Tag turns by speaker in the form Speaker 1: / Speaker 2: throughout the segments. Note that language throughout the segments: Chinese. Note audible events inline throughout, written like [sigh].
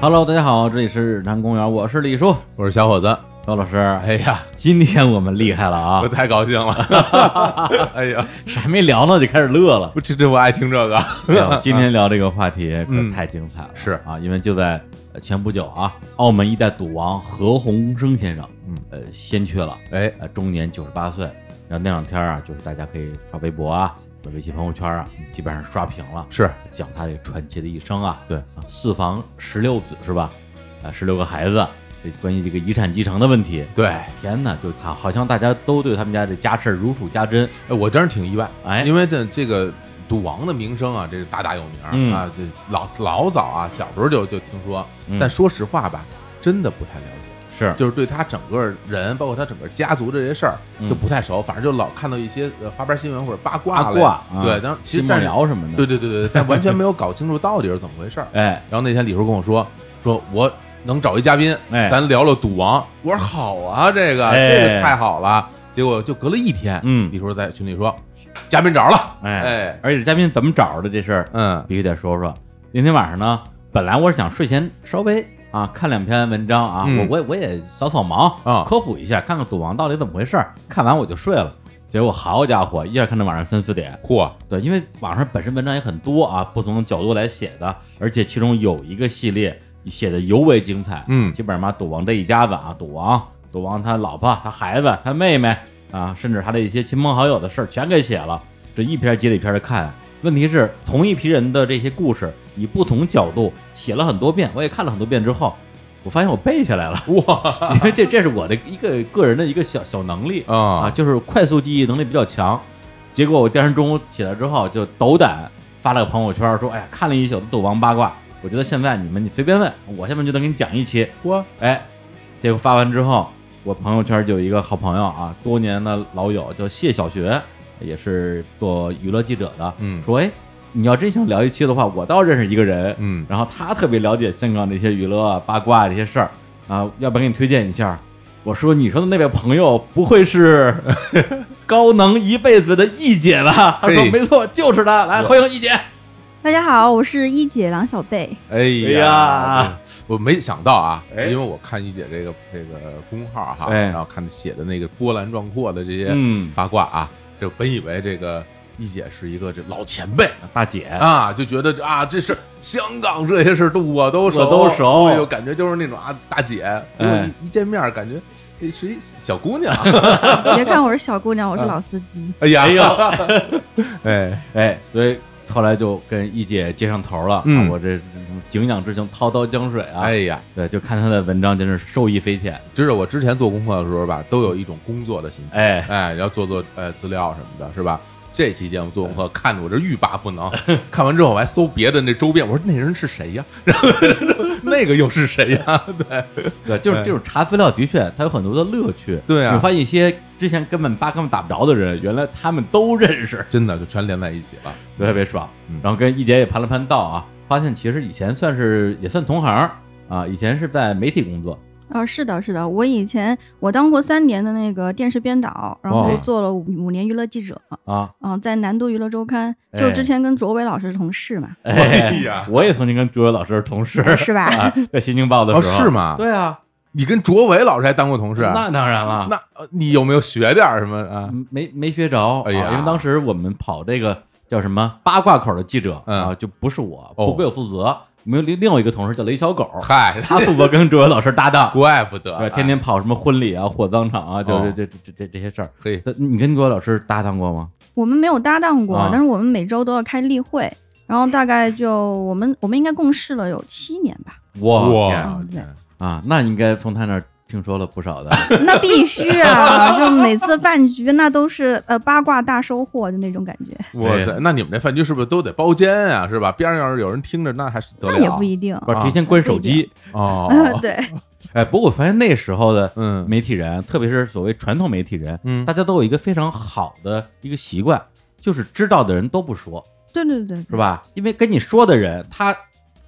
Speaker 1: Hello，大家好，这里是日坛公园，我是李叔，
Speaker 2: 我是小伙子。
Speaker 1: 高老师。
Speaker 2: 哎呀，
Speaker 1: 今天我们厉害了
Speaker 2: 我
Speaker 1: 啊，
Speaker 2: 太高兴 [laughs] 了。哎呀，
Speaker 1: 是还没聊呢就开始乐
Speaker 2: [laughs]
Speaker 1: 了。
Speaker 2: 我这这我爱听这个。
Speaker 1: 哎呦今天聊这个话题可
Speaker 2: 嗯
Speaker 1: 太精彩了，
Speaker 2: 是
Speaker 1: 啊，因为就在呃前不久啊，澳门一代赌王何鸿燊先生，
Speaker 2: 嗯，
Speaker 1: 呃，先去了，
Speaker 2: 哎，
Speaker 1: 呃，终年九十八岁。然后那两天啊，就是大家可以刷微博啊、微信朋友圈啊，基本上刷屏了，
Speaker 2: 是
Speaker 1: 讲他这传奇的一生啊。
Speaker 2: 对
Speaker 1: 啊，四房十六子是吧？啊，十六个孩子，这关于这个遗产继承的问题。
Speaker 2: 对
Speaker 1: 天哪，就看好像大家都对他们家这家事儿如数家珍。
Speaker 2: 哎我真是挺意外，
Speaker 1: 哎
Speaker 2: 因为这这个赌王的名声啊，这是大大有名、
Speaker 1: 嗯
Speaker 2: 啊，这老老早啊，小时候就就听说
Speaker 1: 嗯，
Speaker 2: 但说实话吧，真的不太了解。
Speaker 1: 是，
Speaker 2: 就是对他整个人，包括他整个家族这些事儿
Speaker 1: 嗯
Speaker 2: 就不太熟，反正就老看到一些呃花边新闻或者八卦
Speaker 1: 八
Speaker 2: 类
Speaker 1: 卦啊
Speaker 2: 对，但是其
Speaker 1: 新
Speaker 2: 实
Speaker 1: 幕
Speaker 2: 但是
Speaker 1: 僚什么的。
Speaker 2: 对对对对，但完全没有搞清楚到底是怎么回事儿。
Speaker 1: 哎，
Speaker 2: 然后那天李叔跟我说，说我能找一嘉宾，
Speaker 1: 哎
Speaker 2: 咱聊聊赌王。我说好啊，这个、
Speaker 1: 哎
Speaker 2: 这个太好了。结果就隔了一天，
Speaker 1: 嗯
Speaker 2: 李叔在群里说，嘉宾找着了，
Speaker 1: 哎
Speaker 2: 哎，
Speaker 1: 而且嘉宾怎么找的这事儿，
Speaker 2: 嗯，
Speaker 1: 必须得说说。那天晚上呢，本来我是想睡前稍微啊看两篇文章啊，
Speaker 2: 嗯
Speaker 1: 我我也我也扫扫盲
Speaker 2: 啊
Speaker 1: 科普一下，看看赌王到底怎么回事儿。看完我就睡了。结果好家伙，一下看到晚上三四点。
Speaker 2: 嚯，
Speaker 1: 对，因为网上本身文章也很多啊，不同的角度来写的，而且其中有一个系列写的尤为精彩。
Speaker 2: 嗯
Speaker 1: 基本上把赌王这一家子啊，赌王、赌王他老婆、他孩子、他妹妹啊，甚至他的一些亲朋好友的事儿全给写了，这一篇接着一篇的看。问题是，同一批人的这些故事，以不同角度写了很多遍，我也看了很多遍之后，我发现我背下来了，
Speaker 2: 哇
Speaker 1: [laughs] 因为这这是我的一个个人的一个小小能力啊，
Speaker 2: 啊，
Speaker 1: 就是快速记忆能力比较强。结果我第二天中午起来之后，就斗胆发了个朋友圈，说：“哎呀，看了一宿的斗王八卦，我觉得现在你们你随便问我，下面就能给你讲一期。”
Speaker 2: 嚯，
Speaker 1: 哎，结果发完之后，我朋友圈就有一个好朋友啊，多年的老友叫谢小学，也是做娱乐记者的，
Speaker 2: 嗯
Speaker 1: 说：“哎，你要真想聊一期的话，我倒认识一个人，
Speaker 2: 嗯
Speaker 1: 然后他特别了解香港这些娱乐八卦啊这些事儿啊，要不然给你推荐一下。我说你说的那位朋友不会
Speaker 2: [laughs]
Speaker 1: 是高能一辈子的易姐吧？他说
Speaker 2: 嘿
Speaker 1: 没错，就是他。来，
Speaker 2: 我
Speaker 1: 欢迎易姐。
Speaker 3: 大家好，我是一姐郎小
Speaker 1: [laughs]
Speaker 3: 贝。
Speaker 2: 哎
Speaker 1: 哎呀
Speaker 2: 呀，我没想到啊，
Speaker 1: 哎
Speaker 2: 因为我看一姐这个这个公号哈，
Speaker 1: 哎
Speaker 2: 然后看她写的那个波澜壮阔的这些
Speaker 1: 嗯，
Speaker 2: 八卦啊，就本以为这个一姐是一个这老前辈，
Speaker 1: 大姐，
Speaker 2: 啊，就觉得这啊，这是香港这些事儿我都熟，
Speaker 1: 我都熟
Speaker 2: 哎呦，感觉就是那种啊，大姐，结果
Speaker 1: 哎
Speaker 2: 一一见面感觉这是一小
Speaker 1: [laughs]
Speaker 2: 姑娘，
Speaker 3: 别看我是小姑娘，
Speaker 1: 嗯
Speaker 3: 我是老司机。
Speaker 2: 哎呀，
Speaker 1: 哎呦，
Speaker 2: [laughs] 哎，
Speaker 1: 哎，所以后来就跟易姐接上头了。
Speaker 2: 嗯
Speaker 1: 啊我这景仰之情，滔滔江水啊。
Speaker 2: 哎呀，
Speaker 1: 对，就看她的文章，真是受益匪浅。
Speaker 2: 就是我之前做功课的时候吧，都有一种工作的心情，
Speaker 1: 哎，
Speaker 2: 哎，要做做呃资料什么的，是吧？这期节目做
Speaker 1: 哎
Speaker 2: 功课，看得我这欲罢不
Speaker 1: [laughs]
Speaker 2: 能。看完之后，我还搜别的那周边，我说那人是谁呀？ [laughs] 然后那个又是谁呀？ [laughs] 对，
Speaker 1: 对，就是
Speaker 2: 哎
Speaker 1: 这种查资料，的确它有很多的乐趣。
Speaker 2: 对啊
Speaker 1: 你发现一些之前根本八竿子打不着的人，原来他们都认识，
Speaker 2: 真的就全连在一起了。
Speaker 1: 对特别爽
Speaker 2: 嗯。
Speaker 1: 然后跟一姐也盘了盘道啊，发现其实以前算是也算同行啊，以前是在媒体工作，
Speaker 3: 啊，是的，是的，我以前我当过三年的那个电视编导，然后
Speaker 1: 哦
Speaker 3: 又做了五五年娱乐记者。
Speaker 1: 啊，
Speaker 3: 嗯、在南都娱乐周刊，
Speaker 1: 哎
Speaker 3: 就之前跟卓伟老师是同事嘛，
Speaker 2: 哎呀
Speaker 1: 我也曾经跟朱伟老师是同事，
Speaker 3: 是吧？
Speaker 1: 啊，在《新京报》的
Speaker 2: 哦，
Speaker 1: 时候，
Speaker 2: 是？吗？啊
Speaker 1: 对啊，
Speaker 2: 你跟卓伟老师还当过同事？
Speaker 1: 那嗯当然了，
Speaker 2: 那呃你有没有学点儿什么啊？
Speaker 1: 没没学着，
Speaker 2: 哎呀
Speaker 1: 啊因为当时我们跑这个叫什么八卦口的记者、
Speaker 2: 嗯
Speaker 1: 啊，就不是我，
Speaker 2: 哦
Speaker 1: 不归我负责，我们有另另外一个同事叫雷
Speaker 2: [laughs]
Speaker 1: 小狗，
Speaker 2: 嗨，
Speaker 1: 他负责跟周伟老师搭
Speaker 2: [laughs]
Speaker 1: 档，
Speaker 2: 怪不得啊
Speaker 1: 对，天天跑什么婚礼啊、火葬场啊，就
Speaker 2: 哦
Speaker 1: 这这这这这些事儿。
Speaker 2: 可以
Speaker 1: 那你跟周伟老师搭档过吗？
Speaker 3: 我们没有搭档过，
Speaker 1: 啊
Speaker 3: 但是我们每周都要开例会，然后大概就我们我们应该共事了有七年吧。
Speaker 1: 我天啊
Speaker 3: 嗯对
Speaker 1: 啊，那应该从他那儿听说了不少的
Speaker 2: [laughs]
Speaker 3: 那必须
Speaker 1: [laughs]
Speaker 3: 啊！就每次饭局，那都是呃八卦大收获的那种感觉。
Speaker 2: 哇塞！那你们这饭局是不是都得包间啊？是吧？边上要是有人听着，那还是得
Speaker 1: 啊
Speaker 2: 了
Speaker 3: 那也不一定。。
Speaker 1: 不是提
Speaker 2: 啊
Speaker 1: 前关手机。
Speaker 2: 哦
Speaker 3: [laughs] 对，
Speaker 1: 哎，不过我发现那时候的
Speaker 2: 嗯
Speaker 1: 媒体人，特别是所谓传统媒体人，
Speaker 2: 嗯
Speaker 1: 大家都有一个非常好的一个习惯，就是知道的人都不说，
Speaker 3: 对对对，
Speaker 1: 是吧？因为跟你说的人，他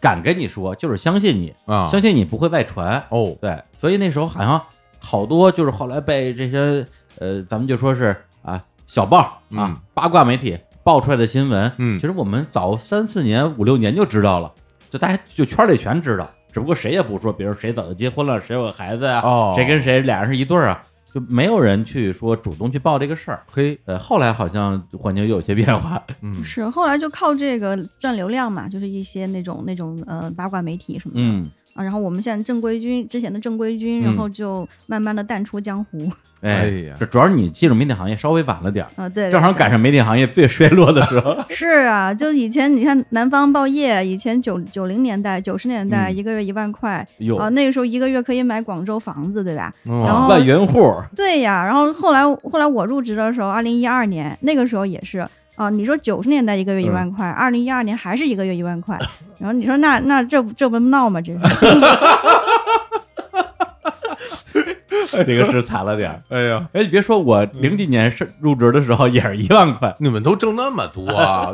Speaker 1: 敢跟你说，就是相信你， [laughs]
Speaker 2: 啊
Speaker 1: 相信你不会外传。
Speaker 2: 哦
Speaker 1: 对，所以那时候好像好多就是后来被这些呃，咱们就说是啊小报啊、
Speaker 2: 嗯
Speaker 1: 八卦媒体爆出来的新闻，
Speaker 2: 嗯
Speaker 1: 其实我们早三四年、五六年就知道了，就大家就圈里全知道，只不过谁也不说，比如谁早就结婚了，谁有个孩子呀、
Speaker 2: 哦
Speaker 1: 谁跟谁俩人是一对儿啊，就没有人去说主动去报这个事儿。
Speaker 2: 嘿，
Speaker 1: 呃，后来好像环境有些变
Speaker 2: [laughs]
Speaker 1: 化，
Speaker 2: 嗯
Speaker 3: 是后来就靠这个赚流量嘛，就是一些那种那种呃八卦媒体什么的、
Speaker 1: 嗯，
Speaker 3: 啊。然后我们现在正规军之前的正规
Speaker 1: 嗯
Speaker 3: 军，然后就慢慢的淡出江湖。
Speaker 2: 哎
Speaker 1: 哎
Speaker 2: 呀
Speaker 1: 这主要是你进入媒体行业稍微晚了点儿，
Speaker 3: 啊，对，
Speaker 1: 正好
Speaker 3: 对
Speaker 1: 赶上媒体行业最衰落的时
Speaker 3: [laughs]
Speaker 1: 候。
Speaker 3: 是啊，就以前你看南方报业，以前九九零年代、九十年代
Speaker 1: 嗯
Speaker 3: 一个月一万块
Speaker 1: 有
Speaker 3: 啊，那个时候一个月可以买广州房子，对吧？
Speaker 2: 嗯
Speaker 3: 然后
Speaker 1: 万元户，
Speaker 3: [laughs] 对呀，然后后来后来我入职的时候，二零一二年那个时候也是啊、你说九十年代一个月一
Speaker 1: 嗯
Speaker 3: 万块，二零一二年还是一个月一万块，然后你说那那这不这不闹吗？这是
Speaker 1: 这个是惨了点儿。
Speaker 2: 哎呀，
Speaker 1: 哎，你别说，我零几年是入职的时候也是一万块，
Speaker 2: 你们都挣那么
Speaker 1: [laughs]
Speaker 2: 多，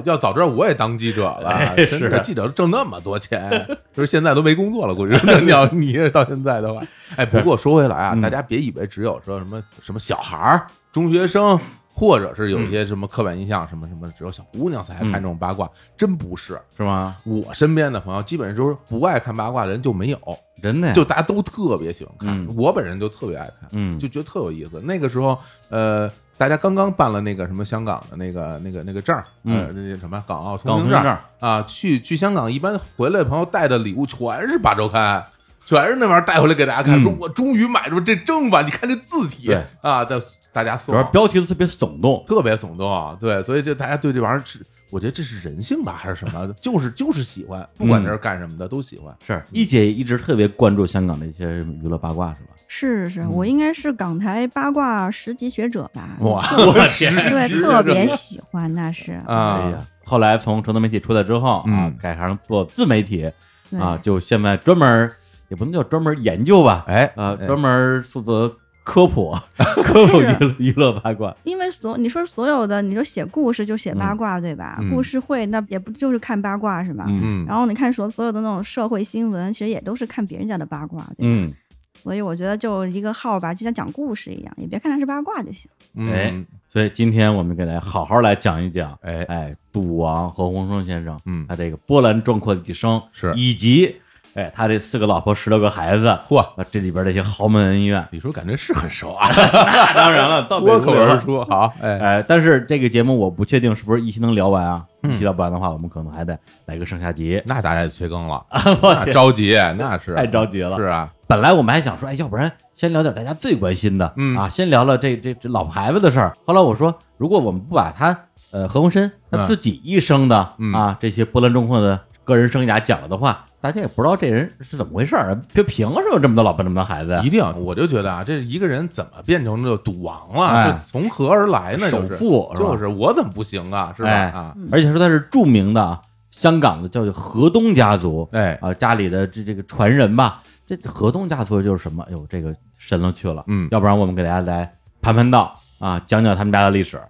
Speaker 2: 要早知道我也当记者了，
Speaker 1: 哎
Speaker 2: 真
Speaker 1: 是
Speaker 2: 记者挣那么
Speaker 1: [laughs]
Speaker 2: 多钱，就是现在都没工作了，估计 [laughs] 你要你是到现在的话，哎，不过说回来啊，
Speaker 1: 嗯
Speaker 2: 大家别以为只有说什么什么小孩儿、中学生。或者是有一
Speaker 1: 嗯
Speaker 2: 些什么刻板印象，什么什么，只有小姑娘才爱看这种八卦，
Speaker 1: 嗯
Speaker 2: 真不是。
Speaker 1: 是吗？
Speaker 2: 我身边的朋友基本上就是不爱看八卦的人就没有，
Speaker 1: 真的，
Speaker 2: 就大家都特别喜欢看。
Speaker 1: 嗯
Speaker 2: 我本人就特别爱看，
Speaker 1: 嗯，
Speaker 2: 就觉得特有意思。那个时候，呃，大家刚刚办了那个什么香港的那个那个那个证儿，
Speaker 1: 嗯
Speaker 2: 呃，那那什么港澳通
Speaker 1: 港
Speaker 2: 行
Speaker 1: 通
Speaker 2: 证
Speaker 1: 证
Speaker 2: 儿，啊，去去香港一般回来的朋友带的礼物全是八周刊。全是那玩意儿带回来给大家看，
Speaker 1: 嗯
Speaker 2: 说我终于买着这正版，你看这字体
Speaker 1: 对
Speaker 2: 啊，大大家
Speaker 1: 主
Speaker 2: 送
Speaker 1: 要标题都特别耸动，
Speaker 2: 特别耸动，啊对，所以就大家对这玩意儿是，我觉得这是人性吧，还是什么，就是就是喜欢，不
Speaker 1: 嗯
Speaker 2: 管这是干什么的都喜欢。
Speaker 1: 是一姐一直特别关注香港的一些娱乐八卦，是吧？
Speaker 3: 是是，
Speaker 2: 嗯
Speaker 3: 我应该是港台八卦十级学者吧？
Speaker 1: 哇，我
Speaker 2: [laughs]
Speaker 1: 天
Speaker 3: 对，
Speaker 2: 十级
Speaker 3: 特
Speaker 2: 学者
Speaker 3: 别喜欢那是，
Speaker 1: 哎
Speaker 2: 啊
Speaker 1: 呀！后来从传统媒体出来之后啊
Speaker 2: 嗯，
Speaker 1: 改行做自媒体
Speaker 3: 对
Speaker 1: 啊，就现在专门儿也不能叫专门儿研究吧，
Speaker 2: 哎，
Speaker 1: 呃，
Speaker 2: 哎
Speaker 1: 专门儿负责科普科普娱乐娱乐八卦，
Speaker 3: 因为所你说所有的，你说写故事就写八卦、对吧？
Speaker 2: 嗯
Speaker 3: 故事会那也不就是看八卦是吧？
Speaker 1: 嗯
Speaker 2: 嗯
Speaker 3: 然后你看所所有的那种社会新闻，其实也都是看别人家的八卦，对吧
Speaker 1: 嗯，
Speaker 3: 所以我觉得就一个号吧，就像讲故事一样，也别看它是八卦就行。
Speaker 1: 哎
Speaker 2: 嗯，
Speaker 1: 所以今天我们给大家好好来讲一讲，
Speaker 2: 哎
Speaker 1: 哎，赌王何鸿燊先生，
Speaker 2: 嗯
Speaker 1: 他这个波澜壮阔的一生，
Speaker 2: 是
Speaker 1: 以及哎他这四个老婆十六个孩子，啊，
Speaker 2: 嚯，，
Speaker 1: 这里边这些豪门恩怨
Speaker 2: [laughs] 李叔感觉是很
Speaker 1: [laughs]
Speaker 2: 熟啊，
Speaker 1: 那当然了，到
Speaker 2: 脱口而。出，好，哎，
Speaker 1: 哎，但是这个节目我不确定是不是一期能聊完啊，
Speaker 2: 嗯
Speaker 1: 一期聊不完的话，我们可能还得来个上下集，
Speaker 2: 那大家就催更了，那着急，那是
Speaker 1: 啊太着急了。
Speaker 2: 是啊，
Speaker 1: 本来我们还想说，哎，要不然先聊点大家最关心的，
Speaker 2: 嗯
Speaker 1: 啊，先聊聊这这这老婆孩子的事儿。后来我说，如果我们不把他呃何鸿燊他
Speaker 2: 嗯
Speaker 1: 自己一生的、
Speaker 2: 嗯
Speaker 1: 啊这些波澜壮阔的个人生涯讲了的话，大家也不知道这人是怎么回事儿，就凭什么有这么多老婆这么多孩子呀
Speaker 2: 一？定，我就觉得啊，这一个人怎么变成这赌王了？
Speaker 1: 哎
Speaker 2: 这从何而来呢？
Speaker 1: 首
Speaker 2: 就是
Speaker 1: 富吧
Speaker 2: 就是我怎么不行啊？是吧？
Speaker 1: 哎
Speaker 2: 啊，
Speaker 3: 嗯
Speaker 1: 而且说他是著名的啊香港的叫做河东家族
Speaker 2: 哎，
Speaker 1: 啊，家里的这这个传人吧，这河东家族就是什么？哎呦，这个深了去了，
Speaker 2: 嗯
Speaker 1: 要不然我们给大家来盘盘道啊，讲讲他们家的历史。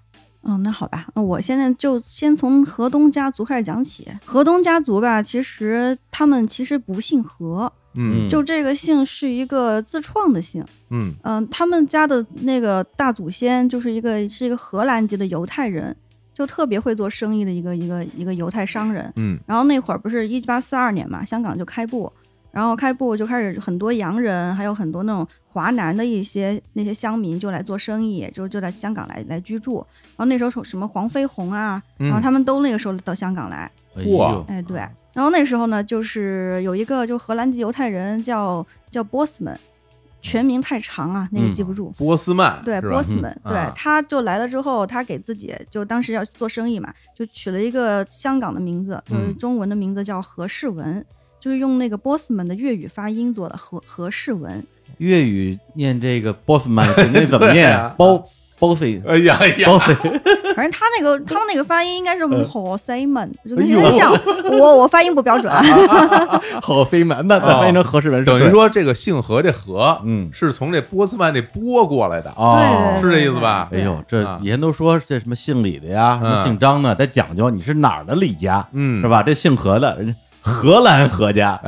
Speaker 3: 嗯，那好吧，那我现在就先从河东家族开始讲起。河东家族吧，其实他们其实不姓何，
Speaker 2: 嗯
Speaker 3: 就这个姓是一个自创的姓。
Speaker 2: 嗯
Speaker 3: 嗯，他们家的那个大祖先就是一个是一个荷兰籍的犹太人，就特别会做生意的一个一个一个犹太商人。
Speaker 2: 嗯
Speaker 3: 然后那会儿不是一八四二年嘛，香港就开埠，然后开埠就开始很多洋人，还有很多那种华南的一些那些乡民就来做生意，就就来香港来来居住。然后那时候什么黄飞鸿啊，然后
Speaker 2: 嗯，
Speaker 3: 他们都那个时候到香港来，
Speaker 2: 嚯
Speaker 3: 哎对。然后那时候呢，就是有一个就荷兰籍犹太人叫叫波斯曼，全名太长啊，那个
Speaker 1: 嗯
Speaker 3: 记不住。
Speaker 2: 波斯曼
Speaker 3: 对，
Speaker 2: 是
Speaker 3: 波
Speaker 2: 吧？
Speaker 3: 斯门，
Speaker 2: 嗯
Speaker 3: 对
Speaker 2: 啊，
Speaker 3: 他就来了之后，他给自己就当时要做生意嘛，就取了一个香港的名字，就是
Speaker 2: 嗯
Speaker 3: 中文的名字叫何世文，就是用那个波斯门的粤语发音做的何何世文，
Speaker 1: 粤语念这
Speaker 2: [laughs]
Speaker 1: 个 Bossman 那怎么念
Speaker 2: 对啊？
Speaker 1: 包包费
Speaker 2: 哎呀哎呀，
Speaker 1: 包费，
Speaker 3: 反正他那个他们那个发音应该是何西门，就
Speaker 2: 呃哎
Speaker 3: 跟
Speaker 2: 呦
Speaker 3: 人家
Speaker 2: [laughs]
Speaker 3: 讲，我我发音不标准啊，
Speaker 1: 好飞满，那
Speaker 2: 哦
Speaker 1: 那翻译成何世文是
Speaker 2: 等于
Speaker 1: 对，
Speaker 2: 说这个姓何这何，
Speaker 1: 嗯，
Speaker 2: 是从这波斯曼这波过来的。
Speaker 1: 哦
Speaker 3: 对，
Speaker 2: 是这意思吧
Speaker 1: 哎
Speaker 3: 对
Speaker 1: 呦，这
Speaker 2: 啊
Speaker 1: 以前都说这什么姓李的呀，什么
Speaker 2: 嗯
Speaker 1: 姓张的，得讲究你是哪儿的李家，
Speaker 2: 嗯哎
Speaker 1: 是吧？这姓何的，人家荷兰何家，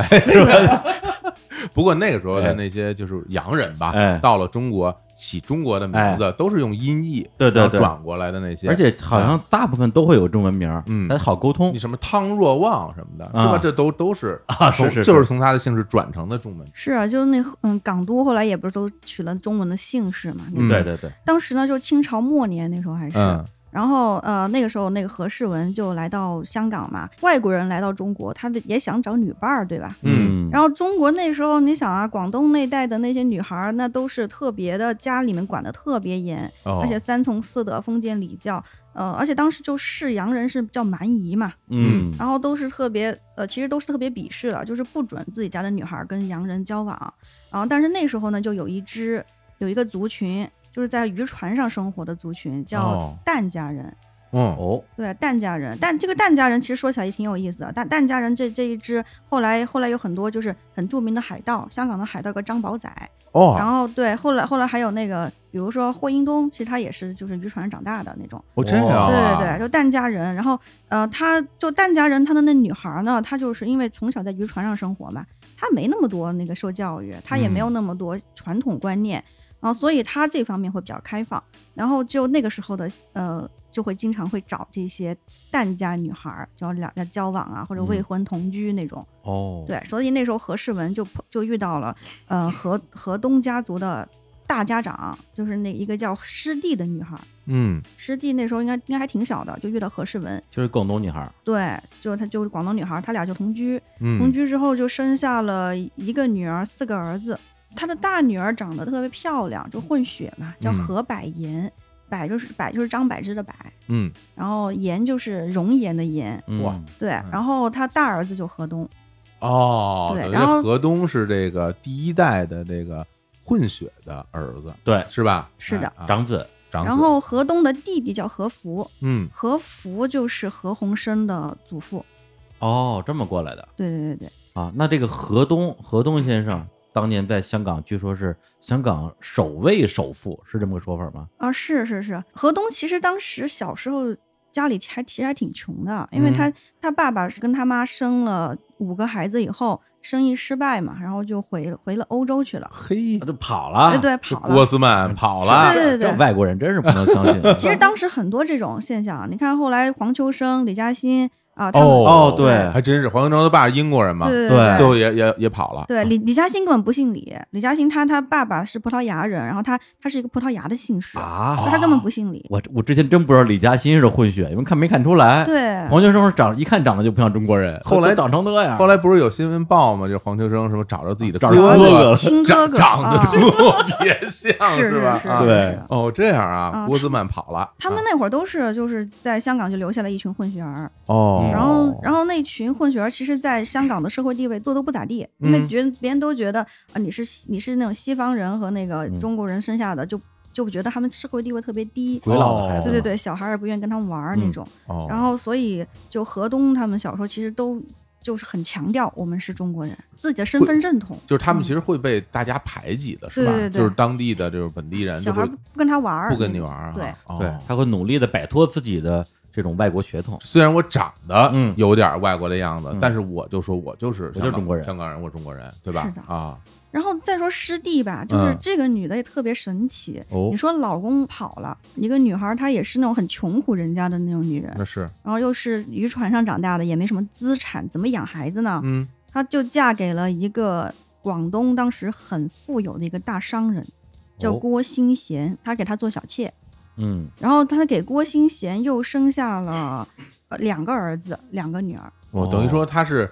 Speaker 2: 不过那个时候
Speaker 1: 哎
Speaker 2: 的那些就是洋人吧，
Speaker 1: 哎
Speaker 2: 到了中国起中国的名字都是用音译
Speaker 1: 对对
Speaker 2: 然后
Speaker 1: 对
Speaker 2: 转过来的那些，
Speaker 1: 而且好像大部分都会有中文名儿，
Speaker 2: 嗯
Speaker 1: 还好沟通
Speaker 2: 你。什么汤若望什么的，是
Speaker 1: 啊
Speaker 2: 吧？这都都是
Speaker 1: 啊是
Speaker 2: 从
Speaker 1: 是
Speaker 2: 就是是从他的姓氏转成的中文
Speaker 3: 是啊，就是那嗯，港都后来也不是都取了中文的姓氏嘛。那
Speaker 2: 嗯
Speaker 1: 对对对，
Speaker 3: 当时呢，就清朝末年那时候还是，
Speaker 2: 嗯
Speaker 3: 然后呃那个时候那个何世文就来到香港嘛，外国人来到中国，他们也想找女伴儿，对吧？
Speaker 2: 嗯
Speaker 3: 然后中国那时候，你想啊，广东那带的那些女孩儿，那都是特别的，家里面管得特别严，
Speaker 2: 哦
Speaker 3: 而且三从四德、封建礼教，呃，而且当时就视洋人是叫蛮夷嘛，
Speaker 1: 嗯
Speaker 3: 然后都是特别呃，其实都是特别鄙视的，就是不准自己家的女孩儿跟洋人交往。然后，但是那时候呢，就有一支有一个族群，就是在渔船上生活的族群，叫
Speaker 2: 哦
Speaker 3: 疍家人。
Speaker 2: 嗯
Speaker 1: 哦
Speaker 3: 对，疍家人，但这个疍家人其实说起来也挺有意思的。但疍家人这这一支，后来后来有很多就是很著名的海盗，香港的海盗有个张宝仔，然
Speaker 2: 哦，
Speaker 3: 后对，后来后来还有那个，比如说霍英东，其实他也是就是渔船上长大的那种。
Speaker 2: 哦这样
Speaker 1: 哦
Speaker 2: 啊，
Speaker 3: 对对对，就疍家人。然后呃，他就疍家人，他的那女孩呢，她就是因为从小在渔船上生活嘛，她没那么多那个受教育，她也没
Speaker 1: 嗯
Speaker 3: 有那么多传统观念，然后所以她这方面会比较开放。然后就那个时候的呃，就会经常会找这些疍家女孩儿，就两家交往啊，或者未
Speaker 1: 嗯
Speaker 3: 婚同居那种。
Speaker 1: 哦，
Speaker 3: 对，所以那时候何世文就碰就遇到了呃河河东家族的大家长，就是那一个叫师弟的女孩儿。
Speaker 2: 嗯
Speaker 3: 师弟那时候应该应该还挺小的，就遇到何世文，
Speaker 1: 就是广东女孩儿，
Speaker 3: 对，就她就是广东女孩儿，她俩就同居，同
Speaker 2: 嗯
Speaker 3: 居之后就生下了一个女儿，四个儿子。她的大女儿长得特别漂亮，就混血嘛，叫
Speaker 2: 嗯
Speaker 3: 何百颜，百就是百就是张柏芝的柏，
Speaker 2: 嗯，
Speaker 3: 然后颜就是容颜的颜，
Speaker 1: 嗯
Speaker 2: 哇，
Speaker 3: 对，然后她大儿子就河东，
Speaker 2: 哦，
Speaker 3: 对
Speaker 2: 等于
Speaker 3: 然后
Speaker 2: 河东是这个第一代的这个混血的儿子，
Speaker 1: 对，
Speaker 2: 是吧？
Speaker 3: 是的
Speaker 2: 哎啊
Speaker 1: 长子，
Speaker 2: 长子，
Speaker 3: 然后河东的弟弟叫何福，
Speaker 2: 嗯
Speaker 3: 何福就是何鸿燊的祖父。
Speaker 1: 哦，这么过来的
Speaker 3: 对对对对，
Speaker 1: 啊。那这个何东何东先生当年在香港，据说是香港首位首富，是这么个说法吗？
Speaker 3: 啊，是是是，何东其实当时小时候家里还其实还挺穷的，因为
Speaker 2: 嗯
Speaker 3: 他、他爸爸是跟他妈生了五个孩子以后，生意失败嘛，然后就回回了欧洲去了，
Speaker 2: 嘿
Speaker 1: 他，就啊跑
Speaker 3: 哎
Speaker 1: 了，
Speaker 3: 对，
Speaker 2: 这
Speaker 3: 跑
Speaker 2: 郭
Speaker 3: 了。
Speaker 2: 斯曼跑
Speaker 3: 是
Speaker 2: 了，
Speaker 3: 对对对
Speaker 1: 这外国人真是不能相信。
Speaker 3: 其实当时很多这种现象，啊你看后来黄秋生、李嘉欣啊，他们
Speaker 1: 哦对
Speaker 2: 还真是黄永洲他爸是英国人嘛，
Speaker 3: 对
Speaker 1: 对
Speaker 2: 最后也也也跑了，
Speaker 3: 对，李李嘉欣根本不姓李，李嘉欣他他爸爸是葡萄牙人，然后他他是一个葡萄牙的姓氏，
Speaker 1: 啊，
Speaker 3: 他根本不姓李。
Speaker 1: 我我之前真不知道李嘉欣是混血，你们看没看出
Speaker 2: 哦
Speaker 1: 来？，
Speaker 3: 对，
Speaker 1: 黄秋生长一看长得就不像中国人，
Speaker 2: 后来
Speaker 1: 都长成那样，
Speaker 2: 后来不是有新闻报吗？就黄秋生什么找着自己的
Speaker 1: 找
Speaker 2: 哥
Speaker 1: 着
Speaker 2: 哥
Speaker 1: 哥哥了
Speaker 3: 亲哥
Speaker 2: 长
Speaker 3: 哥
Speaker 2: 长得
Speaker 3: 啊
Speaker 2: 特别像，
Speaker 3: 是
Speaker 2: 吧？
Speaker 3: 是
Speaker 2: 啊
Speaker 1: 对
Speaker 3: 是是
Speaker 2: 哦，这样啊，
Speaker 3: 啊
Speaker 2: 郭斯曼跑了，
Speaker 3: 他们
Speaker 2: 啊
Speaker 3: 那会儿都是就是在香港就留下了一群混血儿，
Speaker 2: 哦，
Speaker 3: 然后然后那群混血儿其实，在香港的社会地位做都不咋地，因为
Speaker 2: 嗯
Speaker 3: 觉得别人都觉得啊你是西你是那种西方人和那个
Speaker 1: 嗯
Speaker 3: 中国人生下的，就就觉得他们社会地位特别低。
Speaker 1: 鬼佬的孩
Speaker 2: 啊
Speaker 1: 子，
Speaker 3: 对对，对，小孩儿也不愿意跟他们玩儿那
Speaker 1: 嗯
Speaker 3: 种，
Speaker 2: 哦
Speaker 3: 然后所以就河东他们小时候其实都就是很强调我们是中国人，自己的身份认同。
Speaker 2: 就是他们
Speaker 3: 嗯
Speaker 2: 其实会被大家排挤的，是吧
Speaker 3: 对对？对
Speaker 2: 就是当地的这种本地人
Speaker 3: 小
Speaker 2: 就
Speaker 3: 孩儿
Speaker 2: 会
Speaker 3: 不不跟他玩儿，
Speaker 2: 不跟你玩儿啊，
Speaker 3: 对
Speaker 2: 哦
Speaker 1: 对，他会努力的摆脱自己的这种外国血统。
Speaker 2: 虽然我长得
Speaker 1: 嗯
Speaker 2: 有点外国的样子，
Speaker 1: 嗯
Speaker 2: 但是我就说我就是
Speaker 1: 我就是中国人
Speaker 2: 香港人，我中国人，对吧？
Speaker 3: 是的
Speaker 2: 啊，
Speaker 3: 然后再说师弟吧，就是
Speaker 2: 嗯
Speaker 3: 这个女的也特别神奇。
Speaker 2: 哦
Speaker 3: 你，说老公跑了，一个女孩儿她也是那种很穷苦人家的那种女人，
Speaker 2: 那是，
Speaker 3: 然后又是渔船上长大的，也没什么资产，怎么养孩子呢？
Speaker 2: 嗯，
Speaker 3: 她就嫁给了一个广东当时很富有的一个大商人，叫
Speaker 1: 哦
Speaker 3: 郭新贤，他给她做小妾，
Speaker 1: 嗯，
Speaker 3: 然后他给郭新贤又生下了呃两个儿子，两个女儿。
Speaker 2: 我
Speaker 1: 哦
Speaker 2: 等于说他是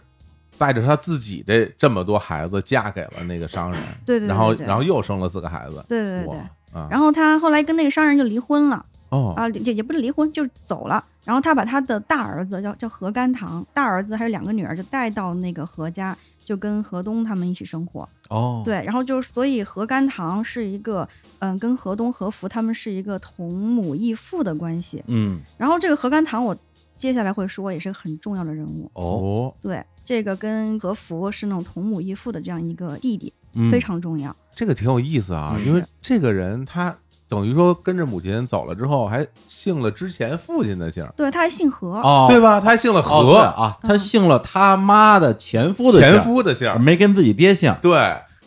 Speaker 2: 带着他自己的这么多孩子嫁给了那个商人，
Speaker 3: 对对对
Speaker 2: 然后
Speaker 3: 对对
Speaker 2: 然后又生了四个孩子，
Speaker 3: 对对对
Speaker 2: 哇
Speaker 3: 对。
Speaker 2: 啊，
Speaker 3: 然后他后来跟那个商人就离婚了。
Speaker 2: 哦，
Speaker 3: 啊，也也不是离婚，就是走了。然后他把他的大儿子叫叫何甘棠，大儿子还有两个女儿，就带到那个何家，就跟何东他们一起生活。
Speaker 1: 哦，
Speaker 3: 对，然后就是所以何甘棠是一个，嗯，跟何东、何福他们是一个同母异父的关系。
Speaker 1: 嗯，
Speaker 3: 然后这个何甘棠，我接下来会说，也是个很重要的人物。
Speaker 1: 哦，
Speaker 2: 哦，
Speaker 3: 对，这个跟何福是那种同母异父的这样一个弟弟，
Speaker 1: 嗯
Speaker 3: 非常重要。
Speaker 2: 这个挺有意思啊，
Speaker 1: 嗯
Speaker 2: 因为这个人他等于说跟着母亲走了之后，还姓了之前父亲的姓儿，
Speaker 3: 对，他还姓何，
Speaker 1: 哦，
Speaker 2: 对吧？他还姓了
Speaker 1: 哦
Speaker 2: 何
Speaker 1: 对，啊，他姓了他妈的前夫的姓嗯
Speaker 2: 前，夫的姓儿，
Speaker 1: 没跟自己爹姓，
Speaker 2: 对，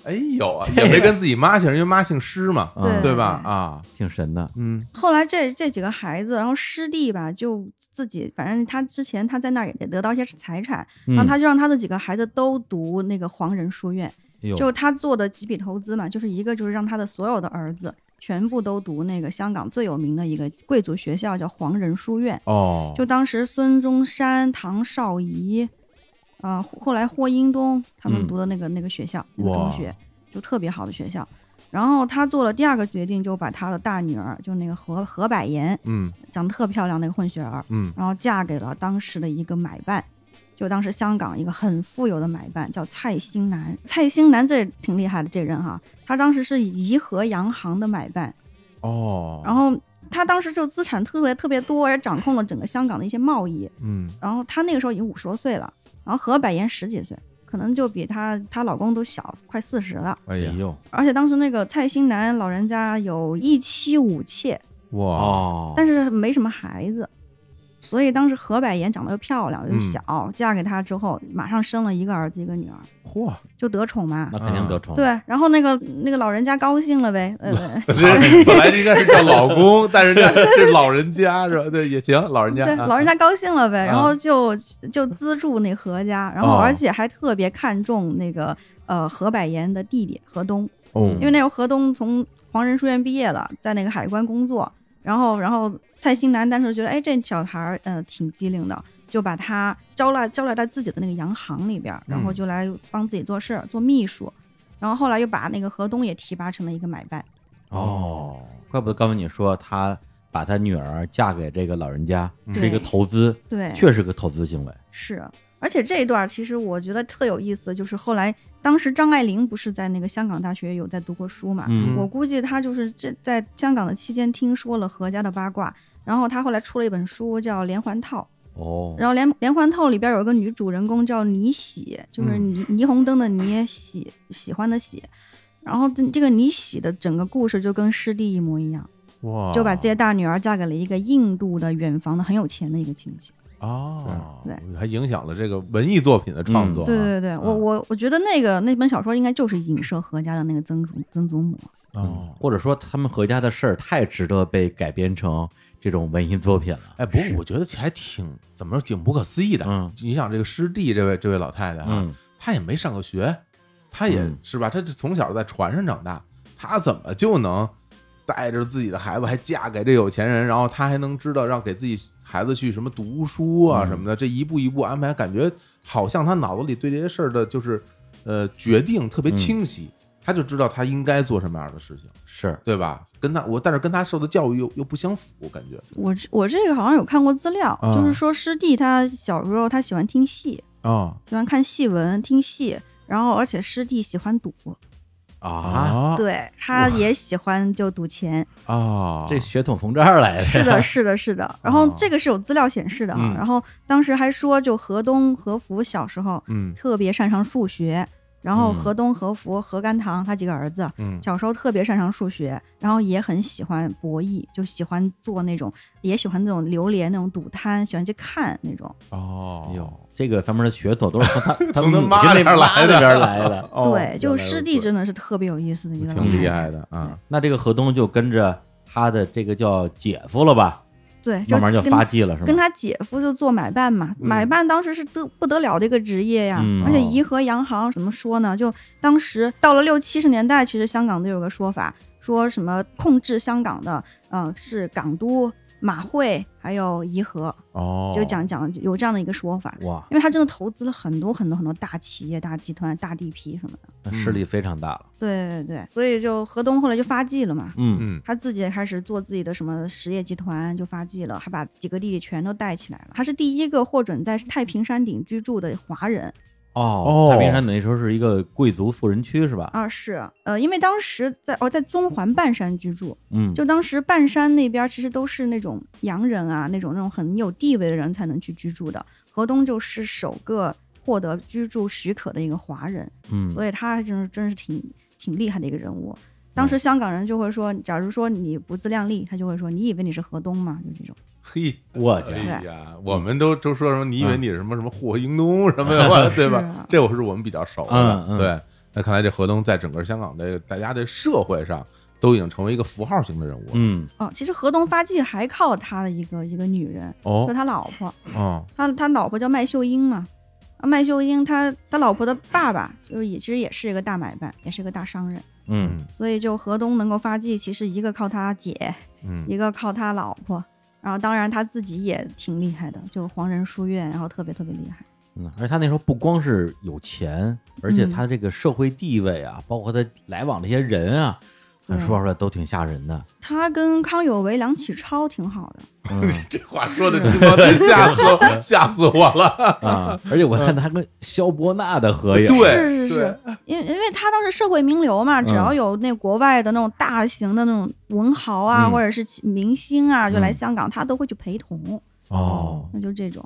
Speaker 2: 哎呦啊，也没跟自己妈姓，因为妈姓施嘛，
Speaker 1: 嗯
Speaker 3: 对
Speaker 2: 对吧？？啊，
Speaker 1: 挺神的。
Speaker 2: 嗯，
Speaker 3: 后来这这几个孩子，然后师弟吧，就自己，反正他之前他在那儿也得到一些财产，
Speaker 1: 嗯
Speaker 3: 然后他就让他的几个孩子都读那个黄仁书院，
Speaker 1: 哎呦
Speaker 3: 就他做的几笔投资嘛，就是一个就是让他的所有的儿子全部都读那个香港最有名的一个贵族学校，叫黄仁书院。
Speaker 2: 哦，
Speaker 3: 就当时孙中山、唐绍仪，啊、后后来霍英东他们
Speaker 1: 嗯
Speaker 3: 读的那个、那个学校，那个
Speaker 2: 哇
Speaker 3: 中学就特别好的学校。然后他做了第二个决定，就把他的大女儿，就那个何何百言，
Speaker 2: 嗯
Speaker 3: 长得特漂亮那个混血儿，
Speaker 2: 嗯，
Speaker 3: 然后嫁给了当时的一个买办，就当时香港一个很富有的买办叫蔡兴南。蔡兴南这挺厉害的这人哈，他当时是怡和洋行的买办，
Speaker 2: 哦，
Speaker 3: 然后他当时就资产特别特别多，也掌控了整个香港的一些贸易。
Speaker 2: 嗯，
Speaker 3: 然后她那个时候已经五十多岁了，然后何百言十几岁，可能就比她她老公都小快四十了。
Speaker 2: 哎
Speaker 1: 哎
Speaker 2: 呀，
Speaker 1: 呦
Speaker 3: 而且当时那个蔡兴南老人家有一妻五妾，
Speaker 2: 哇，
Speaker 1: 哦，
Speaker 3: 但是没什么孩子，所以当时何百言长得又漂亮又
Speaker 2: 嗯
Speaker 3: 小，嫁给他之后马上生了一个儿子一个女儿，
Speaker 2: 嚯，
Speaker 3: 就得宠嘛
Speaker 1: 那。肯定得宠。
Speaker 3: 嗯对，然后那个那个老人家高兴
Speaker 2: [laughs]
Speaker 3: 了呗，呃，
Speaker 2: 这本来应该是叫老公，但是这
Speaker 3: [laughs]
Speaker 2: 是老人家是吧？对，也行，老人家，
Speaker 3: 对，
Speaker 2: 啊
Speaker 3: 老人家高兴了呗，
Speaker 2: 啊
Speaker 3: 然后就就资助那何家，然后
Speaker 2: 哦
Speaker 3: 而且还特别看重那个呃何百言的弟弟何东，
Speaker 1: 嗯
Speaker 2: 哦
Speaker 3: 因为那时候何东从黄仁书院毕业了，在那个海关工作，然后然后蔡兴南当时觉得哎这小孩儿呃挺机灵的，就把他招来招来到自己的那个洋行里边儿，然后
Speaker 2: 嗯
Speaker 3: 就来帮自己做事儿做秘书，然后后来又把那个何东也提拔成了一个买办，
Speaker 1: 哦，怪不得刚才你说他把他女儿嫁给这个老人家
Speaker 2: 嗯
Speaker 1: 是一个
Speaker 3: 对
Speaker 1: 投资，
Speaker 3: 对，
Speaker 1: 确实个投资行为。
Speaker 3: 是，而且这一段儿其实我觉得特有意思，就是后来当时张爱玲不是在那个香港大学有在读过书嘛，
Speaker 1: 嗯
Speaker 3: 我估计她就是这在香港的期间听说了何家的八卦，然后她后来出了一本书叫《连环套》，
Speaker 1: 哦，
Speaker 3: 然后连《连环套》里边有一个女主人公叫倪喜，就是
Speaker 2: 嗯
Speaker 3: 霓霓虹灯的霓，喜喜欢的喜。然后这这个倪喜的整个故事就跟师弟一模一样，
Speaker 2: 哇，
Speaker 3: 就把自己的大女儿嫁给了一个印度的远房的很有钱的一个亲戚。
Speaker 2: 哦，
Speaker 3: 对，
Speaker 2: 还影响了这个文艺作品的创作啊，
Speaker 3: 对对对，我
Speaker 2: 嗯
Speaker 3: 我我觉得那个那本小说应该就是影射何家的那个曾祖曾祖母。
Speaker 2: 哦。
Speaker 1: 嗯或者说他们何家的事儿太值得被改编成这种文艺作品了。
Speaker 2: 哎，不过我觉得还挺怎么说，挺不可思议的。
Speaker 1: 嗯
Speaker 2: 你想这个师弟这位这位老太太啊，
Speaker 1: 嗯，
Speaker 2: 她也没上过学，她也、
Speaker 1: 嗯
Speaker 2: 是吧？她这从小在船上长大，她怎么就能带着自己的孩子还嫁给这有钱人？然后她还能知道让给自己孩子去什么读书啊
Speaker 1: 嗯
Speaker 2: 什么的，这一步一步安排，感觉好像她脑子里对这些事儿的就是呃决定特别
Speaker 1: 嗯
Speaker 2: 清晰，她就知道她应该做什么样的事情，
Speaker 1: 是
Speaker 2: 对吧？跟她我但是跟她受的教育又又不相符，感觉
Speaker 3: 我这我这个好像有看过资料，
Speaker 2: 啊
Speaker 3: 就是说师弟他小时候他喜欢听戏，
Speaker 2: 啊
Speaker 3: 喜欢看戏文、听戏，然后而且师弟喜欢赌，
Speaker 1: 啊，
Speaker 3: 对，他也喜欢就赌钱。
Speaker 2: 啊，
Speaker 1: 这血统从这儿来的。[laughs]
Speaker 3: 是的，是的，是的。然后
Speaker 2: 哦
Speaker 3: 这个是有资料显示的啊
Speaker 1: 嗯。
Speaker 3: 然后当时还说，就河东何福小时候
Speaker 2: 嗯
Speaker 3: 特别擅长数学，然后
Speaker 1: 嗯
Speaker 3: 河东何福、何甘棠他几个儿子，
Speaker 2: 嗯
Speaker 3: 小时候特别擅长数学，然后也很喜欢博弈，就喜欢做那种，也喜欢那种流连那种赌摊，喜欢去看那种。
Speaker 2: 哦，
Speaker 1: 哎呦，这个方面的血统都是从他他
Speaker 2: 从他
Speaker 1: 母
Speaker 2: 妈
Speaker 1: 亲那
Speaker 2: 那儿来
Speaker 1: 妈
Speaker 2: 的
Speaker 1: 那边来的。 [laughs]
Speaker 2: 哦
Speaker 3: 对，就
Speaker 2: 原来
Speaker 3: 师
Speaker 2: 如
Speaker 3: 弟
Speaker 2: 此
Speaker 3: 真的是特别有意思的
Speaker 1: 嗯
Speaker 3: 一个
Speaker 2: 挺厉
Speaker 3: 人。
Speaker 2: 害的啊。
Speaker 1: 那这个河东就跟着他的这个叫姐夫了吧，
Speaker 3: 对，哎就
Speaker 1: 慢慢就
Speaker 3: 跟
Speaker 1: 发迹了，是吗？
Speaker 3: 跟他姐夫就做买办嘛，
Speaker 2: 嗯
Speaker 3: 买办当时是得不得了的一个职业呀，
Speaker 1: 嗯
Speaker 3: 而且
Speaker 2: 哦
Speaker 3: 颐和洋行怎么说呢？就当时到了六七十年代，其实香港都有个说法，说什么控制香港的，呃，是港都、马会还有颐和，
Speaker 2: 哦，
Speaker 3: 就讲讲有这样的一个说法。
Speaker 1: 哇，
Speaker 3: 因为他真的投资了很多很多很多大企业、大集团、大地皮什么的，
Speaker 1: 那势力非常大了。
Speaker 3: 对对对，所以就河东后来就发迹了嘛，
Speaker 1: 嗯，
Speaker 2: 嗯
Speaker 3: 他自己也开始做自己的什么实业集团，就发迹了，还把几个弟弟全都带起来了。他是第一个获准在太平山顶居住的华人
Speaker 1: 哦
Speaker 2: 哦
Speaker 1: 太平山那时候是一个贵族富人区是吧？
Speaker 3: 啊，是呃，因为当时在哦在中环半山居住，
Speaker 1: 嗯，
Speaker 3: 就当时半山那边其实都是那种洋人啊，那种那种很有地位的人才能去居住的。河东就是首个获得居住许可的一个华人，
Speaker 1: 嗯，
Speaker 3: 所以他真是真是挺挺厉害的一个人物。当时香港人就会说，假如说你不自量力，他就会说你以为你是河东吗？就这种。
Speaker 2: 嘿，
Speaker 1: 我去
Speaker 2: 哎呀，我们都都说什么？你以为你是什么什么霍英东什么的，对
Speaker 3: 是啊
Speaker 2: 吧？这我是我们比较熟的
Speaker 1: 嗯，嗯
Speaker 2: 对。那看来这河东在整个香港的大家的社会上都已经成为一个符号型的人物了。
Speaker 1: 嗯
Speaker 3: 哦，其实河东发迹还靠他的一个一个女人，就
Speaker 2: 哦，
Speaker 3: 他老婆，
Speaker 2: 哦，
Speaker 3: 他他老婆叫麦秀英嘛，啊，麦秀英他他老婆的爸爸就是也其实也是一个大买办，也是一个大商人，
Speaker 1: 嗯
Speaker 3: 所以就河东能够发迹，其实一个靠他姐，
Speaker 2: 嗯，
Speaker 3: 一个靠他老婆，然后当然他自己也挺厉害的，就黄仁书院，然后特别特别厉害。
Speaker 1: 嗯，而且他那时候不光是有钱，而且
Speaker 3: 嗯
Speaker 1: 他这个社会地位啊，包括他来往这些人啊，咱
Speaker 3: 对
Speaker 1: 说出来都挺吓人的。
Speaker 3: 他跟康有为、梁启超挺好的，
Speaker 1: 嗯
Speaker 2: 这话说的轻描淡
Speaker 1: [laughs]
Speaker 2: 吓死吓死我了。
Speaker 1: 啊，而且我看他跟萧伯纳的合影，
Speaker 2: 对
Speaker 3: 是是是，因为因为他当时社会名流嘛，只要
Speaker 1: 嗯
Speaker 3: 有那国外的那种大型的那种文豪啊，
Speaker 1: 嗯
Speaker 3: 或者是其明星啊，就来
Speaker 1: 嗯
Speaker 3: 香港，他都会去陪同。
Speaker 1: 哦，
Speaker 3: 那就这种。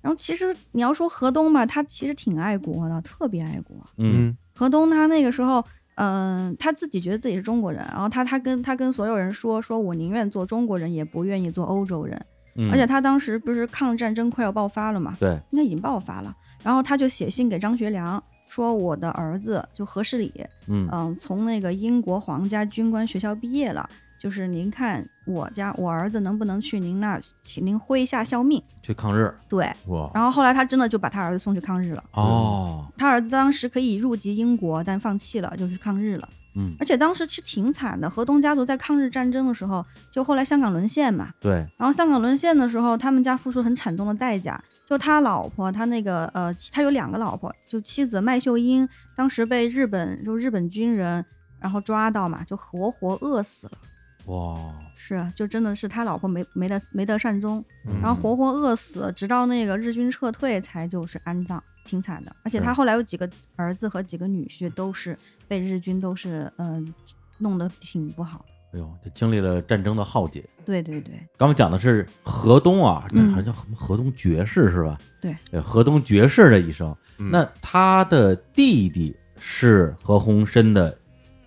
Speaker 3: 然后其实你要说河东吧，他其实挺爱国的，特别爱国。
Speaker 1: 嗯，
Speaker 3: 河东他那个时候，嗯、他自己觉得自己是中国人，然后他他跟他跟所有人说，说我宁愿做中国人，也不愿意做欧洲人。
Speaker 1: 嗯
Speaker 3: 而且他当时不是抗战争快要爆发了嘛，
Speaker 1: 对，
Speaker 3: 应该已经爆发了。然后他就写信给张学良，说我的儿子就何世礼，
Speaker 1: 嗯
Speaker 3: 嗯，从那个英国皇家军官学校毕业了，就是您看我家我儿子能不能去您那，请您麾下效命。
Speaker 1: 去抗日
Speaker 3: 对，
Speaker 2: 哇，
Speaker 3: 然后后来他真的就把他儿子送去抗日了。
Speaker 1: 哦，
Speaker 3: 他儿子当时可以入籍英国，但放弃了，就去抗日了。
Speaker 1: 嗯，
Speaker 3: 而且当时其实挺惨的，河东家族在抗日战争的时候，就后来香港沦陷嘛。
Speaker 1: 对，
Speaker 3: 然后香港沦陷的时候，他们家付出很惨重的代价。就他老婆，他那个呃，妻他有两个老婆，就妻子麦秀英，当时被日本就日本军人然后抓到嘛，就活活饿死了。
Speaker 1: 哇，
Speaker 3: 是，啊就真的是他老婆没没得没得善终，
Speaker 1: 嗯
Speaker 3: 然后活活饿死，直到那个日军撤退才就是安葬，挺惨的。而且他
Speaker 1: 对
Speaker 3: 后来有几个儿子和几个女婿都是被日军都是嗯、弄得挺不好
Speaker 1: 哎
Speaker 3: 的。
Speaker 1: 呦，这经历了战争的浩劫。
Speaker 3: 对对对，
Speaker 1: 刚才讲的是河东啊，这
Speaker 3: 嗯
Speaker 1: 好像叫什么河东爵士是吧？哎
Speaker 3: 对，
Speaker 1: 河东爵士的一生。
Speaker 2: 嗯
Speaker 1: 那他的弟弟是何鸿燊的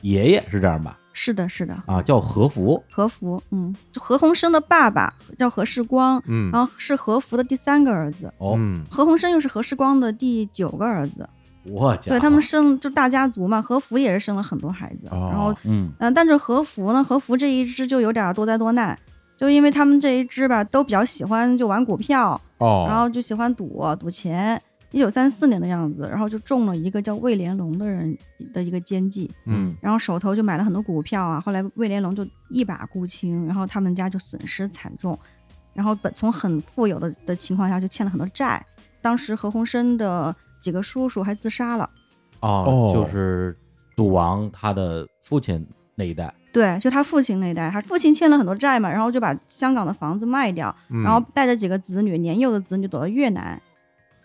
Speaker 1: 爷爷，是这样吧？
Speaker 3: 是的，是的。
Speaker 1: 啊，叫何福。
Speaker 3: 何福，嗯，就何鸿燊的爸爸叫何世光，
Speaker 2: 嗯
Speaker 3: 然后是何福的第三个儿子，
Speaker 1: 哦，
Speaker 2: 嗯
Speaker 3: 何鸿燊又是何世光的第九个儿子。
Speaker 1: 我家伙
Speaker 3: 对他们，生就大家族嘛，何福也是生了很多孩子，然后
Speaker 2: 哦
Speaker 1: 嗯
Speaker 3: 嗯，但是和服呢，和服这一支就有点多灾多难，就因为他们这一支吧，都比较喜欢就玩股票，
Speaker 2: 哦，
Speaker 3: 然后就喜欢赌赌钱。一九三四年的样子，然后就中了一个叫魏连龙的人的一个奸计，
Speaker 1: 嗯
Speaker 3: 然后手头就买了很多股票啊。后来魏连龙就一把沽清，然后他们家就损失惨重，然后本从很富有的的情况下就欠了很多债。当时何鸿燊的几个叔叔还自杀了，
Speaker 1: 哦
Speaker 2: 哦，
Speaker 1: 就是赌王他的父亲那一代。
Speaker 3: 对，就他父亲那一代，他父亲欠了很多债嘛，然后就把香港的房子卖掉，
Speaker 2: 嗯
Speaker 3: 然后带着几个子女，年幼的子女躲到越南。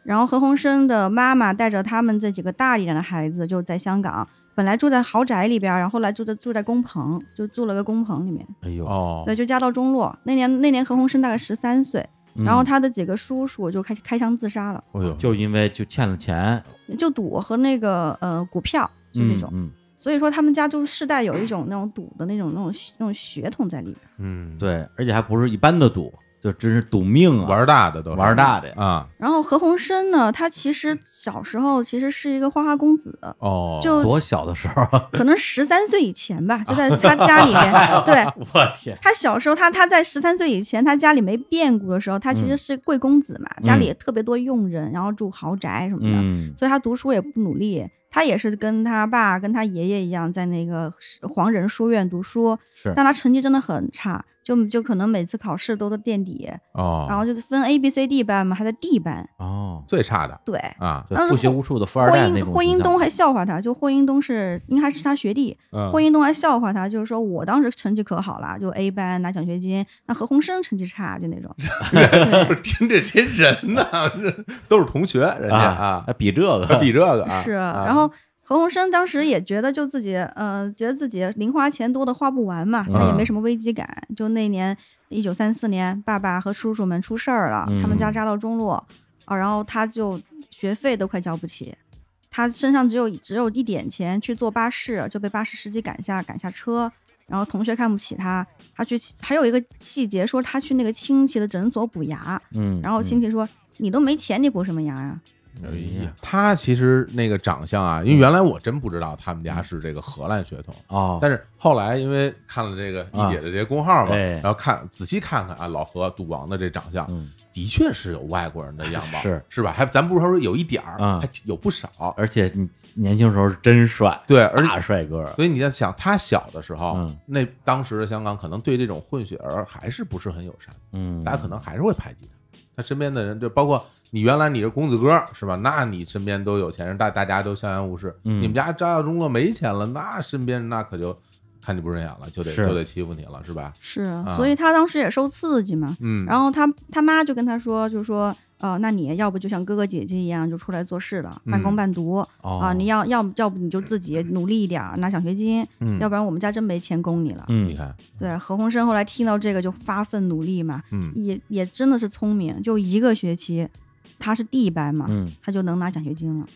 Speaker 3: 然后何鸿燊的妈妈带着他们这几个大一点的孩子，就在香港，本来住在豪宅里边儿，然后后来住在住在工棚，就住了个工棚里面，
Speaker 1: 哎呦，
Speaker 2: 哦
Speaker 3: 对，就家道中落。那年那年何鸿燊大概十三岁，
Speaker 1: 嗯
Speaker 3: 然后他的几个叔叔就开开枪自杀了，
Speaker 2: 哎呦，
Speaker 1: 就因为就欠了钱，
Speaker 3: 就赌和那个呃股票，就这种。
Speaker 1: 嗯，
Speaker 3: 所以说他们家就是世代有一种那种赌的那种那种那种血统在里边。
Speaker 2: 嗯
Speaker 1: 嗯，对，而且还不是一般的赌，就真是赌命啊，
Speaker 2: 玩大的都是
Speaker 1: 玩大的呀。
Speaker 2: 啊，
Speaker 3: 然后何鸿燊呢，他其实小时候其实是一个花花公子，
Speaker 2: 哦，
Speaker 3: 就
Speaker 1: 多小的时候
Speaker 3: [laughs]
Speaker 1: 啊，
Speaker 3: 可能十三岁以前吧，
Speaker 1: [laughs]
Speaker 3: 就在他家里面。对
Speaker 1: 我天，
Speaker 3: 他小时候，他他在十三岁以前，他家里没变故的时候，他其实
Speaker 1: 嗯
Speaker 3: 是贵公子嘛，家里也特别多佣人，然后住豪宅什么的，
Speaker 1: 嗯，
Speaker 3: 所以他读书也不努力。他也是跟他爸、跟他爷爷一样，在那个黄仁书院读书，
Speaker 1: 是
Speaker 3: 但他成绩真的很差，就就可能每次考试都在垫底，
Speaker 2: 哦，
Speaker 3: 然后就是分 A、B、C、D 班嘛，还在 D 班。
Speaker 1: 哦，
Speaker 2: 最差的
Speaker 3: 对，
Speaker 2: 啊，
Speaker 1: 对
Speaker 3: 当时
Speaker 1: 不学无术的富二
Speaker 3: 霍
Speaker 1: 代那
Speaker 3: 英
Speaker 1: 种
Speaker 3: 霍英
Speaker 1: 形象啊
Speaker 3: 东还笑话他，就霍英东是应该是他学弟，
Speaker 2: [laughs]
Speaker 3: 霍
Speaker 2: 嗯
Speaker 3: 英东还笑话他，就是说我当时成绩可好了，就 A 班拿奖学金，那何鸿燊成绩差，就
Speaker 1: [laughs]
Speaker 3: 那种。
Speaker 2: 不是听这些人呢，这都是同学，人家
Speaker 1: 啊
Speaker 2: 啊，，
Speaker 1: 还比这
Speaker 2: 还 [laughs]
Speaker 1: 个
Speaker 2: 比这个啊，
Speaker 3: 是，
Speaker 2: 啊
Speaker 3: 然后何鸿燊当时也觉得就自己，呃，觉得自己零花钱多的花不完嘛，他也
Speaker 1: 嗯
Speaker 3: 没什么危机感。就那年一九三四年，爸爸和叔叔们出事儿了，他们家
Speaker 1: 嗯
Speaker 3: 家道中落啊，然后他就学费都快交不起。他身上只有只有一点钱去坐巴士，就被巴士司机赶下赶下车。然后同学看不起他，他去还有一个细节说他去那个亲戚的诊所补牙，
Speaker 1: 嗯，
Speaker 3: 然后亲戚说、你都没钱，你补什么牙啊呀、
Speaker 1: 哎
Speaker 2: 哎
Speaker 1: 呀
Speaker 2: 呀，他其实那个长相啊，因为原来我真不知道他们
Speaker 1: 嗯
Speaker 2: 家是这个荷兰血统，
Speaker 1: 哦，
Speaker 2: 但是后来因为看了这个一姐的这些公号嘛，
Speaker 1: 啊哎
Speaker 2: 然后看仔细看看啊，老何赌王的这长相，
Speaker 1: 嗯，
Speaker 2: 的确是有外国人的样貌，
Speaker 1: 是
Speaker 2: 是吧？还咱不是说有一点儿，
Speaker 1: 嗯
Speaker 2: 还有不少。
Speaker 1: 而且你年轻时候是真帅，
Speaker 2: 对，而且
Speaker 1: 大帅哥，
Speaker 2: 所以你在想，他小的时候，
Speaker 1: 嗯
Speaker 2: 那当时的香港可能对这种混血儿还是不是很友善，
Speaker 1: 嗯，
Speaker 2: 大家可能还是会排挤他。他身边的人，就包括你原来你是公子哥是吧？那你身边都有钱人，大大家都相安无事。
Speaker 1: 嗯
Speaker 2: 你们家家道中落没钱了，那身边人那可就看你不顺眼了，就得
Speaker 1: 是
Speaker 2: 就得欺负你了，是吧？
Speaker 3: 是，所以他当时也受刺激嘛。
Speaker 2: 嗯，
Speaker 3: 然后他他妈就跟他说，就说，呃，那你要不就像哥哥姐姐一样，就出来做事了，半工
Speaker 2: 嗯
Speaker 3: 半读啊、
Speaker 1: 哦
Speaker 3: 你要要不要不你就自己努力一点儿拿奖学金，
Speaker 2: 嗯
Speaker 3: 要不然我们家真没钱供你了。
Speaker 1: 嗯
Speaker 2: 你，看，
Speaker 3: 对，何鸿燊后来听到这个就发奋努力嘛，
Speaker 2: 嗯，
Speaker 3: 也也真的是聪明，就一个学期，他是第一班嘛，
Speaker 1: 嗯，
Speaker 3: 他就能拿奖学金了。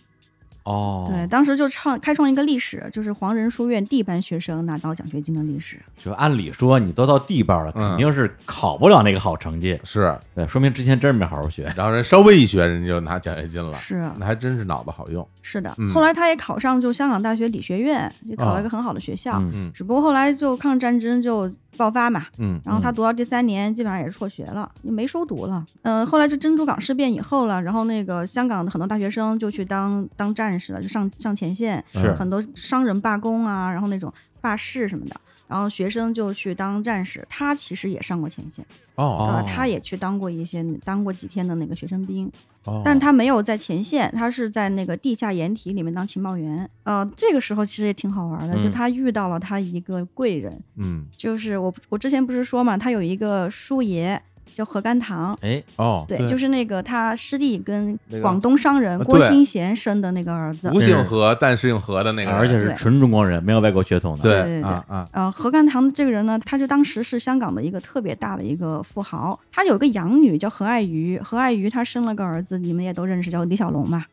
Speaker 1: 哦，
Speaker 3: 对，，当时就创开创一个历史，就是黄仁书院第班学生拿到奖学金的历史。
Speaker 1: 就按理说你都到地班了，
Speaker 2: 嗯
Speaker 1: 肯定是考不了那个好成绩，
Speaker 2: 是。
Speaker 1: 对，说明之前真是没好好学，
Speaker 2: 然后人稍微一学，人家就拿奖学金了，
Speaker 3: 是啊
Speaker 2: 那还真是脑子好用。
Speaker 3: 是的，
Speaker 2: 嗯
Speaker 3: 后来他也考上就香港大学理学院，也考了一个很好的学校。
Speaker 1: 嗯
Speaker 2: 嗯
Speaker 3: 只不过后来就抗日战争就爆发嘛，
Speaker 2: 嗯
Speaker 3: 然后他
Speaker 1: 嗯
Speaker 3: 读到第三年，基本上也是辍学了，就没收读了。呃，后来就珍珠港事变以后了，然后那个香港的很多大学生就去当当战士了，就上上前线，
Speaker 1: 是
Speaker 3: 很多商人罢工啊，然后那种罢市什么的，然后学生就去当战士。他其实也上过前线，
Speaker 2: 哦
Speaker 3: 呃，他也去当过一些当过几天的那个学生兵，
Speaker 2: 哦，
Speaker 3: 但他没有在前线，他是在那个地下掩体里面当情报员。呃，这个时候其实也挺好玩的，就
Speaker 2: 嗯
Speaker 3: 他遇到了他一个贵人。
Speaker 2: 嗯
Speaker 3: 就是我我之前不是说嘛，他有一个叔爷叫何甘棠，
Speaker 1: 哎，
Speaker 2: 哦，
Speaker 3: 对，就是那个他师弟跟
Speaker 2: 那个
Speaker 3: 广东商人
Speaker 2: 呃
Speaker 3: 郭
Speaker 2: 对
Speaker 3: 新贤生的那个儿子
Speaker 2: 不。姓何但是姓何的那个人，
Speaker 1: 而且是
Speaker 3: 对
Speaker 1: 纯中国人，没有外国血统的，
Speaker 3: 对对
Speaker 2: 啊啊，
Speaker 3: 呃，何甘棠这个人呢，他就当时是香港的一个特别大的一个富豪，他有个养女叫何爱瑜，何爱瑜她生了个儿子，你们也都认识，叫李小龙嘛。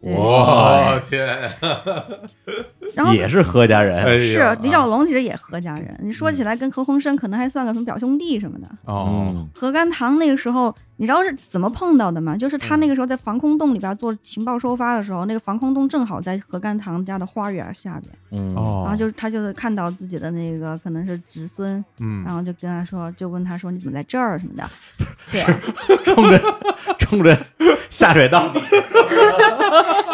Speaker 3: 对
Speaker 2: 我天，
Speaker 3: 然后
Speaker 1: 也是何家
Speaker 2: 哎
Speaker 1: 人，
Speaker 2: 呀
Speaker 3: 是李小
Speaker 2: 啊嗯
Speaker 3: 龙其实也何家人，你说起来跟何鸿燊可能还算个什么表兄弟什么的。
Speaker 2: 哦
Speaker 1: 嗯，
Speaker 3: 何甘棠那个时候，你知道是怎么碰到的吗？就是他
Speaker 2: 嗯
Speaker 3: 那个时候在防空洞里边做情报收发的时候，那个防空洞正好在何甘棠家的花园下边，
Speaker 1: 嗯，
Speaker 2: 哦，
Speaker 3: 然后就是他就是看到自己的那个可能是侄孙，
Speaker 2: 嗯，
Speaker 3: 然后就跟他说，就问他说你怎么在这儿什
Speaker 2: [laughs]
Speaker 3: 么的，对，
Speaker 1: 冲着冲着下水道，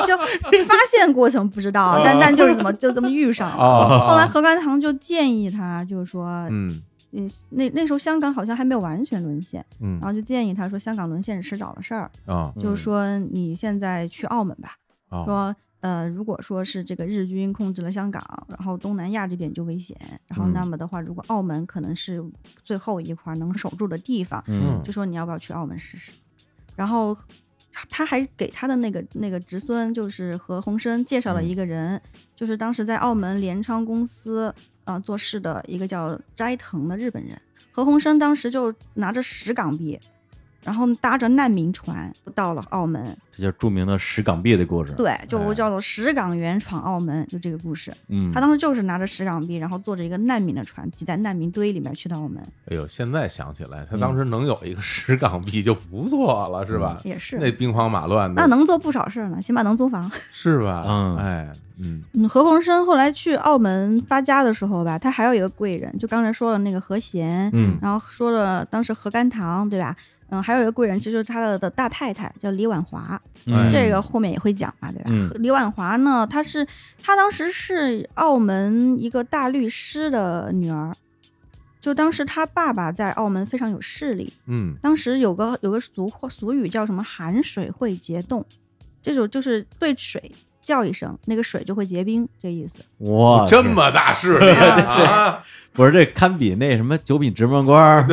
Speaker 3: 就发现过程不知道，但但就是怎么就这么遇上了。
Speaker 2: 哦，
Speaker 3: 后来何甘棠就建议他，就是说，
Speaker 2: 嗯
Speaker 3: 嗯，那那时候香港好像还没有完全沦陷，
Speaker 2: 嗯
Speaker 3: 然后就建议他说，香港沦陷是迟早的事儿，
Speaker 2: 啊
Speaker 3: 就是说你现在去澳门吧，
Speaker 2: 啊，
Speaker 3: 说呃，如果说是这个日军控制了香港，然后东南亚这边就危险，然后那
Speaker 2: 嗯
Speaker 3: 么的话，如果澳门可能是最后一块能守住的地方，
Speaker 1: 嗯，
Speaker 3: 就说你要不要去澳门试试？然后他还给他的那个那个侄孙，就是何鸿燊介绍了
Speaker 1: 嗯
Speaker 3: 一个人，就是当时在澳门联昌公司啊、呃做事的一个叫斋藤的日本人。何鸿燊当时就拿着十港币，然后搭着难民船到了澳门，
Speaker 1: 这就是著名的石港币的故事，，
Speaker 3: 对，就
Speaker 1: 哎
Speaker 3: 叫做十港元闯澳门，就这个故事。
Speaker 1: 嗯，
Speaker 3: 他当时就是拿着十港币，然后坐着一个难民的船，挤在难民堆里面去到澳门，
Speaker 2: 哎呦，现在想起来，他
Speaker 3: 嗯
Speaker 2: 当时能有一个十港币就不错了，是
Speaker 1: 啊
Speaker 2: 吧？
Speaker 3: 也嗯是。
Speaker 2: 那兵荒马乱
Speaker 3: 那
Speaker 2: 的，
Speaker 3: 能做不少事儿呢，起码能租房。
Speaker 2: 是吧？
Speaker 1: 嗯
Speaker 2: 哎，嗯，
Speaker 3: 嗯，何鸿燊后来去澳门发家的时候吧，他还有一个贵人，就刚才说了那个何贤，
Speaker 1: 嗯
Speaker 3: 然后说了当时何甘棠，对吧？嗯，还有一个贵人，这就是他的的大太太，叫李婉华。
Speaker 1: 嗯
Speaker 3: 这个后面也会讲嘛，对吧？
Speaker 1: 嗯
Speaker 3: 李婉华呢，她是她当时是澳门一个大律师的女儿，就当时她爸爸在澳门非常有势力，
Speaker 2: 嗯，
Speaker 3: 当时有个有个俗话俗语叫什么“寒水会结冻”，这种就是对水叫一声，那个水就会结冰，这意思。
Speaker 1: 哇，
Speaker 2: 这么大势力
Speaker 3: 啊
Speaker 2: 啊！
Speaker 1: [laughs] 不是这堪比那什么九品芝麻官儿，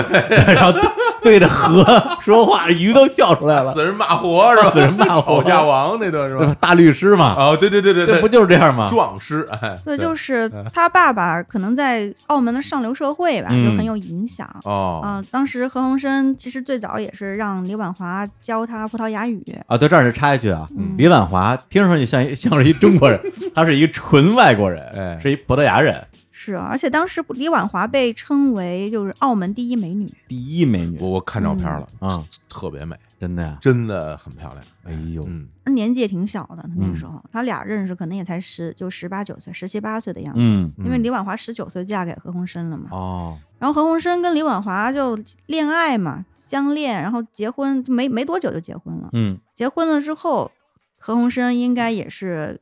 Speaker 1: 然后对着河说话，鱼都叫
Speaker 3: 啊
Speaker 1: 出来了。
Speaker 2: 啊死人骂活是吧？
Speaker 1: 死人骂活
Speaker 2: [laughs] 吵架王那段是吧？
Speaker 1: 大律师嘛，
Speaker 2: 哦，对对对对
Speaker 1: 这
Speaker 2: 对，
Speaker 1: 不就是这啊样吗？
Speaker 2: 壮士？哎，
Speaker 3: 对，就是他爸爸可能在澳门的上流社会吧，
Speaker 1: 嗯
Speaker 3: 就很有影响。
Speaker 2: 哦
Speaker 3: 啊、当时何鸿燊其实最早也是让李婉华教他葡萄牙语，
Speaker 1: 啊，对，这儿是插一句啊，
Speaker 3: 嗯
Speaker 1: 李婉华听上去像一像是一中 [laughs] 国人，他是一纯外国人，
Speaker 2: 哎
Speaker 1: 是一葡萄牙人，
Speaker 3: 是啊，而且当时李婉华被称为就是澳门第一美女，
Speaker 1: 第一美
Speaker 2: 我
Speaker 1: 女
Speaker 2: 我看照片了，
Speaker 1: 啊，
Speaker 2: 特别美，
Speaker 1: 真的呀，
Speaker 2: 真的很漂亮。
Speaker 1: 哎呦，
Speaker 2: 嗯，
Speaker 3: 年纪也挺小的，那
Speaker 1: 嗯
Speaker 3: 时候、他俩认识可能也才十就十八九岁，十七八岁的样子。
Speaker 1: 嗯，
Speaker 3: 因为
Speaker 2: 嗯
Speaker 3: 李婉华十九岁嫁给何鸿燊了嘛，
Speaker 1: 哦，
Speaker 3: 然后何鸿燊跟李婉华就恋爱嘛，相恋，然后结婚，就没没多久就结婚了。
Speaker 1: 嗯
Speaker 3: 结婚了之后，何鸿燊应该也是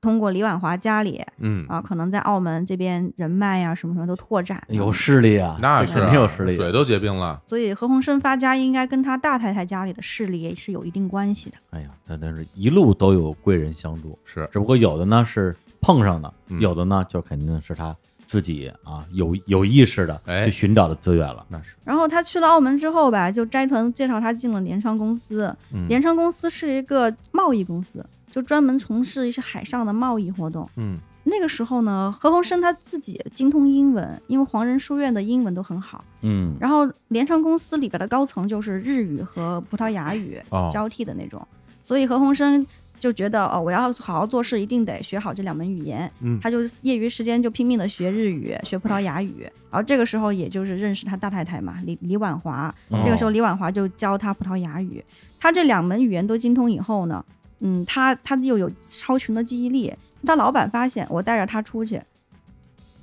Speaker 3: 通过李婉华家里
Speaker 2: 嗯，
Speaker 3: 啊，可能在澳门这边人脉呀、什么什么都拓展了
Speaker 1: 有势力啊，
Speaker 2: 那
Speaker 1: 这
Speaker 2: 是
Speaker 1: 肯
Speaker 2: 啊
Speaker 1: 定有实力，
Speaker 2: 水都结冰了。
Speaker 3: 所以何鸿燊发家应该跟他大太太家里的势力也是有一定关系的。
Speaker 1: 哎呀，他真是一路都有贵人相助，
Speaker 2: 是
Speaker 1: 只不过有的呢是碰上的，
Speaker 2: 嗯
Speaker 1: 有的呢就肯定是他自己啊有有意识的
Speaker 2: 哎
Speaker 1: 去寻找的资源了，
Speaker 2: 那是，
Speaker 3: 然后他去了澳门之后吧，就斋藤介绍他进了联昌公司。
Speaker 2: 嗯
Speaker 3: 联昌公司是一个贸易公司，就专门从事一些海上的贸易活动。
Speaker 2: 嗯
Speaker 3: 那个时候呢，何鸿燊他自己精通英文，因为黄仁书院的英文都很好。
Speaker 1: 嗯
Speaker 3: 然后联昌公司里边的高层就是日语和葡萄牙语
Speaker 2: 哦
Speaker 3: 交替的那种，所以何鸿燊就觉得哦，我要好好做事，一定得学好这两门语言。
Speaker 2: 嗯
Speaker 3: 他就业余时间就拼命的学日语、学葡萄牙语，然后这个时候也就是认识他大太太嘛，李李婉华。
Speaker 1: 哦
Speaker 3: 这个时候李婉华就教他葡萄牙语，他这两门语言都精通以后呢，嗯，他他又有超群的记忆力。他老板发现我带着他出去，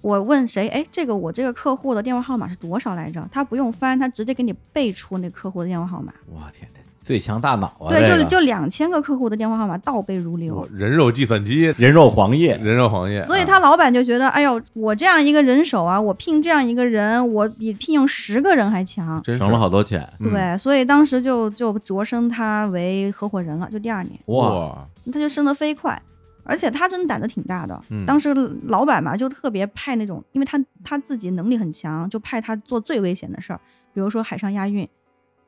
Speaker 3: 我问谁，哎，这个我这个客户的电话号码是多少来着？他不用翻，他直接给你背出那客户的电话号码。
Speaker 1: 我天，这最强大脑啊，
Speaker 3: 对，
Speaker 1: 这
Speaker 3: 就
Speaker 1: 个
Speaker 3: 就两千个客户的电话号码倒背如流
Speaker 2: 我。人肉计算机，
Speaker 1: 人肉黄页，
Speaker 2: 人肉行业，
Speaker 3: 所以
Speaker 2: 啊
Speaker 3: 他老板就觉得，哎呦，我这样一个人手啊，我聘这样一个人，我比聘用十个人还强。
Speaker 2: 真是
Speaker 1: 省了好多钱，
Speaker 2: 嗯
Speaker 3: 对，所以当时就就擢升他为合伙人了，就第二年
Speaker 1: 哇，
Speaker 2: 哇，
Speaker 3: 他就升得飞快，而且他真的胆子挺大的。
Speaker 2: 嗯
Speaker 3: 当时老板嘛，就特别派那种，因为他他自己能力很强，就派他做最危险的事儿，比如说海上押运。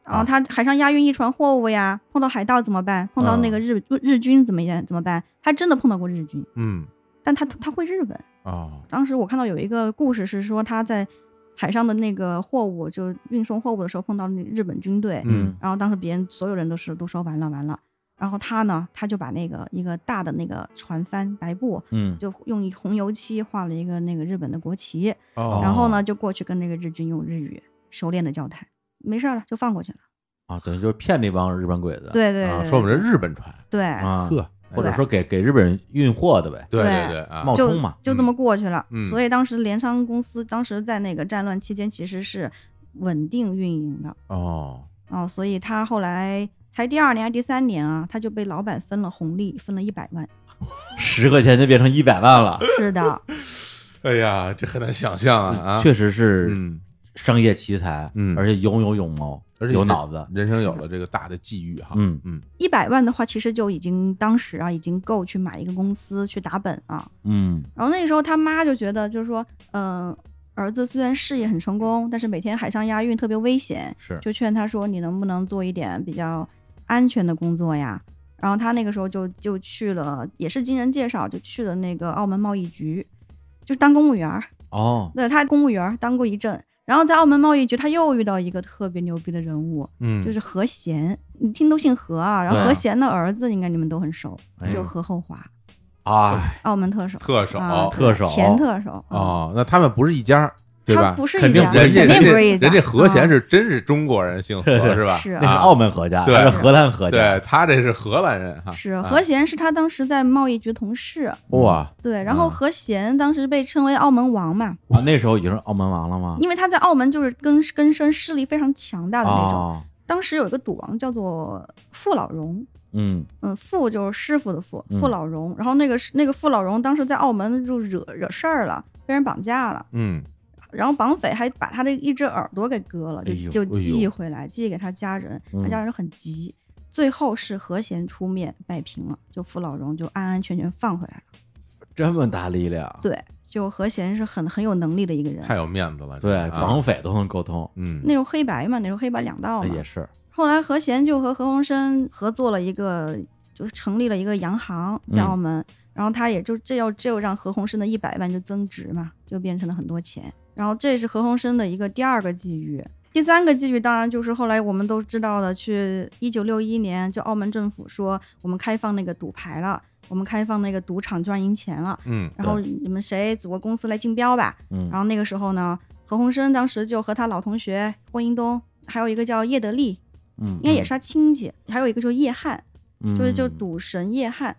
Speaker 3: 然后
Speaker 1: 啊
Speaker 3: 他海上押运一船货物呀，碰到海盗怎么办？碰到那个日、日军怎么样怎么办？他真的碰到过日军，
Speaker 2: 嗯
Speaker 3: 但他他会日文。
Speaker 2: 哦，
Speaker 3: 当时我看到有一个故事是说他在海上的那个货物，就运送货物的时候碰到那日本军队，
Speaker 1: 嗯
Speaker 3: 然后当时别人所有人都是都说完了完了，然后他呢他就把那个一个大的那个船帆白布，
Speaker 1: 嗯，
Speaker 3: 就用一红油漆画了一个那个日本的国旗，
Speaker 2: 哦
Speaker 3: 然后呢就过去跟那个日军用日语熟练的交谈，没事儿了就放过去了。
Speaker 1: 啊，等于就是骗这帮日本鬼子，
Speaker 3: 对对
Speaker 2: 啊
Speaker 3: 对
Speaker 2: 说我们这日本船，
Speaker 3: 对
Speaker 1: 啊，
Speaker 2: 呵，
Speaker 1: 或者说给给日本人运货的呗，
Speaker 2: 对
Speaker 3: 对
Speaker 2: 对啊，
Speaker 1: 冒充
Speaker 3: 就
Speaker 1: 嘛，
Speaker 3: 就这么过去了。
Speaker 2: 嗯
Speaker 3: 所以当时联商公司当时在那个战乱期间其实是稳定运营的
Speaker 2: 哦，
Speaker 3: 哦，所以他后来才第二年还是第三年啊，他就被老板分了红利，分了一百万。
Speaker 1: 十块钱就变成一百万了，
Speaker 3: 是的，
Speaker 2: 哎呀，这很难想象啊，啊，
Speaker 1: 嗯确实是
Speaker 2: 嗯，
Speaker 1: 商业奇才，
Speaker 2: 嗯
Speaker 1: 而且有勇有谋，
Speaker 2: 而且
Speaker 1: 有
Speaker 2: 人
Speaker 1: 脑子，
Speaker 2: 人生有了这个大的际遇哈，
Speaker 1: 嗯
Speaker 2: 嗯
Speaker 3: 一百万的话，其实就已经当时啊，已经够去买一个公司去打本啊。
Speaker 1: 嗯
Speaker 3: 然后那时候他妈就觉得，就是说，嗯、儿子虽然事业很成功，但是每天海上押运特别危险，
Speaker 1: 是
Speaker 3: 就劝他说，你能不能做一点比较安全的工作呀？然后他那个时候就就去了，也是经人介绍，就去了那个澳门贸易局，就当公务员儿。
Speaker 1: 哦，
Speaker 3: 对，他公务员儿当过一阵，然后在澳门贸易局，他又遇到一个特别牛逼的人物，
Speaker 2: 嗯，
Speaker 3: 就是何贤，你听都姓何啊。然后
Speaker 1: 对啊
Speaker 3: 何贤的儿子应该你们都很熟，
Speaker 1: 哎
Speaker 3: 就何厚华，
Speaker 2: [laughs]
Speaker 1: 哎，
Speaker 3: 澳门特首，
Speaker 2: 特首
Speaker 3: 啊，
Speaker 1: 特首
Speaker 3: 前特首，嗯
Speaker 2: 哦，那他们不是一家儿，对
Speaker 3: 他
Speaker 2: 吧？
Speaker 3: 不是
Speaker 1: 肯
Speaker 3: 一
Speaker 1: 定
Speaker 3: 家，
Speaker 1: 不是
Speaker 2: 人
Speaker 1: 一
Speaker 2: 家
Speaker 1: 家
Speaker 3: 肯
Speaker 2: 人
Speaker 3: 定
Speaker 2: 家
Speaker 3: 不是一家，
Speaker 2: 人家和
Speaker 3: 啊
Speaker 2: 贤是真是中国人，
Speaker 1: [laughs]
Speaker 2: 姓何是吧？
Speaker 3: 是
Speaker 1: 那
Speaker 2: 啊
Speaker 1: 是澳门合家，
Speaker 2: 对
Speaker 1: 他是荷兰合家，
Speaker 2: 对他这是荷兰人哈，
Speaker 3: 是何贤是他当时在贸易局同事，
Speaker 2: 哇，
Speaker 3: 对，然后何贤当时被称为澳门王嘛，
Speaker 1: 啊，那时候已经是澳门王了吗？
Speaker 3: 因为他在澳门就是根根深势力非常强大的那种。
Speaker 1: 哦，
Speaker 3: 当时有一个赌王叫做傅老荣，
Speaker 1: 嗯，
Speaker 3: 嗯，傅就是师傅的傅，
Speaker 1: 嗯
Speaker 3: 傅老荣。然后那个是那个傅老荣当时在澳门就惹惹事儿了，被人绑架了，
Speaker 2: 嗯，
Speaker 3: 然后绑匪还把他的一只耳朵给割了，就、
Speaker 1: 哎呦
Speaker 3: 就
Speaker 1: 哎呦
Speaker 3: 寄回来，寄给他家人，
Speaker 1: 嗯
Speaker 3: 他家人很急。最后是和贤出面摆平了，就傅老荣就安安全全放回来了。
Speaker 1: 这么大力量，
Speaker 3: 对，就何贤是很很有能力的一个人，
Speaker 2: 太有面子了，
Speaker 1: 对，
Speaker 2: 这个啊
Speaker 1: 绑匪都能沟
Speaker 3: 哦
Speaker 1: 通，
Speaker 2: 嗯，
Speaker 3: 那种黑白嘛，那种黑白两道嘛
Speaker 1: 也。是，
Speaker 3: 后来何贤就和何鸿燊合作了一个，就成立了一个洋行
Speaker 1: 嗯
Speaker 3: 在澳门，然后他也就这要这又让何鸿燊的一百万就增值嘛，就变成了很多钱。然后这是何鸿燊的一个第二个际遇。第三个际遇当然就是后来我们都知道的，去一九六一年，就澳门政府说我们开放那个赌牌了，我们开放那个赌场赚赢钱了，
Speaker 2: 嗯
Speaker 3: 然后你们谁组个公司来竞标吧，
Speaker 1: 嗯
Speaker 3: 然后那个时候呢，何鸿燊当时就和他老同学霍英东，还有一个叫叶德利，
Speaker 1: 嗯，
Speaker 3: 应该也是他亲戚，还有一个就是叶汉，
Speaker 1: 嗯，
Speaker 3: 就是就
Speaker 1: 嗯
Speaker 3: 赌神叶汉，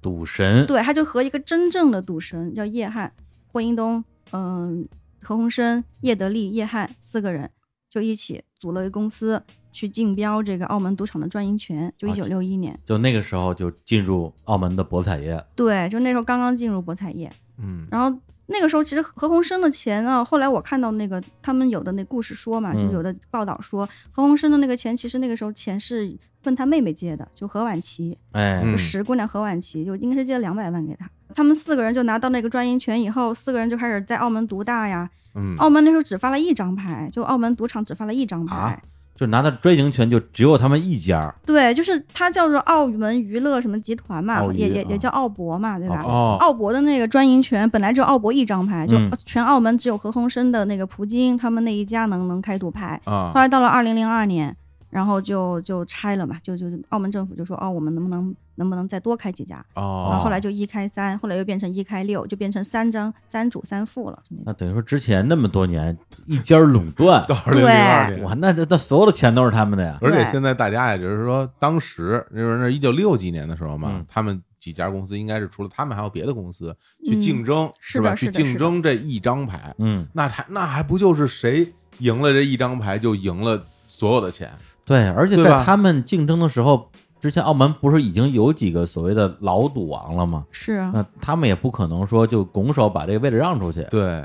Speaker 1: 赌神，
Speaker 3: 对，他就和一个真正的赌神叫叶汉，霍英东，嗯、何鸿燊、叶德利、叶汉四个人就一起组了一个公司去竞标这个澳门赌场的专营权，就
Speaker 1: 啊
Speaker 3: 一九六一年，
Speaker 1: 就那个时候就进入澳门的博彩业，
Speaker 3: 对，就那时候刚刚进入博彩业，
Speaker 2: 嗯
Speaker 3: 然后那个时候其实何鸿燊的钱啊，后来我看到那个他们有的那故事说嘛，就
Speaker 1: 嗯
Speaker 3: 有的报道说、何鸿燊的那个钱，其实那个时候钱是问他妹妹借的，就何婉琪，
Speaker 1: 哎，
Speaker 2: 嗯
Speaker 3: 就石姑娘何婉琪，就应该是借了两百万给他。他们四个人就拿到那个专营权以后，四个人就开始在澳门独大呀。
Speaker 2: 嗯，
Speaker 3: 澳门那时候只发了一张牌，就澳门赌场只发了一张牌。
Speaker 1: 啊就拿到专营权就只有他们一家儿，
Speaker 3: 对，就是它叫做澳门娱乐什么集团嘛
Speaker 1: 澳，娱
Speaker 3: 也也
Speaker 1: 啊
Speaker 3: 也叫澳博嘛，对吧？
Speaker 2: 哦
Speaker 3: 澳博的那个专营权本来只有澳博一张牌，就
Speaker 1: 嗯
Speaker 3: 全澳门只有何鸿燊的那个葡京他们那一家能能开赌牌。
Speaker 2: 啊
Speaker 3: 后，来到了二零零二年，然后就就拆了嘛，就就澳门政府就说哦，我们能不能能不能再多开几家？然
Speaker 2: 哦，
Speaker 3: 后，后来就一开三，后来又变成一开六，就变成三张三主三副了。就那种
Speaker 1: 那等于说之前那么多年一家儿垄断
Speaker 2: [laughs] 到二零零二年
Speaker 1: 哇，，那那那所有的钱都是他们的呀，
Speaker 2: 而且
Speaker 3: 对
Speaker 2: 现在大家也就是说，当时那时候那一九六几年的时候嘛
Speaker 1: 嗯，
Speaker 2: 他们几家公司应该是除了他们还有别的公司去
Speaker 3: 嗯
Speaker 2: 竞争，
Speaker 3: 是
Speaker 2: 吧？
Speaker 3: 的
Speaker 2: 去
Speaker 3: 是的
Speaker 2: 竞
Speaker 3: 是的
Speaker 2: 争这一张牌，
Speaker 1: 嗯，
Speaker 2: 那还那还不就是谁赢了这一张牌就赢了所有的钱？
Speaker 1: 对，而且
Speaker 2: 对吧
Speaker 1: 在他们竞争的时候，之前澳门不是已经有几个所谓的老赌王了吗？
Speaker 3: 是
Speaker 2: 嗯
Speaker 3: 啊，
Speaker 1: 那他们也不可能说就拱手把这个位置让出去，
Speaker 2: 对，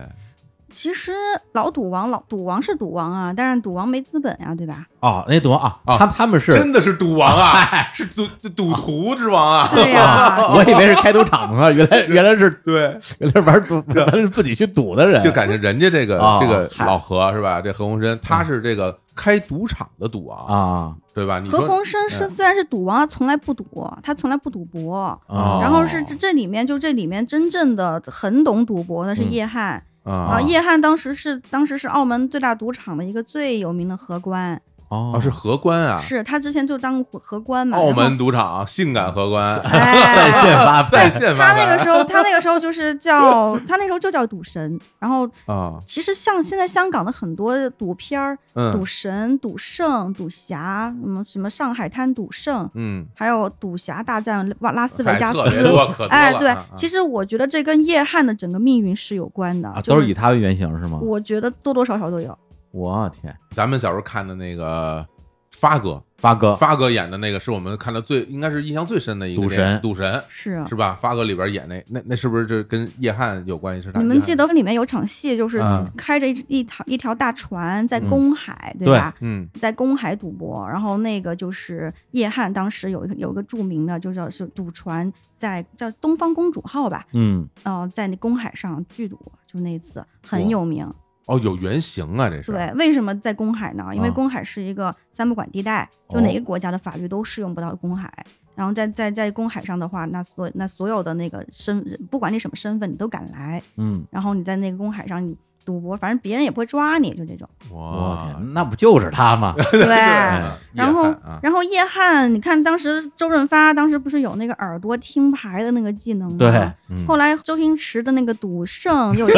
Speaker 3: 其实老赌王老赌王是赌王啊，但是赌王没资本呀、
Speaker 2: [laughs]
Speaker 3: 对吧？
Speaker 1: 哦，那赌王啊，
Speaker 2: 啊
Speaker 1: 他他们是
Speaker 2: 真的是赌王啊，是赌赌徒之王啊！
Speaker 3: 哎对呀、
Speaker 1: 我以为是开赌场呢，原来原来是
Speaker 2: [laughs] 对，
Speaker 1: 原来玩赌，原来是自己去赌的人，
Speaker 2: 就感觉人家这个
Speaker 3: 哦
Speaker 1: 啊
Speaker 2: 这个
Speaker 1: 嗨
Speaker 2: 老何是吧？这何鸿燊
Speaker 3: 嗯
Speaker 2: 他是这个开赌场的赌王，
Speaker 1: 啊
Speaker 2: 对 [laughs] 吧？你
Speaker 3: 何
Speaker 2: 说嗯
Speaker 3: 鸿燊是虽然是赌王，他从来不赌，他从来不赌
Speaker 2: 哦
Speaker 3: 博。
Speaker 1: 啊，
Speaker 3: 然后是这这里面就这里面真正的很懂赌博的是
Speaker 1: 嗯
Speaker 3: 叶汉、
Speaker 2: 啊
Speaker 3: 啊，叶汉当时是当时是澳门最大赌场的一个最有名的荷官，
Speaker 1: 哦
Speaker 2: 啊是荷官啊，
Speaker 3: 是他之前就当过荷官嘛，
Speaker 2: 澳
Speaker 3: 然后 [laughs]
Speaker 2: 门赌场性感荷官，
Speaker 1: 在
Speaker 3: 哎，
Speaker 1: 线发
Speaker 2: [laughs] 在
Speaker 1: 在
Speaker 2: 线发
Speaker 3: 他那个
Speaker 2: 财
Speaker 3: 时候，
Speaker 2: [laughs]
Speaker 3: 他那个时候就是叫他那时候就叫赌神。然后
Speaker 2: 啊，
Speaker 3: 其实像现在香港的很多赌片儿，赌
Speaker 2: 嗯
Speaker 3: 神、赌圣、赌侠，什么什么上海滩赌圣，
Speaker 2: 嗯，
Speaker 3: 还有赌侠大战拉拉斯维加斯
Speaker 2: 嗨特。别多，可多了
Speaker 3: 哎，对
Speaker 2: 啊，
Speaker 3: 其实我觉得这跟叶汉的整个命运是有关的，
Speaker 1: 啊，
Speaker 3: 就
Speaker 1: 都是以他为原型
Speaker 2: 啊
Speaker 1: 是吗？
Speaker 3: 我觉得多多少少都有。
Speaker 1: 我天，
Speaker 2: 咱们小时候看的那个发哥，
Speaker 1: 发哥
Speaker 2: 发哥演的那个是我们看的最应该是印象最深的一个
Speaker 1: 赌
Speaker 2: 电影
Speaker 1: 神
Speaker 2: 赌神
Speaker 3: 是啊
Speaker 2: 是吧？发哥里边演那那那是不是这跟叶汉有关系？是他
Speaker 3: 你们记？得里面有场戏，就是
Speaker 2: 嗯
Speaker 3: 开着一一条一条大船在
Speaker 1: 嗯
Speaker 3: 公海，对
Speaker 1: 对
Speaker 3: 吧？
Speaker 2: 嗯
Speaker 3: 在公海赌博，然后那个就是叶汉当时有一个有一个著名的，就叫是赌船在叫东方公主号吧，
Speaker 1: 嗯，
Speaker 3: 呃，在那公海上剧赌，就那一次很
Speaker 2: 哇
Speaker 3: 有名。
Speaker 2: 哦，有原型啊，这嗯是
Speaker 3: 对，为什么在公海呢？因为
Speaker 1: 啊
Speaker 3: 公海是一个三不管地带，就
Speaker 2: 哦
Speaker 3: 哪个国家的法律都适用不到公海。然后在在在公海上的话，那所那所有的那个身，不管你什么身份，你都敢来。
Speaker 1: 嗯，
Speaker 3: 然后你在那个公海上你赌博，反正别人也不会抓你，就
Speaker 2: [laughs]
Speaker 3: 这种。
Speaker 2: 哦
Speaker 1: 我
Speaker 2: 哇，
Speaker 1: 天，那不就是他
Speaker 2: [laughs]
Speaker 1: 吗？
Speaker 3: 对。
Speaker 2: 啊
Speaker 3: 然
Speaker 2: 叶
Speaker 3: 后
Speaker 2: 汉啊，
Speaker 3: 然后叶汉，你看当时周润发当时不是有那个耳朵听牌的那个技能吗？
Speaker 1: 对
Speaker 2: 嗯
Speaker 3: 后来周星驰的那个赌圣有，他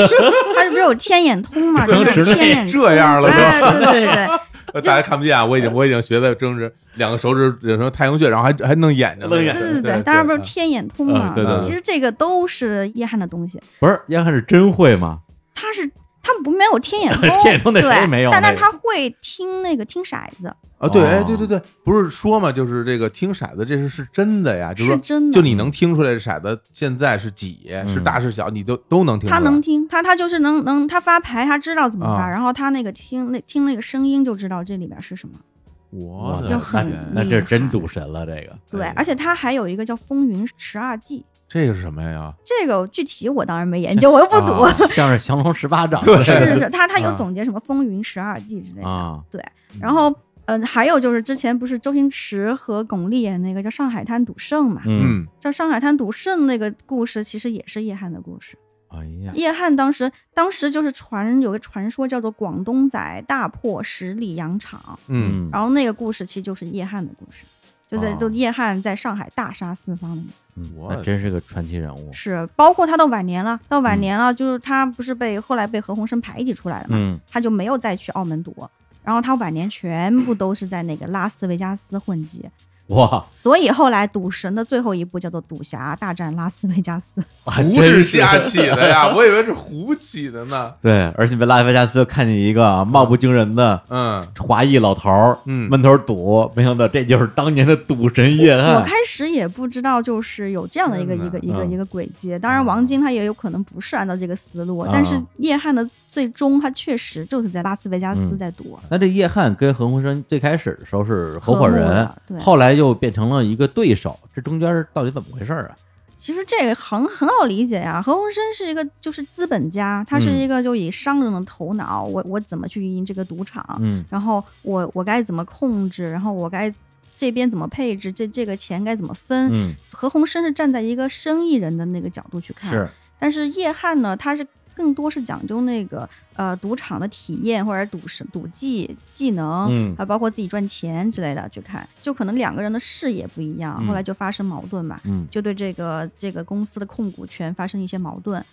Speaker 3: 是不是有天眼通嘛？
Speaker 1: 周
Speaker 3: 就
Speaker 1: 星驰
Speaker 3: 是天
Speaker 1: 那
Speaker 3: 眼通
Speaker 2: 这样了
Speaker 3: 哎，
Speaker 1: [laughs]
Speaker 3: 对对对，
Speaker 2: 呃大家看不见啊，我已经我已经学的正是两个手指有什么太阳穴，然后还还弄眼睛，
Speaker 1: 弄眼睛
Speaker 3: 对对嗯对，当然不是天眼通嘛
Speaker 1: 嗯。对
Speaker 2: 对对
Speaker 3: 其实这个都是叶汉的东西，
Speaker 1: 不是，要看是真会吗？
Speaker 3: 他是他不没有天眼
Speaker 1: [laughs]
Speaker 3: 通，
Speaker 1: 天眼通那
Speaker 3: 对，
Speaker 1: 谁没有
Speaker 3: 但
Speaker 1: 那
Speaker 3: 但
Speaker 1: 个
Speaker 3: 他会听那个听骰子，
Speaker 2: 啊，对，
Speaker 1: 哦
Speaker 2: 哎，对对对，不是说嘛，就是这个听骰子，这是是真的呀，就是
Speaker 3: 是
Speaker 2: 说，
Speaker 3: 真
Speaker 2: 就
Speaker 3: 的。
Speaker 2: 你能听出来这骰子现在是几，
Speaker 1: 嗯
Speaker 2: 是大是小，你都都能听出
Speaker 3: 他
Speaker 2: 来。
Speaker 3: 能听，他他就是能能，他发牌，他知道怎么发，
Speaker 2: 啊
Speaker 3: 然后他那个听那听那个声音就知道这里边是什么。
Speaker 1: 的
Speaker 2: 我的
Speaker 3: 就
Speaker 1: 那
Speaker 3: 很
Speaker 2: 天
Speaker 1: 那
Speaker 3: 厉
Speaker 1: 这真
Speaker 3: 害
Speaker 1: 赌神了，这个
Speaker 3: 对
Speaker 2: 哎，
Speaker 3: 而且他还有一个叫《风云十二计》，
Speaker 2: 这个是什么呀？
Speaker 3: 这个具体我当然没研究，我又不读。 [laughs]
Speaker 1: 啊像是降龙十八掌
Speaker 2: 对
Speaker 1: 之类
Speaker 3: 是
Speaker 1: 的
Speaker 3: 是是，他他有
Speaker 1: 啊
Speaker 3: 总结什么风云十二季之类的。
Speaker 1: 啊，
Speaker 3: 然后，嗯、还有就是之前不是周星驰和巩俐演那个叫《上海滩赌圣》嘛，
Speaker 1: 嗯，
Speaker 2: 嗯，
Speaker 3: 叫《上海滩赌圣》那个故事其实也是叶汉的故事。
Speaker 1: 哎呀，
Speaker 3: 叶汉当时当时就是传有个传说叫做广东仔大破十里洋场，
Speaker 2: 嗯，
Speaker 3: 然后那个故事其实就是叶汉的故事，就在、
Speaker 1: 哦
Speaker 3: 就叶汉在上海大杀四方的意思。
Speaker 1: 嗯
Speaker 2: 我
Speaker 1: 那真是个传奇人物，
Speaker 3: 是，包括他到晚年了，到晚年了，就是他不是被后来被何鸿燊排挤出来了嘛，
Speaker 1: 嗯嗯
Speaker 3: 他就没有再去澳门赌，然后他晚年全部都是在那个拉斯维加斯混迹，
Speaker 1: 哇，
Speaker 3: 所以后来赌神的最后一部叫做《赌侠大战拉斯维
Speaker 1: [laughs]
Speaker 3: 加斯》，
Speaker 1: 还
Speaker 2: 不
Speaker 1: 真
Speaker 2: 是
Speaker 1: 嗯是 [laughs]
Speaker 2: 瞎起的呀，我以为是胡起的呢。
Speaker 1: 对，而且被拉斯维加斯看见一个啊貌不惊人的
Speaker 2: 嗯
Speaker 1: 华裔老头儿，
Speaker 2: 嗯
Speaker 1: 闷头赌，没想到这就是当年的赌神叶
Speaker 3: 我
Speaker 1: 汉
Speaker 3: 开始也不知道，就是有这样的一个
Speaker 2: 真的
Speaker 3: 一个一个
Speaker 1: 哎嗯
Speaker 3: 一个轨迹。当然，王晶他也有可能不是按照这个思路，
Speaker 1: 啊
Speaker 3: 但是叶汉的最终他确实就是在拉斯维加斯
Speaker 1: 嗯
Speaker 3: 在赌。啊
Speaker 1: 那这叶汉跟何鸿燊最开始的时候是合伙
Speaker 3: 合伙
Speaker 1: 人
Speaker 3: 的，对
Speaker 1: 后来又变成了一个对手，这中间到底怎么回事儿啊？
Speaker 3: 其实这个很很好理解呀，何鸿燊是一个就是资本家，他是
Speaker 1: 嗯
Speaker 3: 一个就以商人的头脑，我我怎么去运营这个赌场，
Speaker 1: 嗯
Speaker 3: 然后我我该怎么控制，然后我该这边怎么配置，这这个钱该怎么分。
Speaker 1: 嗯，
Speaker 3: 何鸿燊是站在一个生意人的那个角度去看，
Speaker 1: 是
Speaker 3: 但是叶汉呢，他是更多是讲究那个呃赌场的体验或者赌神赌技技能，
Speaker 1: 嗯
Speaker 3: 还包括自己赚钱之类的去看，就可能两个人的视野不一样，
Speaker 1: 嗯
Speaker 3: 后来就发生矛盾嘛，
Speaker 1: 嗯
Speaker 3: 就对这个这个公司的控股权发生一些矛盾。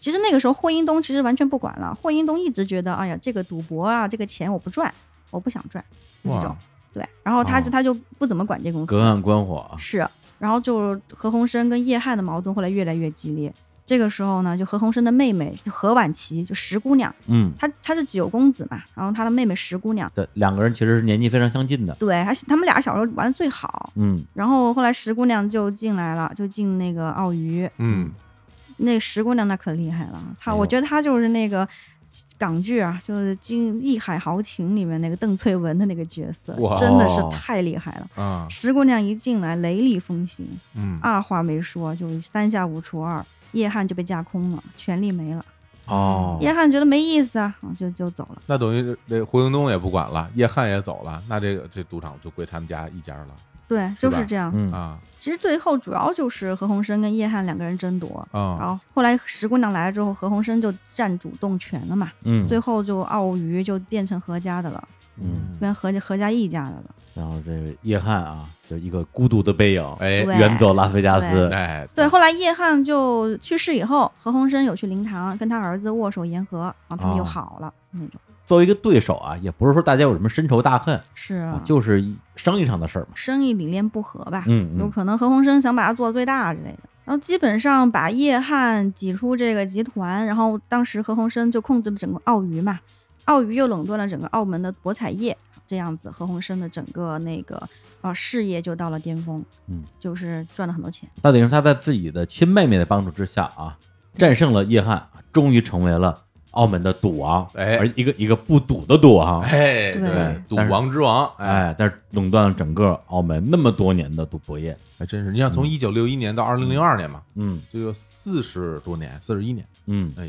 Speaker 3: 其实那个时候，霍英东其实完全不管了。霍英东一直觉得，哎呀，这个赌博啊，这个钱我不赚，我不想赚，就这种
Speaker 2: 哇
Speaker 3: 对。然后他就、
Speaker 1: 哦
Speaker 3: 他就不怎么管这公司，
Speaker 1: 隔岸观火，啊
Speaker 3: 是，然后就何鸿燊跟叶汉的矛盾后来越来越激烈。这个时候呢，就何鸿燊的妹妹就何婉琪，就石姑娘，
Speaker 1: 嗯，
Speaker 3: 她她是九公子嘛，然后她的妹妹石姑娘，
Speaker 1: 对，两个人其实是年纪非常相近的，
Speaker 3: 对，还他们俩小时候玩的最好。
Speaker 1: 嗯
Speaker 3: 然后后来石姑娘就进来了，就进那个奥娱。
Speaker 2: 嗯，
Speaker 3: 那石姑娘那可厉害了，她
Speaker 1: 哎呦
Speaker 3: 我觉得她就是那个港剧啊，就是《金义海豪情》里面那个邓萃雯的那个角色
Speaker 2: 哇，
Speaker 3: 真的是
Speaker 1: 哦
Speaker 3: 太厉害了。
Speaker 2: 啊，
Speaker 3: 石姑娘一进来，雷厉风行，
Speaker 2: 嗯，
Speaker 3: 二话没说，就三下五除二，叶汉就被架空了，权力没了。
Speaker 1: 哦，
Speaker 3: 叶汉觉得没意思啊，嗯就就走了。
Speaker 2: 那等于这胡英东也不管了，叶汉也走了，那这个这赌场就归他们家一家了
Speaker 3: 对，就是
Speaker 2: 吧
Speaker 3: 是这样。
Speaker 1: 嗯
Speaker 2: 啊
Speaker 3: 其实最后主要就是何鸿燊跟叶汉两个人争夺，
Speaker 1: 哦
Speaker 3: 然
Speaker 2: 啊，
Speaker 3: 后后来石姑娘来了之后，何鸿燊就占主动权了嘛，
Speaker 1: 嗯，
Speaker 3: 最后就澳娱就变成何家的了，
Speaker 1: 嗯，
Speaker 3: 变成何家何家一家的了。
Speaker 1: 然后这个叶汉啊，就一个孤独的背影，
Speaker 2: 哎
Speaker 3: 对
Speaker 1: 远走拉斯维加斯，
Speaker 2: 哎，
Speaker 3: 对，
Speaker 1: 哦
Speaker 3: 后来叶汉就去世以后，何鸿燊有去灵堂跟他儿子握手言和，然后他们又
Speaker 1: 哦
Speaker 3: 好了那种。
Speaker 1: 作为一个对手啊，也不是说大家有什么深仇大恨，
Speaker 3: 是
Speaker 1: 啊
Speaker 3: 啊，
Speaker 1: 就是一生意上的事儿嘛。
Speaker 3: 生意理念不合吧？
Speaker 1: 嗯
Speaker 3: 有
Speaker 1: 嗯
Speaker 3: 可能何鸿燊想把它做得最大啊之类的。然后基本上把叶汉挤出这个集团，然后当时何鸿燊就控制了整个澳娱嘛，澳娱又垄断了整个澳门的博彩业，这样子何鸿燊的整个那个呃事业就到了巅峰，
Speaker 1: 嗯，
Speaker 3: 就是赚了很多钱。
Speaker 1: 那等于说他在自己的亲妹妹的帮助之下啊，战胜了叶汉，终于成为了澳门的赌王，
Speaker 2: 哎
Speaker 1: 而一个一个不赌的赌王，
Speaker 2: 哎，
Speaker 3: 对
Speaker 2: 对，赌
Speaker 1: 但是
Speaker 2: 王之王，哎，
Speaker 1: 哎，但是垄断了整个澳门那么多年的赌博业，
Speaker 2: 还真是。你想从一九六一年到二零零二年嘛，
Speaker 1: 嗯
Speaker 2: 就有四十多年，四十一年，
Speaker 1: 嗯，
Speaker 2: 哎，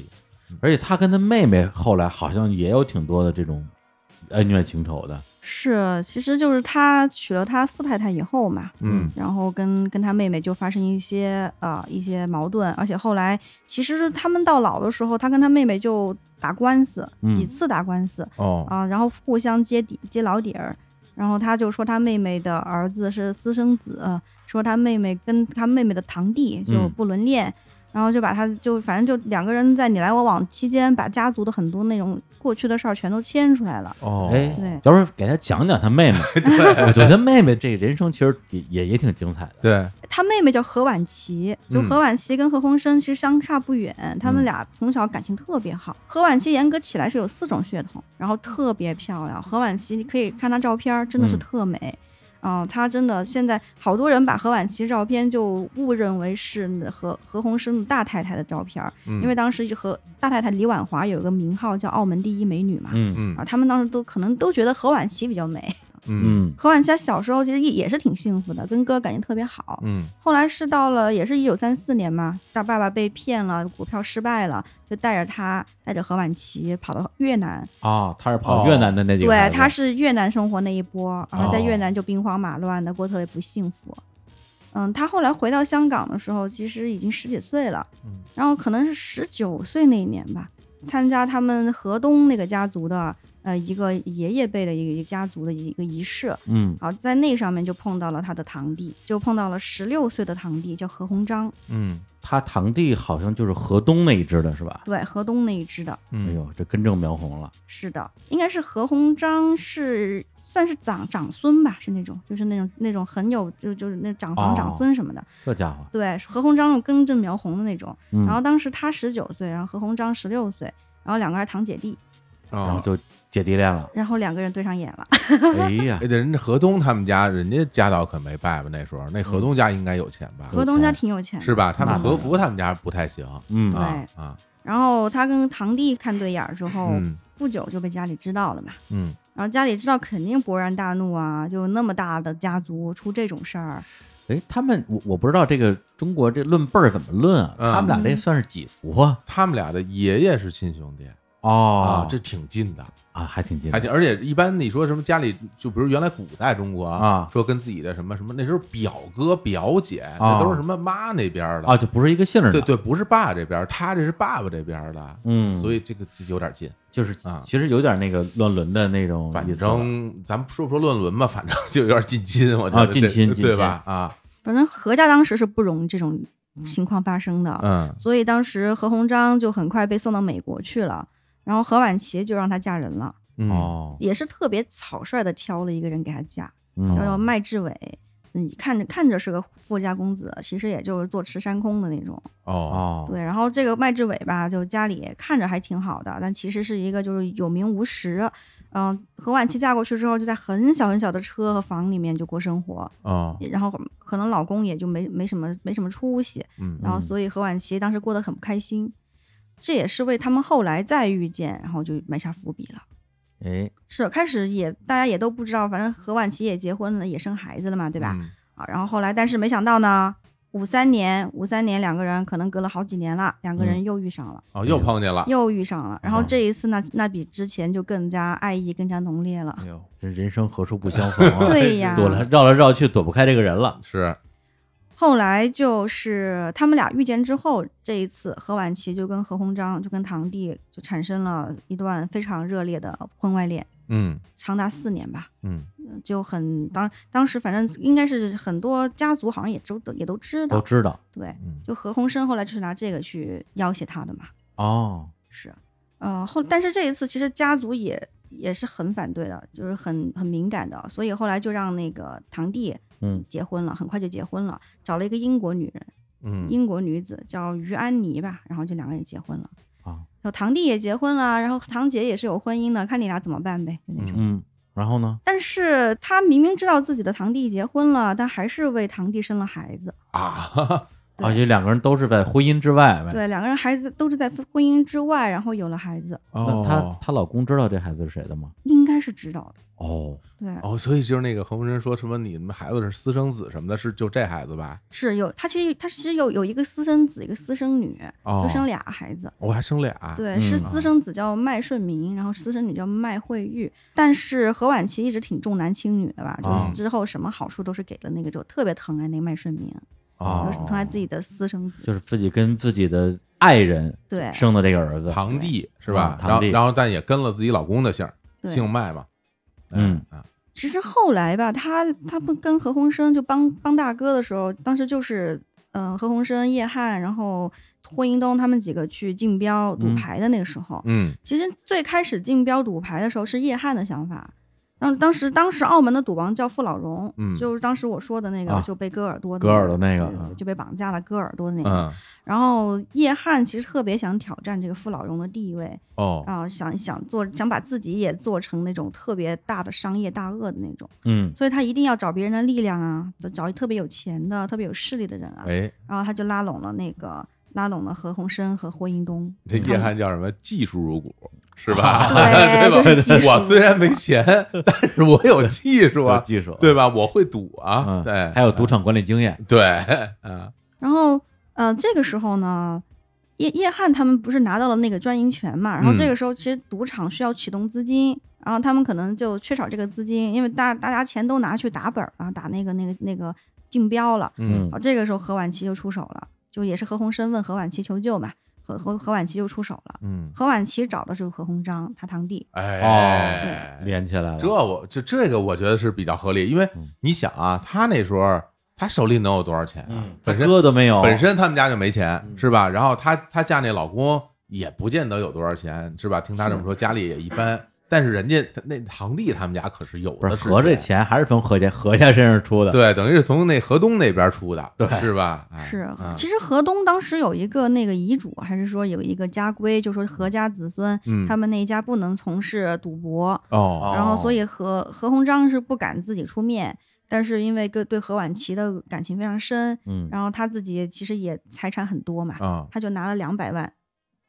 Speaker 1: 而且他跟他妹妹后来好像也有挺多的这种恩怨情仇的，
Speaker 3: 是，其实就是他娶了他四太太以后嘛，
Speaker 2: 嗯
Speaker 3: 然后跟跟他妹妹就发生一些呃一些矛盾，而且后来其实他们到老的时候，他跟他妹妹就打官司，
Speaker 1: 嗯
Speaker 3: 几次打官司
Speaker 2: 哦，
Speaker 3: 啊、然后互相揭底揭老底儿，然后他就说他妹妹的儿子是私生子，呃说他妹妹跟他妹妹的堂弟就
Speaker 1: 嗯
Speaker 3: 不伦恋。然后就把他就反正就两个人在你来我往期间，把家族的很多那种过去的事儿全都牵出来了。
Speaker 2: 哦，
Speaker 1: 哎
Speaker 3: 对，
Speaker 1: 要是给他讲讲他
Speaker 2: [laughs]
Speaker 1: 妹妹，我觉得妹妹这人生其实也也也挺精彩的，
Speaker 2: 对，
Speaker 3: 他妹妹叫何婉琪，就
Speaker 2: 嗯
Speaker 3: 何婉琪跟何鸿燊其实相差不远，他们
Speaker 1: 嗯
Speaker 3: 俩从小感情特别好。何婉琪严格起来是有四种血统，然后特别漂亮。何婉琪你可以看她照片儿，真的是
Speaker 1: 嗯
Speaker 3: 特美。嗯、她真的现在好多人把何婉琪照片就误认为是何何鸿燊的大太太的照片儿，
Speaker 2: 因
Speaker 1: 嗯
Speaker 3: 因为当时就和大太太李婉华有一个名号叫澳门第一美女嘛，啊
Speaker 1: 嗯
Speaker 2: 嗯
Speaker 3: 啊，他们当时都可能都觉得何婉琪比较美。 [laughs]
Speaker 2: 嗯
Speaker 1: 嗯
Speaker 3: 何婉佳小时候其实也也是挺幸福的，跟哥感情特别好。
Speaker 2: 嗯
Speaker 3: 后来是到了也是一九三四年嘛，大爸爸被骗了，股票失败了，就带着他带着何婉琪跑到越南，
Speaker 1: 啊，他是
Speaker 2: 哦
Speaker 1: 跑越南的那几个孩
Speaker 3: 对，
Speaker 1: 子，
Speaker 3: 他是越南生活那一波，然后在越南就兵荒马乱的，过得特别不幸福。嗯，他后来回到香港的时候，其实已经十几岁了，
Speaker 2: 嗯
Speaker 3: 然后可能是十九岁那一年吧，参加他们河东那个家族的呃一个爷爷辈的一个一个家族的一个仪式，
Speaker 1: 嗯
Speaker 3: 好，在那上面就碰到了他的堂弟，就碰到了十六岁的堂弟，叫何鸿章，
Speaker 2: 嗯
Speaker 1: 他堂弟好像就是河东那一支的是吧？
Speaker 3: 对，河东那一支的，
Speaker 2: 嗯，
Speaker 1: 哎呦，这根正苗红了，
Speaker 3: 是的，应该是何鸿章是算是长长孙吧，是那种，就是那种那种很有就就是那长
Speaker 1: 哦
Speaker 3: 房长孙什么的，
Speaker 1: 这家伙，
Speaker 3: 对，何鸿章根正苗红的那种。
Speaker 1: 嗯，
Speaker 3: 然后当时他十九岁，然后何鸿章十六岁，然后两个还是堂姐弟，
Speaker 1: 然后
Speaker 2: 啊，
Speaker 1: 就姐弟
Speaker 3: [laughs]
Speaker 1: 恋了，
Speaker 3: 然后两个人对上眼了。
Speaker 1: 哎呀
Speaker 2: 哎，，对，人家河东他们家，人家家道可没败吧？那时候那河东家应该有钱吧？
Speaker 3: 何东家挺有钱的，
Speaker 2: 是吧？他们
Speaker 1: 那
Speaker 2: 和
Speaker 1: 当
Speaker 2: 服他们家不太行
Speaker 1: 嗯
Speaker 3: 对
Speaker 2: 啊啊，
Speaker 3: 然后他跟堂弟看对眼儿之后，
Speaker 2: 嗯
Speaker 3: 不久就被家里知道了嘛。
Speaker 2: 嗯，
Speaker 3: 然后家里知道肯定勃然大怒啊！就那么大的家族出这种事儿，
Speaker 1: 哎，他们我我不知道这个中国这论辈儿怎么论啊？
Speaker 2: 嗯
Speaker 1: 他们俩这算是几福啊？
Speaker 2: 他们俩的爷爷是亲兄弟啊
Speaker 1: 哦，
Speaker 2: 这挺近的，
Speaker 1: 啊还挺近的，
Speaker 2: 还哎挺，而且一般你说什么家里，就比如原来古代中国
Speaker 1: 啊
Speaker 2: 说跟自己的什么什么，那时候表哥表姐，
Speaker 1: 啊
Speaker 2: 那都是什么妈那边儿的
Speaker 1: 啊，，就不是一个姓儿的，
Speaker 2: 对对，不是爸这边儿，他这是爸爸这边儿的，
Speaker 1: 嗯，
Speaker 2: 所
Speaker 1: 以
Speaker 2: 以这个就有点近。
Speaker 1: 就是
Speaker 2: 啊
Speaker 1: 其实有点那个乱伦的那种意
Speaker 2: 反
Speaker 1: 思了，
Speaker 2: 正咱们说不说论文吧，反正就有点近亲，我觉得
Speaker 1: 啊近亲
Speaker 2: 这
Speaker 1: 近
Speaker 2: 对
Speaker 1: 亲
Speaker 2: 吧？啊，
Speaker 3: 反正何家当时是不容这种情况发生的。
Speaker 2: 嗯
Speaker 3: 所以当时何鸿章就很快被送到美国去了，然后何婉琪就让他嫁人了，
Speaker 2: 嗯
Speaker 1: 哦，
Speaker 3: 也是特别草率的挑了一个人给他嫁，
Speaker 1: 嗯
Speaker 3: 叫叫麦志伟。嗯，看着看着是个富家公子，其实也就是坐吃山空的那种。
Speaker 2: 哦
Speaker 1: 哦，
Speaker 3: 对，然后这个麦志伟吧，就家里看着还挺好的，但其实是一个就是有名无实。嗯、何婉琪嫁过去之后，就在很小很小的车和房里面就过生活，
Speaker 2: 哦，
Speaker 3: 然后可能老公也就没没什么没什么出息，
Speaker 2: 嗯
Speaker 3: 然后所以何婉琪当时过得很不开心，这也是为他们后来再遇见，然后就埋下伏笔了。
Speaker 1: 哎，
Speaker 3: 是开始也大家也都不知道，反正何婉琪也结婚了，也生孩子了嘛，对吧？？
Speaker 2: 嗯
Speaker 3: 啊，然后后来但是没想到呢，五三年五三年两个人可能隔了好几年了，两个人又遇上了，
Speaker 2: 哦，又碰见了，
Speaker 3: 又遇上了，然
Speaker 2: 嗯
Speaker 3: 后这一次那那比之前就更加爱意更加浓烈了
Speaker 2: 嗯
Speaker 1: 哎。呦，这人生何处不相逢啊？
Speaker 3: 对呀，
Speaker 1: 躲了绕来绕去躲不开这个人了，
Speaker 2: 是
Speaker 3: 后来就是他们俩遇见之后，这一次何婉琪就跟何鸿章就跟堂弟就产生了一段非常热烈的婚外恋，
Speaker 2: 嗯
Speaker 3: 长达四年吧，
Speaker 2: 嗯
Speaker 3: 就很当当时反正应该是很多家族好像也都也都知
Speaker 1: 都
Speaker 3: 道，
Speaker 1: 知道
Speaker 3: 对，
Speaker 2: 嗯
Speaker 3: 就何鸿燊后来就是拿这个去要挟他的嘛，
Speaker 1: 哦，
Speaker 3: 是，呃后但是这一次其实家族也也是很反对的，就是很很敏感的，所以后来就让那个堂弟
Speaker 1: 嗯
Speaker 3: 结婚了，很快就结婚了，找了一个英国女人。
Speaker 2: 嗯
Speaker 3: 英国女子叫于安妮吧，然后就两个人结婚了。
Speaker 1: 啊，
Speaker 3: 然后堂弟也结婚了，然后堂姐也是有婚姻的，看你俩怎么办呗，就那种。
Speaker 1: 嗯，然后呢？
Speaker 3: 但是他明明知道自己的堂弟结婚了，但还是为堂弟生了孩子。
Speaker 2: 啊，哈哈
Speaker 3: 对
Speaker 1: 啊，这两个人都是在婚姻之外
Speaker 2: 嗯
Speaker 1: 呗。
Speaker 3: 对，两个人孩子都是在婚姻之外，然后有了孩子，
Speaker 1: 那她
Speaker 2: 哦
Speaker 1: 她老公知道这孩子是谁的吗？
Speaker 3: 应该是知道的。
Speaker 1: 哦，
Speaker 3: 对，
Speaker 2: 哦，所以就是那个何鸿燊说什么你们孩子是私生子什么的，是就这孩子吧？
Speaker 3: 是有他其实他其实有有一个私生子，一个私生女，
Speaker 2: 哦
Speaker 3: 就生俩孩子。
Speaker 2: 我还生俩，
Speaker 3: 对，
Speaker 1: 嗯
Speaker 3: 是
Speaker 1: 啊
Speaker 3: 私生子叫麦顺明，然后私生女叫麦惠玉。但是何婉琪一直挺重男轻女的吧，就
Speaker 1: 啊
Speaker 3: 是之后什么好处都是给了那个，就特别疼爱那个麦顺明，
Speaker 1: 哦
Speaker 3: 就是疼爱自己的私生子。
Speaker 1: 就是自己跟自己的爱人
Speaker 3: 对
Speaker 1: 生的这个儿子，
Speaker 2: 堂弟是
Speaker 1: 嗯
Speaker 2: 吧？然
Speaker 1: 堂
Speaker 2: 后
Speaker 1: 弟
Speaker 2: 然后但也跟了自己老公的姓儿，
Speaker 3: 对
Speaker 2: 姓麦嘛。
Speaker 1: 嗯
Speaker 2: 哎啊，
Speaker 3: 其实后来吧，他他们跟何鸿燊就帮帮大哥的时候，当时就是呃何鸿燊、叶汉，然后霍英东他们几个去竞标赌
Speaker 1: 嗯
Speaker 3: 牌的那个时候，
Speaker 2: 嗯
Speaker 3: 其实最开始竞标赌牌的时候是叶汉的想法，当当时当时澳门的赌王叫傅老荣，
Speaker 2: 嗯
Speaker 3: 就是当时我说的那个
Speaker 1: 啊
Speaker 3: 就被割耳朵的
Speaker 1: 割耳朵那
Speaker 3: 那
Speaker 1: 个
Speaker 3: 对对
Speaker 1: 啊
Speaker 3: 就被绑架了割耳朵的那个。
Speaker 2: 嗯
Speaker 3: 然后叶汉其实特别想挑战这个傅老荣的地位
Speaker 2: 哦
Speaker 3: 啊、想想做想把自己也做成那种特别大的商业大鳄的那种，
Speaker 1: 嗯，
Speaker 3: 所以他一定要找别人的力量啊，找找特别有钱的、特别有势力的人啊，
Speaker 2: 哎，
Speaker 3: 然后他就拉拢了那个拉拢了何鸿燊和霍英东，
Speaker 2: 这
Speaker 3: 他们
Speaker 2: 叶汉叫什么？技术入股是吧？ [laughs]
Speaker 3: 对
Speaker 2: 吧？
Speaker 3: 就是技术
Speaker 2: 我虽然没钱，但是我有技术
Speaker 1: 有
Speaker 2: 啊，
Speaker 1: 技术，
Speaker 2: 对吧？我会赌啊
Speaker 1: 嗯，，
Speaker 2: 对，
Speaker 1: 还有赌场管理经验，
Speaker 2: 对，啊，
Speaker 3: 然后，呃，这个时候呢，叶叶汉他们不是拿到了那个专营权嘛？然后
Speaker 1: 嗯
Speaker 3: 这个时候，其实赌场需要启动资金，然后他们可能就缺少这个资金，因为大大家钱都拿去打本儿啊，打那个那个那个竞标了。
Speaker 1: 嗯
Speaker 3: 啊，这个时候何婉琪就出手了，就也是何鸿燊问何婉琪求救嘛，何何何婉琪就出手了。
Speaker 1: 嗯，
Speaker 3: 何婉琪找的就是何鸿章，他堂弟。
Speaker 2: 哎，
Speaker 1: 连起来了，
Speaker 2: 这我这这个我觉得是比较合理，因为
Speaker 1: 嗯
Speaker 2: 你想啊，他那时候他手里能有多少钱啊
Speaker 1: 嗯？
Speaker 2: 本
Speaker 1: 他
Speaker 2: 身
Speaker 1: 哥都没有，
Speaker 2: 本身他们家就没钱
Speaker 1: 嗯
Speaker 2: 是吧？然后她她嫁那老公也不见得有多少钱是吧？听她这么说，家里也一般。但是人家他那堂弟他们家可是有
Speaker 1: 不
Speaker 2: 的
Speaker 1: 是
Speaker 2: 是
Speaker 1: 合这钱还是从何家何家身上出的，
Speaker 2: 对，等于是从那河东那边出的，
Speaker 1: 对
Speaker 2: 是吧？哎
Speaker 3: 是，
Speaker 2: 啊
Speaker 3: 其实何东当时有一个那个遗嘱，还是说有一个家规，就说何家子孙、
Speaker 2: 嗯
Speaker 3: 他们那一家不能从事赌博，
Speaker 2: 哦，
Speaker 3: 然后
Speaker 1: 哦
Speaker 3: 所以何何鸿章是不敢自己出面，但是因为跟对何婉琪的感情非常深，
Speaker 1: 嗯，哦
Speaker 3: 然后他自己其实也财产很多嘛，
Speaker 2: 啊，
Speaker 3: 他就拿了两百万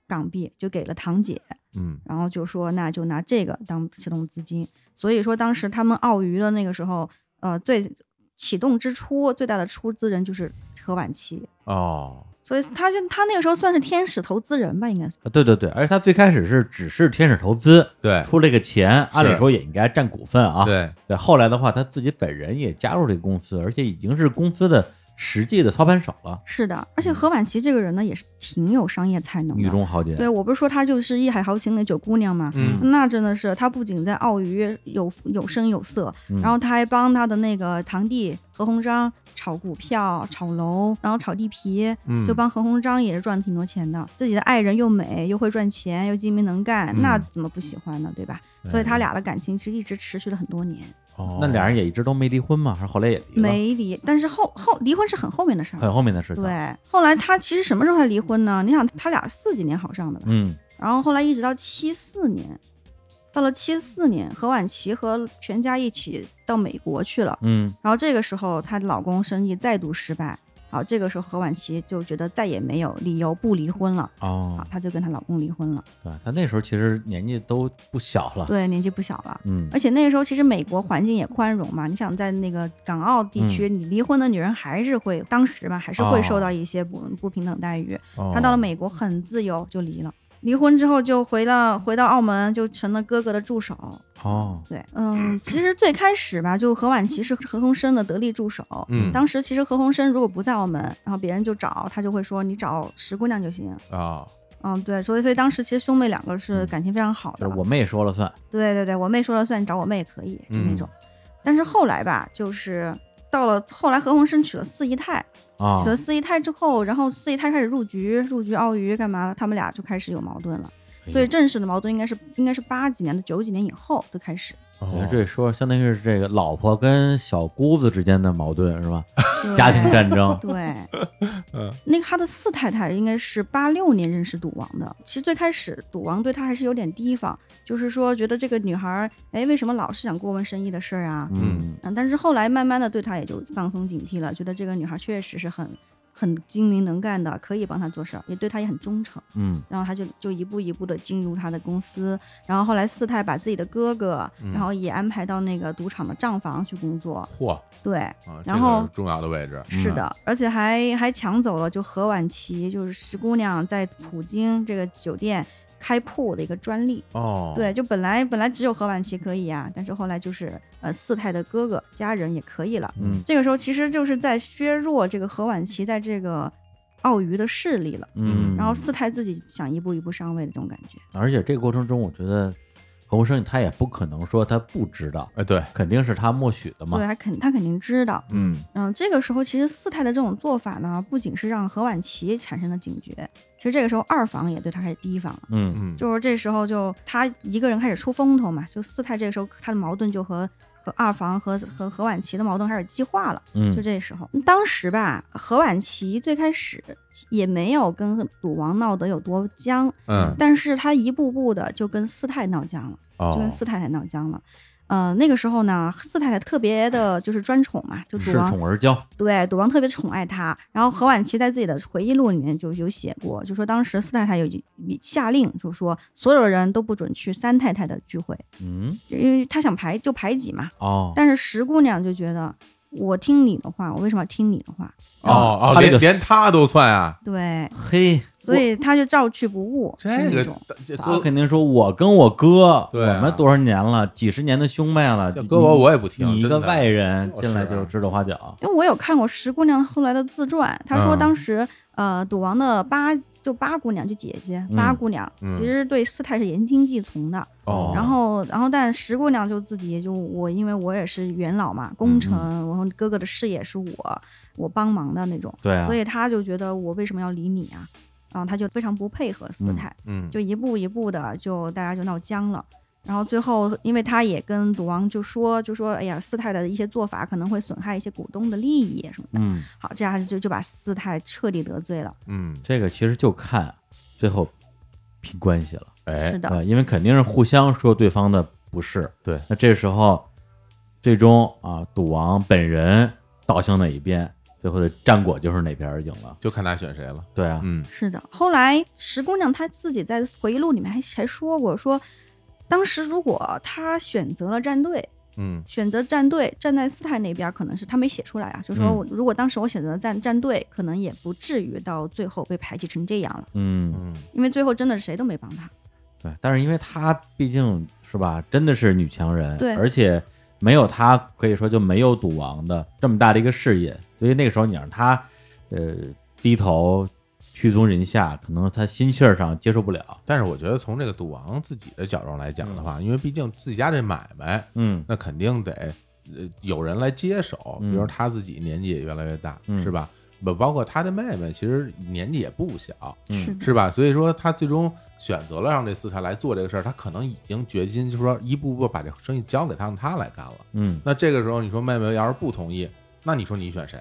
Speaker 3: 港币就给了堂姐，
Speaker 2: 嗯
Speaker 3: 然后就说那就拿这个当启动资金，所以说当时他们澳娱的那个时候，呃，最启动之初最大的出资人就是何婉琪。
Speaker 2: 哦，
Speaker 3: 所以他就他那个时候算是天使投资人吧，应该是
Speaker 1: 啊对对对，而且他最开始是只是天使投资
Speaker 2: 对
Speaker 1: 出这个钱，按理说也应该占股份啊，
Speaker 2: 对，
Speaker 1: 对，后来的话他自己本人也加入这个公司，而且已经是公司的实际的操盘手了，
Speaker 3: 是的。而且何婉琪这个人呢，也是挺有商业才能
Speaker 1: 嗯
Speaker 3: 的，
Speaker 1: 女中豪杰，
Speaker 3: 对，我不是说她就是《义海豪情》的九姑娘嘛，
Speaker 2: 嗯
Speaker 3: 那真的是她不仅在澳娱有有声有色，
Speaker 1: 嗯
Speaker 3: 然后她还帮她的那个堂弟何鸿章炒股票、炒楼，然后炒地皮，
Speaker 2: 嗯
Speaker 3: 就帮何鸿章也是赚了挺多钱的。自己的爱人又美又会赚钱又精明能干，那
Speaker 2: 嗯
Speaker 3: 怎么不喜欢呢？对吧？
Speaker 1: 哎
Speaker 3: 所以他俩的感情是一直持续了很多年，
Speaker 2: 哦
Speaker 1: 那俩人也一直都没离婚嘛，还是后来也离了，
Speaker 3: 没离，但是后后离婚是很后面的事
Speaker 1: 很
Speaker 3: 儿。
Speaker 1: 后面的事情，，
Speaker 3: 对，后来他其实什么时候才离婚呢？你想，他俩四几年好上的吧？
Speaker 1: 嗯
Speaker 3: 然后后来一直到七四年，到了七四年，何婉琪和全家一起到美国去了。
Speaker 1: 嗯
Speaker 3: 然后这个时候，她老公生意再度失败，好，这个时候何婉琪就觉得再也没有理由不离婚了，
Speaker 1: 哦
Speaker 3: 好，，她就跟她老公离婚了。
Speaker 1: 对，他那时候其实年纪都不小了，
Speaker 3: 对，哎年纪不小了。
Speaker 1: 嗯
Speaker 3: 而且那个时候，其实美国环境也宽容嘛。你想在那个港澳地区，你离婚的女人还是会当时吧，还是会受到一些不、不平等待遇。
Speaker 2: 哦
Speaker 3: 她到了美国很自由，就离了。离婚之后就回到回到澳门，就成了哥哥的助手。
Speaker 1: 哦，
Speaker 3: 对，嗯，其实最开始吧，就何婉琪是何鸿燊的得力助手。
Speaker 2: 嗯
Speaker 3: 当时其实何鸿燊如果不在澳门，然后别人就找他，就会说你找石姑娘就行。
Speaker 2: 啊，
Speaker 3: 嗯，对，所以所以当时其实兄妹两个是感情非常好
Speaker 1: 就
Speaker 3: 的。
Speaker 1: 是我妹说了算，
Speaker 3: 对对对，我妹说了算，你找我妹也可以，就那种。但是后来吧，就是到了后来，何鸿燊娶了四姨太，
Speaker 1: 啊
Speaker 3: 娶了四姨太之后，然后四姨太开始入局，入局澳娱干嘛了？他们俩就开始有矛盾了。
Speaker 1: 哎
Speaker 3: 所以正式的矛盾应该是应该是八几年的九几年以后就开始。
Speaker 1: 等
Speaker 2: 哦
Speaker 1: 于这说相当于是这个老婆跟小姑子之间的矛盾是吧？家庭
Speaker 3: 对，
Speaker 1: 战争
Speaker 3: 对，
Speaker 2: 嗯
Speaker 1: 嗯
Speaker 3: 那个他的四太太应该是八六年认识赌王的。其实最开始赌王对她还是有点提防，就是说觉得这个女孩儿，哎，为什么老是想过问生意的事儿啊？
Speaker 1: 嗯
Speaker 3: 嗯，但是后来慢慢的对她也就放松警惕了，觉得这个女孩确实是很很精明能干的，可以帮她做事儿，也对她也很忠诚。
Speaker 1: 嗯
Speaker 3: 然后他就就一步一步的进入他的公司，然后后来四太把自己的哥哥，
Speaker 2: 嗯
Speaker 3: 然后也安排到那个赌场的账房去工作，
Speaker 2: 嚯啊，
Speaker 3: 对，
Speaker 2: 这
Speaker 3: 然后
Speaker 2: 个重要的位置，嗯
Speaker 3: 是的，而且还还抢走了就何婉琪，就是石姑娘在普京这个酒店开铺的一个专利。
Speaker 2: 哦，
Speaker 3: 对，就本来本来只有何婉琪可以啊，但是后来就是呃四太的哥哥家人也可以了。
Speaker 1: 嗯
Speaker 3: 这个时候其实就是在削弱这个何婉琪在这个澳娱的势力了。
Speaker 1: 嗯，
Speaker 3: 然后四太自己想一步一步上位的这种感觉，
Speaker 1: 而且这个过程中，我觉得何鸿燊他也不可能说他不知道，
Speaker 2: 哎对，
Speaker 1: 肯定是他默许的嘛
Speaker 3: 对，，他肯他肯定知道。
Speaker 1: 嗯
Speaker 3: 嗯，这个时候其实四太的这种做法呢，不仅是让何婉琪产生了警觉，其实这个时候二房也对他开始提防了。
Speaker 1: 嗯
Speaker 2: 嗯，
Speaker 3: 就是这时候就他一个人开始出风头嘛，就四太这个时候他的矛盾就和和二房和和何婉琪的矛盾开始激化了。
Speaker 1: 嗯，
Speaker 3: 就这时候，当时吧，何婉琪最开始也没有跟赌王闹得有多僵，
Speaker 2: 嗯
Speaker 3: 但是他一步步的就跟四太闹僵了，
Speaker 2: 哦
Speaker 3: 就跟四太太闹僵了。呃，那个时候呢，四太太特别的就是专宠嘛，就赌
Speaker 1: 恃
Speaker 3: 王
Speaker 1: 宠而骄，
Speaker 3: 对，赌王特别宠爱她。然后何婉琪在自己的回忆录里面就有写过，就说当时四太太有一下令，就说所有人都不准去三太太的聚会，
Speaker 1: 嗯，
Speaker 3: 就因为她想排就排挤嘛。
Speaker 1: 哦，
Speaker 3: 但是石姑娘就觉得，我听你的话，我为什么要听你的话？
Speaker 2: 哦哦，
Speaker 1: 他这
Speaker 2: 连
Speaker 1: 个
Speaker 2: 连他都算啊，
Speaker 3: 对，
Speaker 1: 嘿，
Speaker 3: 所以她就照去不误。就
Speaker 2: 这
Speaker 3: 那
Speaker 2: 个
Speaker 3: 种
Speaker 2: 这
Speaker 1: 他
Speaker 2: 搁
Speaker 1: 肯定说，我跟我哥，
Speaker 2: 对啊
Speaker 1: 我们多少年了，几十年的兄妹了，
Speaker 2: 这哥我我也不听，
Speaker 1: 你一
Speaker 2: 真
Speaker 1: 个
Speaker 2: 的
Speaker 1: 外人
Speaker 2: 就是
Speaker 1: 进来就
Speaker 2: 啊
Speaker 1: 指手画脚，
Speaker 3: 因为我有看过石姑娘后来的自传，她说
Speaker 2: 嗯
Speaker 3: 当时、呃赌王的八就八姑娘就姐姐八
Speaker 1: 嗯
Speaker 3: 姑娘，
Speaker 2: 嗯
Speaker 3: 其实对四太是言听计从的。
Speaker 2: 哦，
Speaker 3: 然后然后但石姑娘就自己就我因为我也是元老嘛，功臣，
Speaker 1: 嗯
Speaker 3: 然后哥哥的事业是我我帮忙的那种，
Speaker 1: 对啊
Speaker 3: 所，以她就觉得我为什么要理你啊？然后她就非常不配合四
Speaker 1: 嗯
Speaker 3: 太。
Speaker 2: 嗯，
Speaker 3: 就一步一步的就大家就闹僵了。然后最后，因为他也跟赌王就说，就说，哎呀，四太的一些做法可能会损害一些股东的利益什么的。
Speaker 1: 嗯，
Speaker 3: 好，这样就就把四太彻底得罪了。
Speaker 2: 嗯，
Speaker 1: 这个其实就看最后拼关系了。
Speaker 2: 哎
Speaker 3: 是，的，
Speaker 1: 呃，因为肯定是互相说对方的不是。
Speaker 2: 对，
Speaker 1: 那这时候最终啊，赌王本人倒向哪一边，最后的战果就是哪边赢了。
Speaker 2: 就看他选谁了，
Speaker 1: 对啊，
Speaker 2: 嗯，
Speaker 3: 是的。后来石姑娘她自己在回忆录里面还还说过，说当时如果她选择了站队，
Speaker 2: 嗯
Speaker 3: 选择站队站在四太那边，可能是她没写出来啊，就说
Speaker 1: 嗯
Speaker 3: 我如果当时我选择站站队，可能也不至于到最后被排挤成这样了，
Speaker 1: 嗯，
Speaker 2: 嗯，
Speaker 3: 因为最后真的谁都没帮她。
Speaker 1: 对。但是因为她毕竟是吧，真的是女强人，
Speaker 3: 对
Speaker 1: 而且没有她，可以说就没有赌王的这么大的一个事业，所以那个时候你让她呃低头屈从人下，可能她心气儿上接受不了。
Speaker 2: 但是我觉得从这个赌王自己的角度来
Speaker 3: 嗯
Speaker 2: 讲的话，因为毕竟自己家这买卖，
Speaker 1: 嗯
Speaker 2: 那肯定得呃有人来接手，比
Speaker 1: 嗯
Speaker 2: 如他自己年纪也越来越大，
Speaker 1: 嗯
Speaker 2: 是吧？不包括他的妹妹，其实年纪也不小，
Speaker 1: 嗯
Speaker 3: 是的，
Speaker 2: 是吧？所以说他最终选择了让这四太来做这个事儿，他可能已经决心，就是说一步步把这生意交给他让他来干了。
Speaker 1: 嗯，
Speaker 2: 那这个时候你说妹妹要是不同意，那你说你选谁？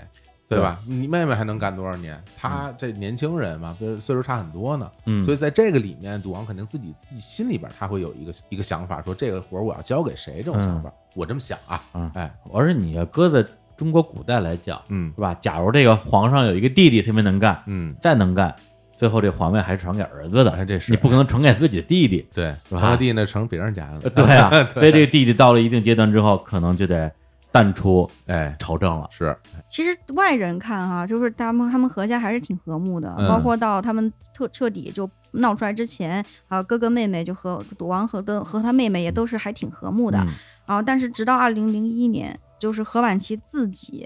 Speaker 2: 对吧？你妹妹还能干多少年？她这年轻人嘛，就是岁数差很多呢。
Speaker 1: 嗯
Speaker 2: 所以在这个里面，赌王肯定自己自己心里边他会有一个一个想法，说这个活儿我要交给谁？这种想法，我这么想啊，
Speaker 1: 嗯
Speaker 2: 哎，
Speaker 1: 而且你要搁在中国古代来讲，
Speaker 2: 嗯
Speaker 1: 是吧？假如这个皇上有一个弟弟特别能干，
Speaker 2: 嗯，
Speaker 1: 再能干，最后这皇位还是传给儿子的，
Speaker 2: 哎这是
Speaker 1: 你不可能传给自己的弟
Speaker 2: [laughs]
Speaker 1: 弟。
Speaker 2: 对，
Speaker 1: 是吧
Speaker 2: 他弟呢成别人家了
Speaker 1: 呃，对啊，所以这个弟弟到了一定阶段之后，可能就得淡出
Speaker 2: [laughs] 哎，
Speaker 1: 朝政了。
Speaker 2: 是，
Speaker 3: 其实外人看哈、就是他们他们何家还是挺和睦的，
Speaker 2: 嗯
Speaker 3: 包括到他们特彻底就闹出来之前，啊，哥哥妹妹就和赌王和跟和他妹妹也都是还挺和睦的、
Speaker 1: 嗯
Speaker 3: 啊。但是直到二零零一年，就是何婉琪自己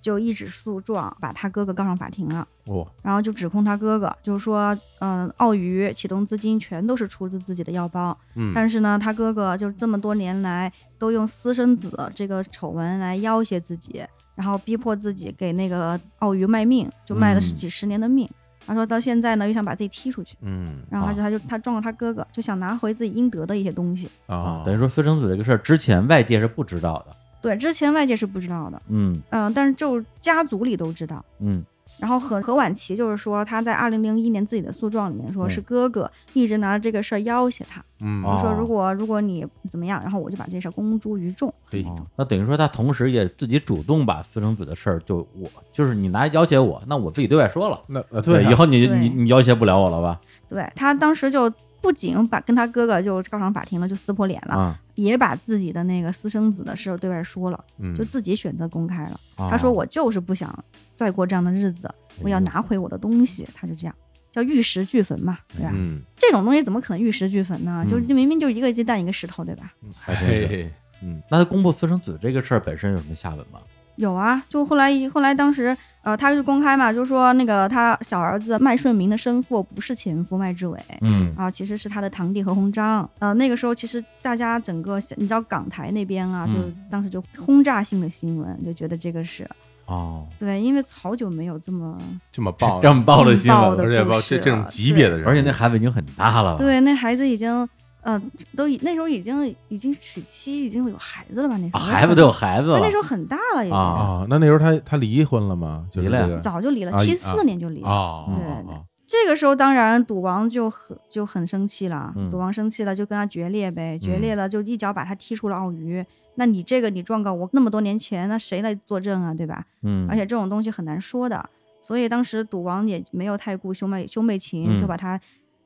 Speaker 3: 就一纸诉状把他哥哥告上法庭了。
Speaker 2: 哦，
Speaker 3: 然后就指控他哥哥，就是说，嗯、澳娱启动资金全都是出自自己的腰包，
Speaker 2: 嗯，
Speaker 3: 但是呢，他哥哥就这么多年来都用私生子这个丑闻来要挟自己，然后逼迫自己给那个奥鱼卖命，就卖了
Speaker 1: 嗯
Speaker 3: 十几十年的命。他说到现在呢，又想把自己踢出去，
Speaker 2: 嗯
Speaker 3: 然后他
Speaker 1: 啊
Speaker 3: 就、他就他撞了他哥哥，就想拿回自己应得的一些东西。
Speaker 2: 啊
Speaker 1: 啊，，等于说私生子这个事儿之前外界是不知道的。
Speaker 3: 对，之前外界是不知道的，
Speaker 1: 嗯
Speaker 3: 嗯、但是就家族里都知道。
Speaker 1: 嗯
Speaker 3: 然后何何婉琪就是说，她在二零零一年自己的诉状里面说
Speaker 1: 嗯
Speaker 3: 是哥哥一直拿着这个事儿要挟她，
Speaker 2: 嗯
Speaker 1: 哦
Speaker 3: 就说如果如果你怎么样，然后我就把这事儿公诸于众。
Speaker 2: 可以，
Speaker 1: 哦，那等于说他同时也自己主动把私生子的事儿，就我就是你拿要挟我，那我自己对外说了。
Speaker 2: 那呃对啊，
Speaker 1: 以后你
Speaker 3: 对
Speaker 1: 你你要挟不了我了吧？
Speaker 3: 对他当时就不仅把跟他哥哥就告上法庭了，就撕破脸了，
Speaker 1: 啊，
Speaker 3: 也把自己的那个私生子的事儿对外说了，
Speaker 2: 嗯
Speaker 3: 就自己选择公开了。
Speaker 1: 他
Speaker 3: 他说我就是不想再过这样的日子，我要拿回我的东西。他就这样。叫玉石俱焚嘛，对吧？
Speaker 2: 嗯，
Speaker 3: 这种东西怎么可能玉石俱焚呢？就
Speaker 1: 嗯
Speaker 3: 就明明就一个鸡蛋一个石头，对吧？
Speaker 1: 还真是
Speaker 2: 哎嘿嗯
Speaker 1: 那他公布私生子这个事儿本身有什么下文吗？
Speaker 3: 有啊，就后来后来当时呃，他就公开嘛，就说那个他小儿子麦顺明的生父不是前夫麦志伟，
Speaker 1: 嗯
Speaker 3: 啊，其实是他的堂弟何鸿章。呃，那个时候其实大家整个你知道港台那边啊，就
Speaker 1: 嗯
Speaker 3: 当时就轰炸性的新闻，就觉得这个是
Speaker 1: 哦，
Speaker 3: 对，因为好久没有这么
Speaker 2: 这么啊爆，
Speaker 1: [laughs] 这么爆的新
Speaker 3: 爆
Speaker 1: 闻
Speaker 3: 的，
Speaker 2: 而且
Speaker 3: 故
Speaker 2: 爆
Speaker 3: 事
Speaker 2: 这这种
Speaker 3: 了
Speaker 2: 级别的人物，啊
Speaker 1: 而且那孩子已经很大了，，
Speaker 3: 对那孩子已经呃都已那时候已经已经娶妻，已经有孩子了吧？那时
Speaker 1: 啊、
Speaker 3: 候、
Speaker 1: 孩子都有孩子
Speaker 3: 对
Speaker 1: 了，
Speaker 3: 那时候很大了已经，
Speaker 1: 啊
Speaker 2: 啊，那那时候他他离婚了吗？就是
Speaker 1: 离了呀
Speaker 2: 这个
Speaker 3: 早就离了
Speaker 2: 啊，
Speaker 3: 七
Speaker 2: 啊
Speaker 3: 四年就离了。
Speaker 2: 哦，
Speaker 3: 对
Speaker 2: 哦哦
Speaker 3: 这个时候，当然赌王就很就很生气了，
Speaker 1: 嗯
Speaker 3: 赌王生气了就跟他决裂呗，决裂了就一脚把他踢出了奥娱。那你这个你状告我那么多年前，那谁来作证啊，对吧？
Speaker 1: 嗯，
Speaker 3: 而且这种东西很难说的，所以当时赌王也没有太顾兄妹兄妹情，
Speaker 1: 嗯
Speaker 3: 就把他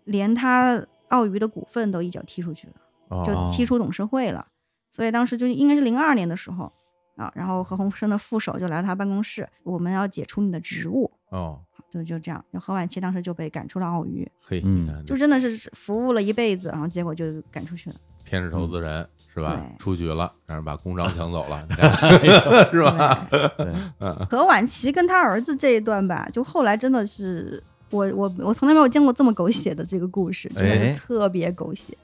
Speaker 3: 连他奥娱的股份都一脚踢出去了。就
Speaker 2: 哦
Speaker 3: 踢出董事会了。所以当时就应该是零二年的时候啊，然后何鸿燊的副手就来到他办公室，我们要解除你的职务，
Speaker 2: 哦，
Speaker 3: 就就这样。就何婉琪当时就被赶出了奥娱，
Speaker 2: 嘿，
Speaker 1: 嗯
Speaker 2: 你看
Speaker 3: 就真的是服务了一辈子，然后结果就赶出去了。
Speaker 2: 天使投资人是吧？
Speaker 3: 对
Speaker 2: 出局了，让人把公章抢走 [laughs] 了，你看是吧？
Speaker 1: 对，
Speaker 3: 嗯何婉琪跟他儿子这一段吧，就后来真的是我我我从来没有见过这么狗血的这个故事，真
Speaker 1: 哎
Speaker 3: 的是特别狗血。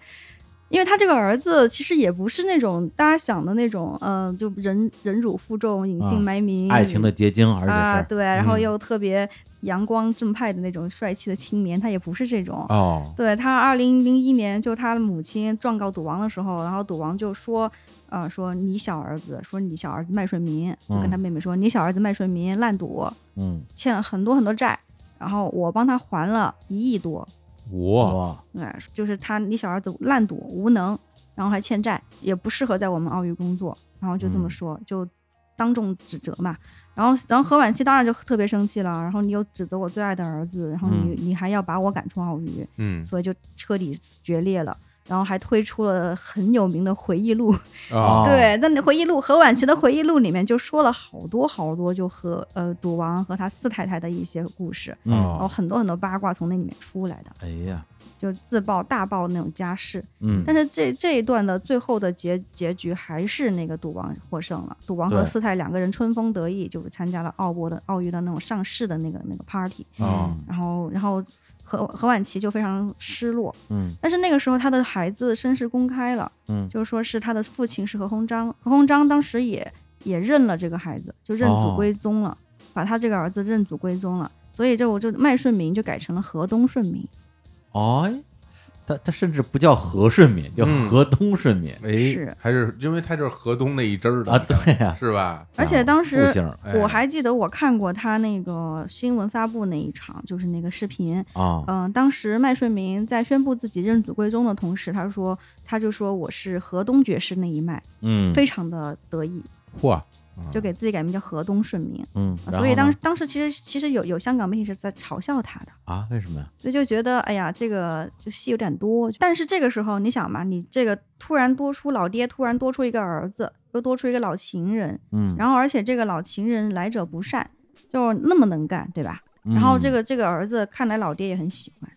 Speaker 3: 因为他这个儿子其实也不是那种大家想的那种，嗯、就忍忍辱负重、隐姓
Speaker 1: 啊
Speaker 3: 埋名、
Speaker 1: 爱情的结晶，而
Speaker 3: 啊，
Speaker 1: 且是
Speaker 3: 对，然后
Speaker 1: 嗯
Speaker 3: 又特别阳光正派的那种帅气的青年，他也不是这种。
Speaker 2: [laughs] 哦，
Speaker 3: 对他，二零零一年就他的母亲状告赌王的时候，然后赌王就说，呃，说你小儿子，说你小儿子卖水民，就跟他妹妹说，你小儿子卖水民烂赌，
Speaker 1: 嗯，
Speaker 3: 欠了很多很多债，然后我帮他还了一亿多，
Speaker 2: 哇，
Speaker 1: 哇，
Speaker 3: 对，就是他你小儿子烂赌无能，然后还欠债，也不适合在我们奥运工作，然后就这么
Speaker 1: 嗯
Speaker 3: 说，就当众指责嘛。然后，然后何婉琪当然就特别生气了，然后你又指责我最爱的儿子，然后你、你还要把我赶出奥运，
Speaker 2: 嗯
Speaker 3: 所以就彻底决裂了。然后还推出了很有名的回忆录，
Speaker 2: 啊
Speaker 1: 哦
Speaker 3: [laughs] 对，那你回忆录何婉琪的回忆录里面就说了好多好多，就和呃赌王和他四太太的一些故事，然
Speaker 1: 嗯，
Speaker 3: 后
Speaker 2: 哦
Speaker 3: 很多很多八卦从那里面出来的。
Speaker 1: 哎呀，
Speaker 3: 就是自曝大爆那种家事。
Speaker 1: 嗯，
Speaker 3: 但是这这一段的最后的结结局还是那个赌王获胜了，赌王和
Speaker 1: 对
Speaker 3: 四太两个人春风得意，就是参加了奥博的奥运的那种上市的那个那个 party，
Speaker 2: 哦
Speaker 1: 嗯
Speaker 3: 然后然后何何婉琪就非常失落，
Speaker 1: 嗯
Speaker 3: 但是那个时候他的孩子身世公开了，
Speaker 1: 嗯，
Speaker 3: 就是说是他的父亲是何鸿章，何鸿章当时也也认了这个孩子，就认
Speaker 1: 哦
Speaker 3: 祖归宗了，把他这个儿子认祖归宗了，所以这我就麦顺明就改成了河东顺明。
Speaker 1: 哦，他他甚至不叫和顺民，叫
Speaker 2: 嗯
Speaker 1: 河东顺民
Speaker 2: 哎
Speaker 3: 是，
Speaker 2: 还是因为他就是河东那一支儿的
Speaker 1: 啊，对呀，
Speaker 2: 是吧？
Speaker 3: 而且当时
Speaker 1: 哦复姓儿
Speaker 2: 哎
Speaker 3: 我还记得我看过他那个新闻发布那一场，就是那个视频。
Speaker 1: 啊，
Speaker 3: 嗯、当时麦顺明在宣布自己认祖归宗的同时，他说他就说我是河东爵士那一脉，
Speaker 1: 嗯，
Speaker 3: 非常的得意，
Speaker 2: 嚯，嗯
Speaker 3: 就给自己改名叫河东顺明。
Speaker 1: 嗯，
Speaker 3: 啊
Speaker 1: 然
Speaker 3: 所以
Speaker 1: 后
Speaker 3: 当
Speaker 1: 呢
Speaker 3: 时当时其实其实有有香港媒体是在嘲笑他的，
Speaker 1: 啊，为什么呀？
Speaker 3: 所以就觉得哎呀，这个就戏有点多。但是这个时候你想嘛，你这个突然多出老爹，突然多出一个儿子，又多出一个老情人，
Speaker 1: 嗯，
Speaker 3: 然后而且这个老情人来者不善，就是那么能干，对吧？然后
Speaker 1: 嗯
Speaker 3: 这个这个儿子看来老爹也很喜欢，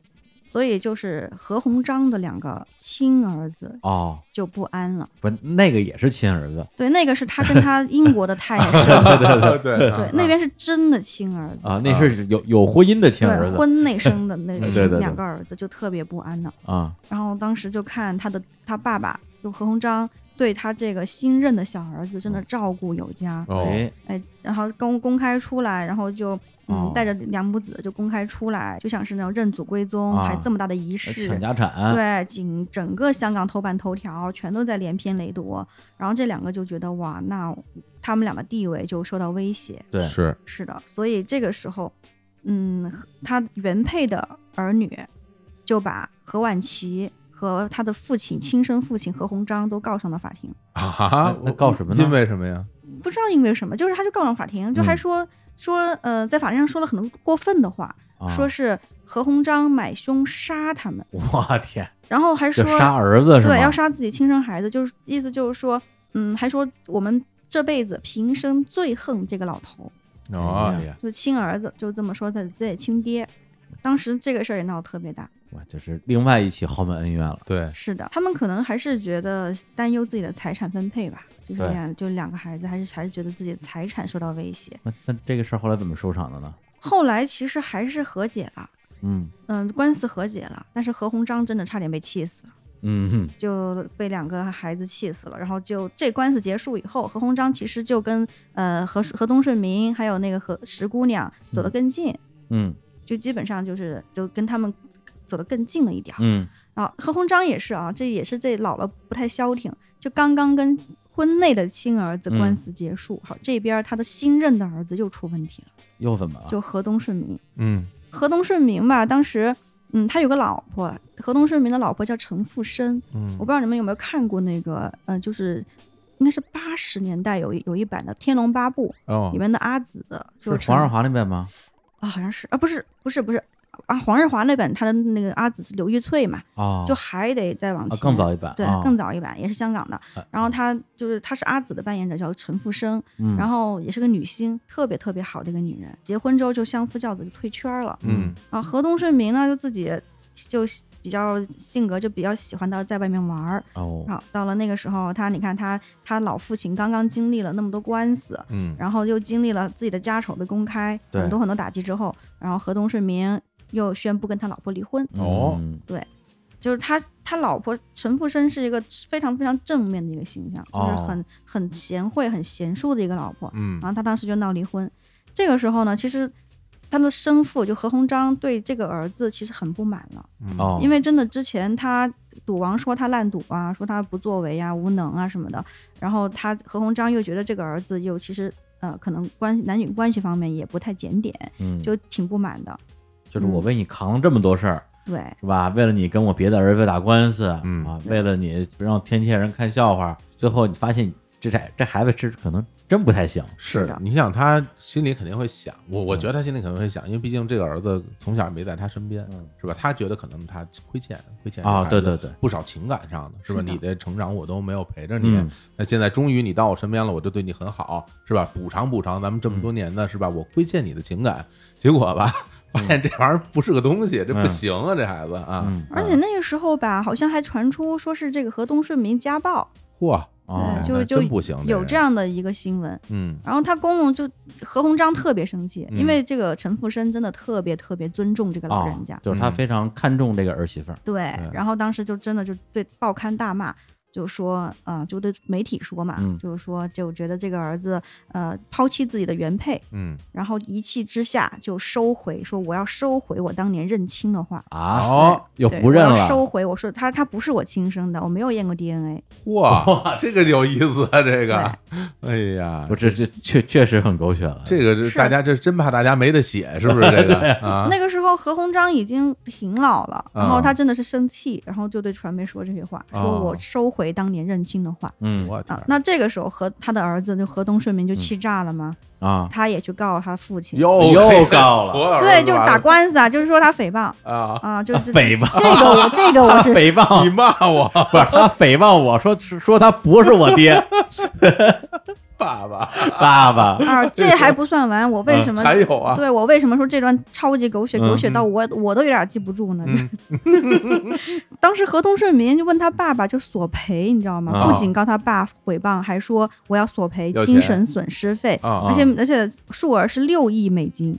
Speaker 3: 所以就是何鸿章的两个亲儿子
Speaker 1: 哦，
Speaker 3: 就不安了。
Speaker 1: 不，那个也是亲儿子
Speaker 3: 对，那个是他跟他英国的太太生
Speaker 1: [laughs]
Speaker 3: 的，
Speaker 2: 对 [laughs] 对啊
Speaker 3: 对，那边是真的亲儿子。
Speaker 1: 啊，那是有有婚姻的亲儿
Speaker 3: 对，
Speaker 1: 子
Speaker 3: 婚内生的
Speaker 1: [laughs]
Speaker 3: 那
Speaker 1: 对
Speaker 3: 亲
Speaker 1: 对
Speaker 3: 两
Speaker 1: 对
Speaker 3: 个儿子就特别不安了。
Speaker 1: 啊，
Speaker 3: 然后当时就看他的他爸爸，就何鸿章对他这个新任的小儿子
Speaker 1: 嗯
Speaker 3: 真的照顾有加，
Speaker 2: 哦
Speaker 1: 哎，
Speaker 3: 哎，然后公公开出来，然后就
Speaker 1: 哦
Speaker 3: 嗯带着两母子就公开出来，就像是那种认祖归宗，
Speaker 1: 啊
Speaker 3: 还这么大的仪式，
Speaker 1: 抢家产，
Speaker 3: 对，仅整个香港头版头条全都在连篇累牍，然后这两个就觉得哇，那他们俩的地位就受到威胁，
Speaker 1: 对
Speaker 2: 是
Speaker 3: 是的，所以这个时候，嗯，他原配的儿女就把何婉琪。和他的父亲、亲生父亲何鸿章都告上了法庭，
Speaker 2: 啊，
Speaker 1: 那告什么呢
Speaker 2: 因为什么呀？
Speaker 3: 不知道因为什么，就是他就告上法庭，就还
Speaker 1: 嗯
Speaker 3: 说、说呃，在法庭上说了很多过分的话，
Speaker 1: 啊
Speaker 3: 说是何鸿章买凶杀他们，
Speaker 1: 我天，
Speaker 3: 然后还
Speaker 1: 这
Speaker 3: 说
Speaker 1: 杀儿子是吗？
Speaker 3: 对要杀自己亲生孩子，就是意思就是说，嗯，还说我们这辈子平生最恨这个老头，
Speaker 1: 哎呀
Speaker 2: 哎呀，
Speaker 3: 就是亲儿子，就这么说他自己亲爹。当时这个事儿也闹得特别大，
Speaker 1: 哇，这是另外一起豪门恩怨了。
Speaker 2: 对，
Speaker 3: 是的，他们可能还是觉得担忧自己的财产分配吧，就是
Speaker 1: 对
Speaker 3: 两就两个孩子，还是还是觉得自己的财产受到威胁。
Speaker 1: 那那这个事儿后来怎么收场的呢？
Speaker 3: 后来其实还是和解了，
Speaker 1: 嗯
Speaker 3: 嗯，官司和解了，但是何鸿章真的差点被气死了，
Speaker 1: 嗯
Speaker 3: 就被两个孩子气死了。然后就这官司结束以后，何鸿章其实就跟呃何何东顺明还有那个何石姑娘走得更近，
Speaker 1: 嗯
Speaker 3: 就基本上就是就跟他们走得更近了一点儿。
Speaker 1: 嗯
Speaker 3: 啊，何鸿章也是啊，这也是这老了不太消停，就刚刚跟婚内的亲儿子官
Speaker 1: 嗯
Speaker 3: 司结束，好这边他的新任的儿子又出问题了，
Speaker 1: 又怎么了？
Speaker 3: 就何东顺明。
Speaker 2: 嗯，
Speaker 3: 河东顺民吧，当时嗯，他有个老婆，河东顺民的老婆叫陈复生，
Speaker 2: 嗯
Speaker 3: 我不知道你们有没有看过那个，呃，就是应该是八十年代有一有一版的《天龙八部》
Speaker 2: 哦
Speaker 3: 里，面的阿紫，就是
Speaker 1: 黄日
Speaker 3: 陈
Speaker 1: 华那边吗？
Speaker 3: 啊，好像是啊，不是不是不是啊，黄日华那本他的那个阿紫是刘玉翠嘛，
Speaker 1: 哦，
Speaker 3: 就还得再往
Speaker 1: 啊
Speaker 3: 前，
Speaker 1: 更早一版，
Speaker 3: 对
Speaker 1: 啊，
Speaker 3: 更早一版也是香港的
Speaker 1: 啊，
Speaker 3: 然后她就是她是阿紫的扮演者叫陈复生，
Speaker 1: 嗯
Speaker 3: 然后也是个女星，特别特别好的一个女人，结婚之后就相夫教子就退圈了，
Speaker 2: 嗯
Speaker 3: 啊，河东顺民呢就自己就比较性格就比较喜欢到在外面玩儿，
Speaker 1: 哦，
Speaker 3: 好，到了那个时候，他你看他他老父亲刚刚经历了那么多官司，
Speaker 2: 嗯
Speaker 3: 然后又经历了自己的家丑的公开，
Speaker 1: 对
Speaker 3: 很多很多打击之后，然后河东顺民又宣布跟他老婆离婚。
Speaker 2: 哦
Speaker 1: 嗯
Speaker 3: 就是他他老婆陈复生是一个非常非常正面的一个形象，就是
Speaker 1: 哦
Speaker 3: 很、很贤惠、很贤淑的一个老婆。
Speaker 2: 嗯
Speaker 3: 然后他当时就闹离婚。这个时候呢，其实他们的生父就何鸿章对这个儿子其实很不满了。
Speaker 2: 嗯
Speaker 1: 哦，
Speaker 3: 因
Speaker 1: 为
Speaker 3: 为真的之前他赌王说他烂赌啊，说他不作为啊、无能啊什么的，然后他何鸿章又觉得这个儿子又其实呃可能关男女关系方面也不太检点，就嗯挺不满的。
Speaker 1: 嗯就是我为你扛了这么多事儿，
Speaker 3: 对，
Speaker 1: 是吧？为了你跟我别的儿子打官司，
Speaker 2: 嗯
Speaker 1: 啊，为了你让天下人看笑话，最后你发现这这这孩子是可能真不太行，
Speaker 2: 是
Speaker 3: 是的
Speaker 2: 你想他心里肯定会想，我
Speaker 1: 嗯
Speaker 2: 我觉得他心里肯定会想，因为毕竟这个儿子从小也没在他身边，
Speaker 1: 嗯
Speaker 2: 是吧？他觉得可能他亏欠亏欠
Speaker 1: 啊对
Speaker 2: 这个孩子
Speaker 1: 对对
Speaker 2: 不少情感上的是吧？
Speaker 3: 是的
Speaker 2: 你的成长我都没有陪着你
Speaker 1: 嗯，
Speaker 2: 那现在终于你到我身边了，我就对你很好，是吧？
Speaker 1: 嗯
Speaker 2: 补偿补偿咱们这么多年的是吧？我亏欠你的情感，结果吧，发现这玩意儿不是个东西，这不
Speaker 1: 嗯
Speaker 2: 行啊，这孩子啊
Speaker 1: 嗯，
Speaker 3: 而且那个时候吧，好像还传出说是这个河东顺民家暴，
Speaker 2: 嚯，
Speaker 1: 哦
Speaker 3: 对，
Speaker 2: 哎
Speaker 3: 就
Speaker 2: 那
Speaker 3: 就
Speaker 2: 真不行这
Speaker 3: 有
Speaker 2: 人
Speaker 3: 这样的一个新闻。
Speaker 2: 嗯
Speaker 3: 然后他公公就何鸿章特别生气，
Speaker 2: 嗯
Speaker 3: 因为这个陈复生真的特别特别尊重这个老
Speaker 1: 啊
Speaker 3: 人家，，
Speaker 1: 就是他非常看重这个儿媳妇儿，
Speaker 3: 对，
Speaker 2: 对
Speaker 3: 然后当时就真的就对报刊大骂，就说呃，就对媒体说嘛，
Speaker 1: 嗯
Speaker 3: 就是说就觉得这个儿子呃抛弃自己的原配，
Speaker 2: 嗯
Speaker 3: 然后一气之下就收回，说我要收回我当年认亲的话。
Speaker 1: 啊，
Speaker 2: 哦，
Speaker 1: 又
Speaker 3: 对
Speaker 1: 不认
Speaker 3: 我要
Speaker 1: 了，
Speaker 3: 收回。我说他他不是我亲生的，我没有验过 DNA。
Speaker 2: 嚯，这个有意思啊，这
Speaker 3: 对
Speaker 2: 个，哎呀
Speaker 1: 不，是这确确实很狗血了，
Speaker 2: 这个
Speaker 3: 是
Speaker 2: 这大家这真怕大家没得写，是不是这个啊？
Speaker 3: 那个时候何鸿章已经挺老了，然后
Speaker 2: 啊
Speaker 3: 他真的是生气，然后就对传媒说这些话，说
Speaker 2: 哦
Speaker 3: 我收回当年认亲的话。
Speaker 1: 嗯
Speaker 2: 我天
Speaker 3: 啊， [laughs] 那这个时候何他的儿子就何东顺民就气炸了吗？
Speaker 1: 啊，
Speaker 3: 他也去告他父亲，
Speaker 2: 嗯又
Speaker 1: 又高了
Speaker 2: 了
Speaker 3: 对，就是打官司啊，就是说他诽谤
Speaker 2: 啊！
Speaker 3: 啊，就
Speaker 1: 啊
Speaker 3: 是
Speaker 1: 诽谤
Speaker 3: 这个我这个我
Speaker 1: 他
Speaker 2: [laughs]
Speaker 3: [laughs] 是
Speaker 1: 诽谤
Speaker 2: 你骂我
Speaker 1: 不是他诽谤我说说他不是我
Speaker 3: [laughs]
Speaker 1: 爹，
Speaker 2: 爸爸，
Speaker 1: 爸爸，
Speaker 3: 啊，这还不算完，我为什么
Speaker 2: 还有啊， [laughs]
Speaker 3: 对我为什么说这段超级狗血，
Speaker 1: 嗯
Speaker 3: 狗血到我我都有点记不住呢？
Speaker 2: 嗯
Speaker 3: [laughs] 当时河东顺民就问他爸爸就索赔，你知道吗？
Speaker 1: 啊
Speaker 3: 不仅告他爸诽谤，还说我要索赔
Speaker 2: 要钱
Speaker 3: 精神损失费，
Speaker 2: 啊
Speaker 3: 而
Speaker 2: 啊，
Speaker 3: 且而且数额是六亿美金，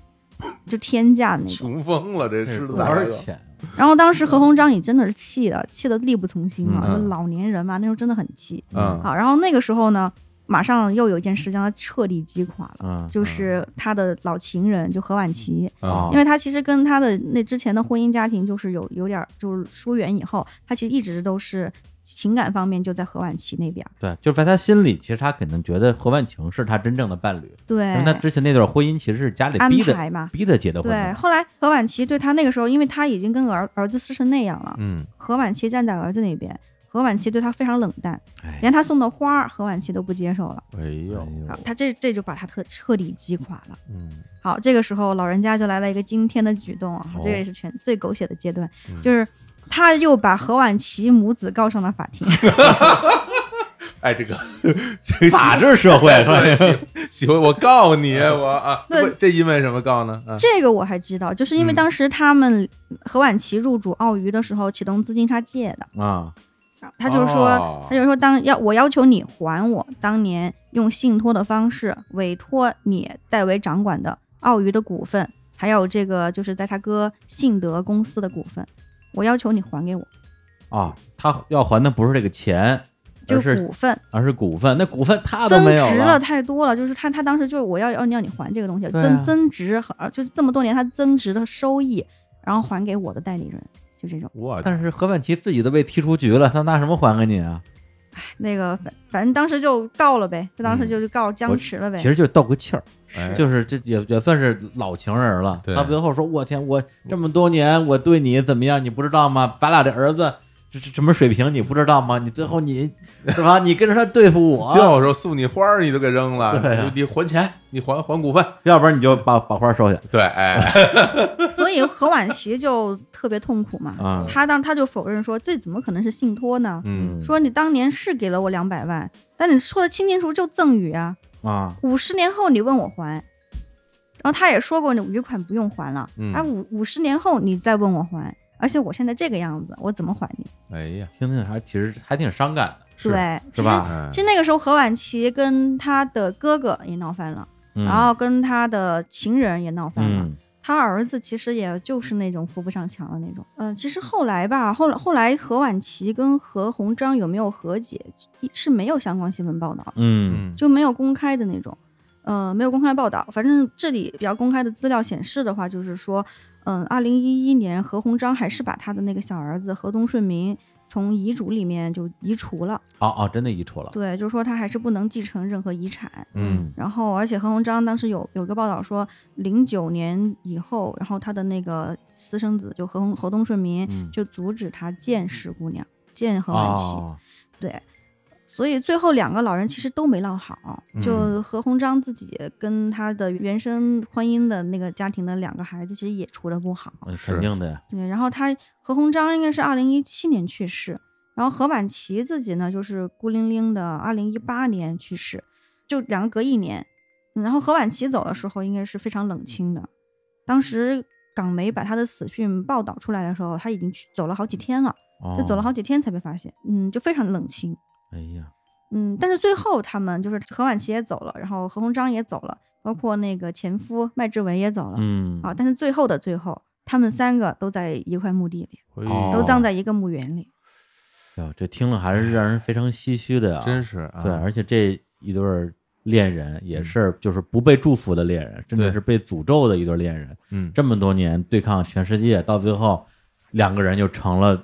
Speaker 3: 就天价那种。
Speaker 2: 穷疯了，这吃的
Speaker 1: 多少？钱？
Speaker 3: 然后当时何鸿章也真的是气的，气的力不从心啊，
Speaker 2: 嗯
Speaker 3: 就老年人嘛，那时候真的很气。
Speaker 2: 嗯
Speaker 3: 好，然后那个时候呢，马上又有一件事将他彻底击垮了，
Speaker 1: 嗯，
Speaker 3: 就是他的老情人就何婉琪，
Speaker 2: 嗯
Speaker 1: 啊
Speaker 3: 因为他其实跟他的那之前的婚姻家庭就是有有点儿就是疏远以后，他其实一直都是情感方面就在何婉琪那边儿，
Speaker 1: 对，就是在他心里，其实他可能觉得何万晴是他真正的伴侣，因
Speaker 3: 对
Speaker 1: 为，他之前那段婚姻其实是家里
Speaker 3: 哎安
Speaker 1: 逼的，
Speaker 3: 排嘛。
Speaker 1: 逼的结的婚
Speaker 3: 对，
Speaker 1: 的。
Speaker 3: 后来何婉琪对他那个时候，因为他已经跟儿儿子撕成那样了，
Speaker 2: 嗯，
Speaker 3: 何婉琪站在儿子那边，何婉琪对他非常冷淡，
Speaker 1: 哎
Speaker 3: 连他送的花儿何婉琪都不接受了。
Speaker 2: 哎呦，
Speaker 1: 哦
Speaker 3: 好，他这这就把他特彻底击垮了。
Speaker 2: 嗯
Speaker 3: 好，这个时候老人家就来了一个惊天的举动啊
Speaker 1: 哦，
Speaker 3: 这个也是全最狗血的阶段，
Speaker 2: 嗯
Speaker 3: 就是他又把何婉琪母子告上了法庭。
Speaker 2: 哎，这个 [laughs] 这
Speaker 1: 法治社会是吧？
Speaker 2: [laughs] 喜喜欢我告你，我啊，
Speaker 3: 对
Speaker 2: 不这因为什么告呢？
Speaker 1: 嗯
Speaker 2: 啊
Speaker 3: 嗯这个我还知道，就是因为
Speaker 2: 嗯
Speaker 3: 当时他们何婉琪入主澳娱的时候，启动资金他借的，
Speaker 1: [laughs] 啊，
Speaker 3: 他就说。
Speaker 2: 哦
Speaker 3: 他就说当要我要求你还我当年用信托的方式委托你呃代为掌管的澳娱的股份，还有这个就是在他哥信德公司的股份，我要求你还给我，
Speaker 1: 啊，他要还的不是这个钱，
Speaker 3: 就
Speaker 1: 而
Speaker 3: 是
Speaker 1: 是
Speaker 3: 股份。
Speaker 1: 而是股份，那股份他都
Speaker 3: 增
Speaker 1: 没有
Speaker 3: 值太多了，就是他他当时就是我要要要你还这个东西，
Speaker 1: 对啊
Speaker 3: 增增值和呃就是这么多年他增值的收益，然后还给我的代理人，就这种。
Speaker 2: 我
Speaker 1: 但是何万琪自己都被踢出局了，他拿什么还给你啊？
Speaker 3: 那个反反正当时就告了呗，就当时就就告僵持了
Speaker 1: 嗯
Speaker 3: 呗
Speaker 1: 其。实就斗个气儿，
Speaker 2: 哎
Speaker 1: 就是这也也算是老情人了。
Speaker 2: 对
Speaker 1: 到最后说，我天，我这么多年我对你怎么样，你不知道吗？咱俩这儿子这这什么水平，你不知道吗？你最后你
Speaker 2: [laughs]
Speaker 1: 是吧？你跟着他对付我，
Speaker 2: 就是送你花儿你都给扔了，
Speaker 1: 对啊
Speaker 2: 你你还钱，你还还股份，
Speaker 1: 要不然你就把把花收下
Speaker 2: 对，哎，
Speaker 3: 所以何婉琪就特别痛苦嘛，
Speaker 1: [laughs] 啊。
Speaker 3: 她当她就否认说这怎么可能是信托呢？
Speaker 2: 嗯，
Speaker 3: 说你当年是给了我两百万，但你说的清清楚楚就赠与啊，
Speaker 1: 啊，
Speaker 3: 五十年后你问我还，然后他也说过你余款不用还了，
Speaker 2: 嗯
Speaker 3: 啊五五十年后你再问我还，而且我现在这个样子，我怎么还你？
Speaker 2: 哎呀，
Speaker 1: 听听还其实还挺伤感的，
Speaker 2: 是
Speaker 3: 对，其
Speaker 1: 是
Speaker 3: 实
Speaker 1: 吧？
Speaker 2: 哎
Speaker 3: 其实那个时候何婉琪跟她的哥哥也闹翻了，
Speaker 1: 嗯
Speaker 3: 然后跟她的情人也闹翻了。
Speaker 1: 嗯
Speaker 3: 他儿子其实也就是那种扶不上墙的那种。嗯、其实后来吧，后来后来何婉琪跟何鸿章有没有和解，是没有相关新闻报道的，
Speaker 1: 嗯
Speaker 2: 嗯，
Speaker 3: 就没有公开的那种，呃，没有公开报道。反正这里比较公开的资料显示的话，就是说，嗯、2二零一一年何鸿章还是把他的那个小儿子何东顺民从遗嘱里面就移除了，
Speaker 1: 哦哦，真的移除了，
Speaker 3: 对，就是说他还是不能继承任何遗产。
Speaker 1: 嗯
Speaker 3: 然后，而且何鸿章当时有有个报道说，零九年以后，然后他的那个私生子就何鸿何东顺民、
Speaker 1: 嗯
Speaker 3: 就阻止他见石姑娘，见何婉琪，
Speaker 1: 哦，
Speaker 3: 对，所以最后两个老人其实都没落好，
Speaker 1: 嗯
Speaker 3: 就何鸿章自己跟他的原生婚姻的那个家庭的两个孩子其实也处的不好，
Speaker 1: 嗯
Speaker 2: 是
Speaker 1: 肯定的呀，
Speaker 3: 对，然后他何鸿章应该是二零一七年去世，然后何婉琪自己呢就是孤零零的二零一八年去世，就两个隔一年。嗯然后何婉琪走的时候应该是非常冷清的，当时港媒把她的死讯报道出来的时候，她已经去走了好几天了，就走了好
Speaker 1: 哦，
Speaker 3: 几天才被发现，嗯，就非常冷清。
Speaker 1: 哎呀，
Speaker 3: 嗯，但是最后他们就是何婉琪也走了，然后何鸿章也走了，包括那个前夫麦志伟也走了、
Speaker 1: 嗯，
Speaker 3: 啊，但是最后的最后，他们三个都在一块墓地里。
Speaker 2: 哎
Speaker 1: 哦
Speaker 3: 都葬在一个墓园里。
Speaker 1: 哎呦，这听了还是让人非常唏嘘的呀，
Speaker 2: 真是啊，嗯
Speaker 1: 对，而且这一对儿恋人也是就是不被祝福的恋人，真的
Speaker 2: 对
Speaker 1: 是被诅咒的一对恋人，
Speaker 2: 嗯，
Speaker 1: 这么多年对抗全世界，到最后两个人就成了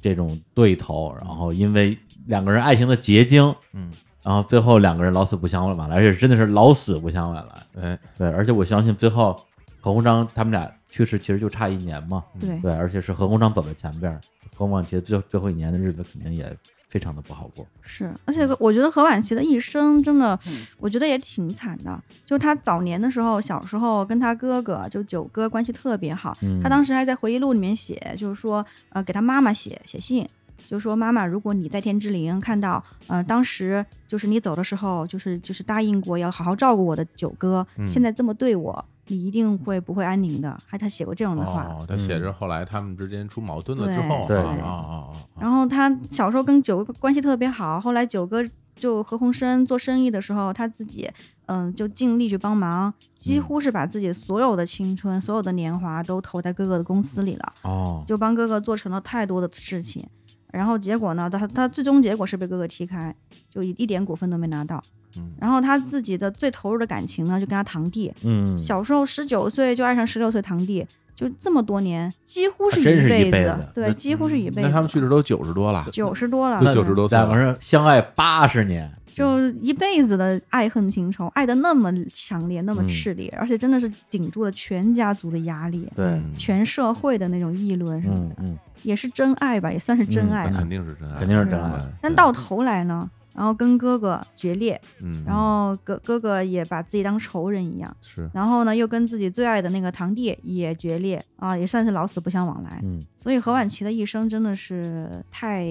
Speaker 1: 这种对头，然后因为两个人爱情的结晶，
Speaker 2: 嗯，
Speaker 1: 然后最后两个人老死不相往来，而且真的是老死不相往来。
Speaker 2: 哎，
Speaker 1: 对，而且我相信最后何鸿章他们俩去世其实就差一年嘛，
Speaker 3: 对，
Speaker 1: 对，而且是何鸿章走在前边儿，何望其实最最后一年的日子肯定也非常的不好过。
Speaker 3: 是，而且我觉得何婉琪的一生真的，我觉得也挺惨的。就她早年的时候，小时候跟她哥哥就九哥关系特别好，
Speaker 1: 嗯
Speaker 3: 她当时还在回忆录里面写，就是说呃给她妈妈写写信。就说妈妈，如果你在天之灵看到，呃，当时就是你走的时候，就是就是答应过要好好照顾我的九哥，
Speaker 2: 嗯
Speaker 3: 现在这么对我，你一定会不会安宁的。还他写过这样的话，
Speaker 2: 哦，他写着后来他们之间出矛盾了
Speaker 3: 对
Speaker 2: 之后，
Speaker 1: 嗯对
Speaker 2: 啊啊啊啊啊，
Speaker 3: 然后他小时候跟九哥关系特别好，后来九哥就何鸿燊做生意的时候，他自己嗯、就尽力去帮忙，几
Speaker 1: 嗯
Speaker 3: 乎是把自己所有的青春、所有的年华都投在哥哥的公司里了，
Speaker 1: 哦，
Speaker 3: 就帮哥哥做成了太多的事情。然后结果呢，他他最终结果是被哥哥踢开，就一一点股份都没拿到。
Speaker 2: 嗯
Speaker 3: 然后他自己的最投入的感情呢，就跟他堂弟，
Speaker 1: 嗯，
Speaker 3: 小时候十九岁就爱上十六岁堂弟，就这么多年，几乎是
Speaker 1: 啊真是一
Speaker 3: 辈
Speaker 1: 辈
Speaker 3: 的
Speaker 1: 子那
Speaker 3: 对，几乎是一辈子。
Speaker 2: 那他们去世都九十多了，
Speaker 3: 九十多了，
Speaker 2: 都
Speaker 3: 对
Speaker 2: 九十多岁
Speaker 1: 两个
Speaker 2: 了，
Speaker 1: 人相爱八十年，
Speaker 3: 就一辈子的爱恨情仇，爱的那么强烈，
Speaker 2: 嗯
Speaker 3: 那么炽烈，而且真的是顶住了全家族的压力，
Speaker 1: 对，
Speaker 2: 嗯
Speaker 3: 全社会的那种议论什么
Speaker 1: 嗯
Speaker 3: 的，
Speaker 1: 嗯，
Speaker 3: 也是真爱吧，也算是真
Speaker 1: 嗯
Speaker 3: 爱
Speaker 2: 那
Speaker 3: 了。
Speaker 2: 肯定是真爱，
Speaker 1: 肯定是真
Speaker 3: 是
Speaker 1: 爱。
Speaker 2: 哎
Speaker 3: 但到头来呢，然后跟哥哥决裂，
Speaker 2: 嗯，
Speaker 3: 然后哥哥哥也把自己当仇人一样，
Speaker 2: 是
Speaker 3: 然后呢又跟自己最爱的那个堂弟也决裂啊，也算是老死不相往来。
Speaker 1: 嗯，
Speaker 3: 所以何婉琪的一生真的是太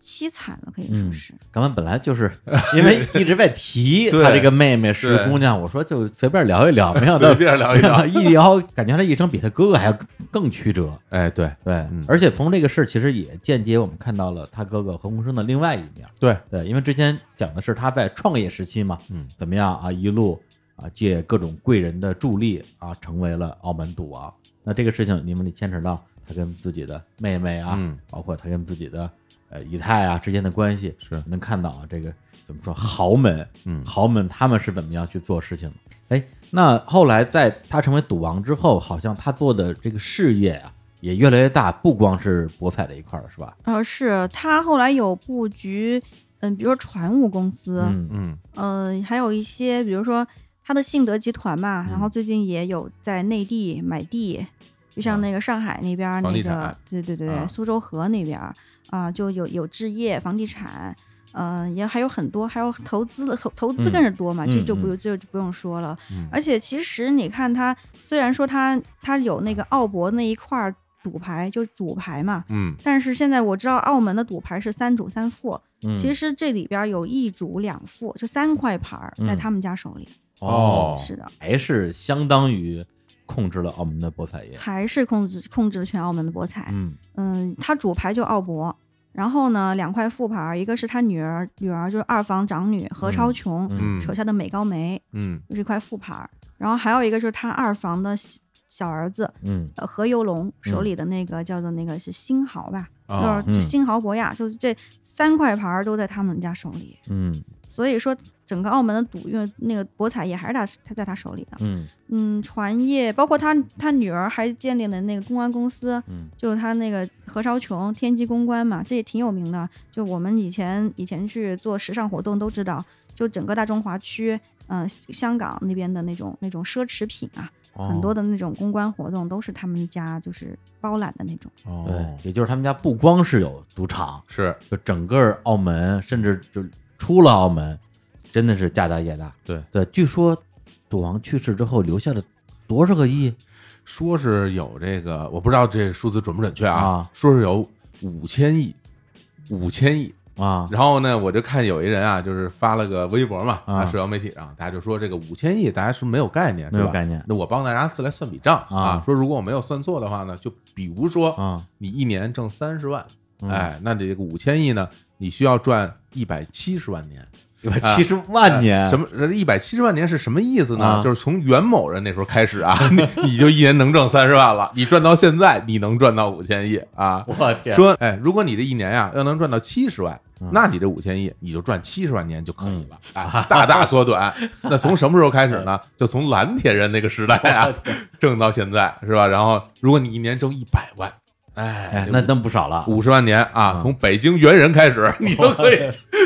Speaker 3: 凄惨了，可以说
Speaker 1: 嗯
Speaker 3: 是。
Speaker 1: 刚才本来就是因为一直在提
Speaker 2: [laughs] 对
Speaker 1: 她这个妹妹石
Speaker 2: 对
Speaker 1: 姑娘，我说就随便聊一聊，没想到
Speaker 2: 随便聊一
Speaker 1: 没想到 [laughs]
Speaker 2: 聊，
Speaker 1: 一聊，感觉她一生比她哥哥还要更曲折。
Speaker 2: 哎，对
Speaker 1: 对，
Speaker 2: 嗯
Speaker 1: 而且从这个事儿其实也间接我们看到了她哥哥何鸿燊的另外一面。
Speaker 2: 对，
Speaker 1: 对，因为之前讲的是他在创业时期嘛，
Speaker 2: 嗯，
Speaker 1: 怎么样啊，一路啊借各种贵人的助力啊，成为了澳门赌王。那这个事情你们里牵扯到他跟自己的妹妹啊，
Speaker 2: 嗯
Speaker 1: 包括他跟自己的呃姨太啊之间的关系，
Speaker 2: 是
Speaker 1: 能看到啊这个怎么说豪门，
Speaker 2: 嗯
Speaker 1: 豪门他们是怎么样去做事情的。哎，那后来在他成为赌王之后，好像他做的这个事业啊也越来越大，不光是博彩这一块儿了，是吧？
Speaker 3: 呃，是他后来有布局嗯，比如说船务公司，
Speaker 1: 嗯
Speaker 2: 嗯
Speaker 3: 呃，还有一些，比如说他的信德集团嘛，然后
Speaker 1: 嗯
Speaker 3: 最近也有在内地买地，就像那个上海那边儿
Speaker 2: 房
Speaker 3: 那
Speaker 2: 地
Speaker 3: 个
Speaker 2: 产，
Speaker 3: 对对对
Speaker 2: 啊，
Speaker 3: 苏州河那边儿啊，就有有置业、房地产，呃，也还有很多，还有投资了，投投资
Speaker 1: 嗯
Speaker 3: 更是多嘛，这
Speaker 1: 嗯
Speaker 3: 就
Speaker 1: 嗯
Speaker 3: 不用这就不用说了。
Speaker 2: 嗯
Speaker 3: 而且其实你看他，虽然说他他有那个澳博那一块儿赌牌，就是主牌嘛。
Speaker 2: 嗯
Speaker 3: 但是现在我知道澳门的赌牌是三主三副，
Speaker 1: 嗯，
Speaker 3: 其实这里边有一主两副，就三块牌儿在他们家手里。
Speaker 1: 嗯哦，
Speaker 3: 是的，
Speaker 1: 还是相当于控制了澳门的博彩业。
Speaker 3: 还是控制控制了全澳门的博彩。
Speaker 1: 嗯
Speaker 3: 嗯，他主牌就澳博，然后呢两块副牌儿，一个是他女儿，女儿就是二房长女何超琼、
Speaker 1: 嗯
Speaker 3: 手下的美高梅，
Speaker 2: 嗯
Speaker 3: 就是一块副牌儿。然后还有一个就是他二房的小小儿子
Speaker 1: 嗯
Speaker 3: 呃何猷龙手里的那个、叫做那个是新豪吧，
Speaker 2: 啊
Speaker 3: 就是
Speaker 1: 嗯
Speaker 3: 新豪博亚，就是这三块牌儿都在他们家手里。
Speaker 1: 嗯
Speaker 3: 所以说整个澳门的赌运那个博彩业还是他他在他手里的。
Speaker 1: 嗯
Speaker 3: 嗯，船业包括他他女儿还建立了那个公安公司，
Speaker 1: 嗯
Speaker 3: 就是他那个何超琼天机公关嘛，这也挺有名的。就我们以前以前去做时尚活动都知道，就整个大中华区，嗯、香港那边的那种那种奢侈品啊，很
Speaker 2: 哦
Speaker 1: 哦
Speaker 3: 多的那种公关活动都是他们家就是包揽的那种。
Speaker 2: 哦
Speaker 1: 对，也就是他们家不光是有赌场，
Speaker 2: 是
Speaker 1: 就整个澳门，甚至就出了澳门，真的是家大业大。
Speaker 2: 对
Speaker 1: 对，据说赌王去世之后留下了多少个亿？
Speaker 2: 说是有这个，我不知道这数字准不准确
Speaker 1: 啊
Speaker 2: 说是有五千亿，五千亿。
Speaker 1: 啊，
Speaker 2: 然后呢，我就看有一人啊，就是发了个微博嘛，
Speaker 1: 啊
Speaker 2: 社交媒体上，大家就说这个五千亿，大家是没有概念，
Speaker 1: 没有
Speaker 2: 是吧
Speaker 1: 概念
Speaker 2: 那我帮大家来算笔账
Speaker 1: 啊
Speaker 2: 说如果我没有算错的话呢，就比如说
Speaker 1: 啊，
Speaker 2: 你一年挣三十万，
Speaker 1: 嗯
Speaker 2: 哎，那这个五千亿呢，你需要赚一百七十万年。
Speaker 1: 一百 [laughs] 七十万年，
Speaker 2: 哎啊什么？一百七十万年是什么意思呢？
Speaker 1: 啊
Speaker 2: 就是从袁某人那时候开始啊，你你就一年能挣三十万了，你赚到现在，你能赚到五千亿啊！
Speaker 1: 我天，
Speaker 2: 说，哎，如果你这一年呀、要能赚到七十万
Speaker 1: 嗯，
Speaker 2: 那你这五千亿你就赚七十万年就可以了，哎，大大缩
Speaker 1: [laughs]
Speaker 2: 短。那从什么时候开始呢？就从蓝铁人那个时代啊，挣到现在是吧？然后，如果你一年挣一百万，哎
Speaker 1: 哎，，那那不少了。
Speaker 2: 五十万年啊
Speaker 1: 嗯，
Speaker 2: 从北京猿人开
Speaker 1: [laughs]
Speaker 2: 始，你就可以，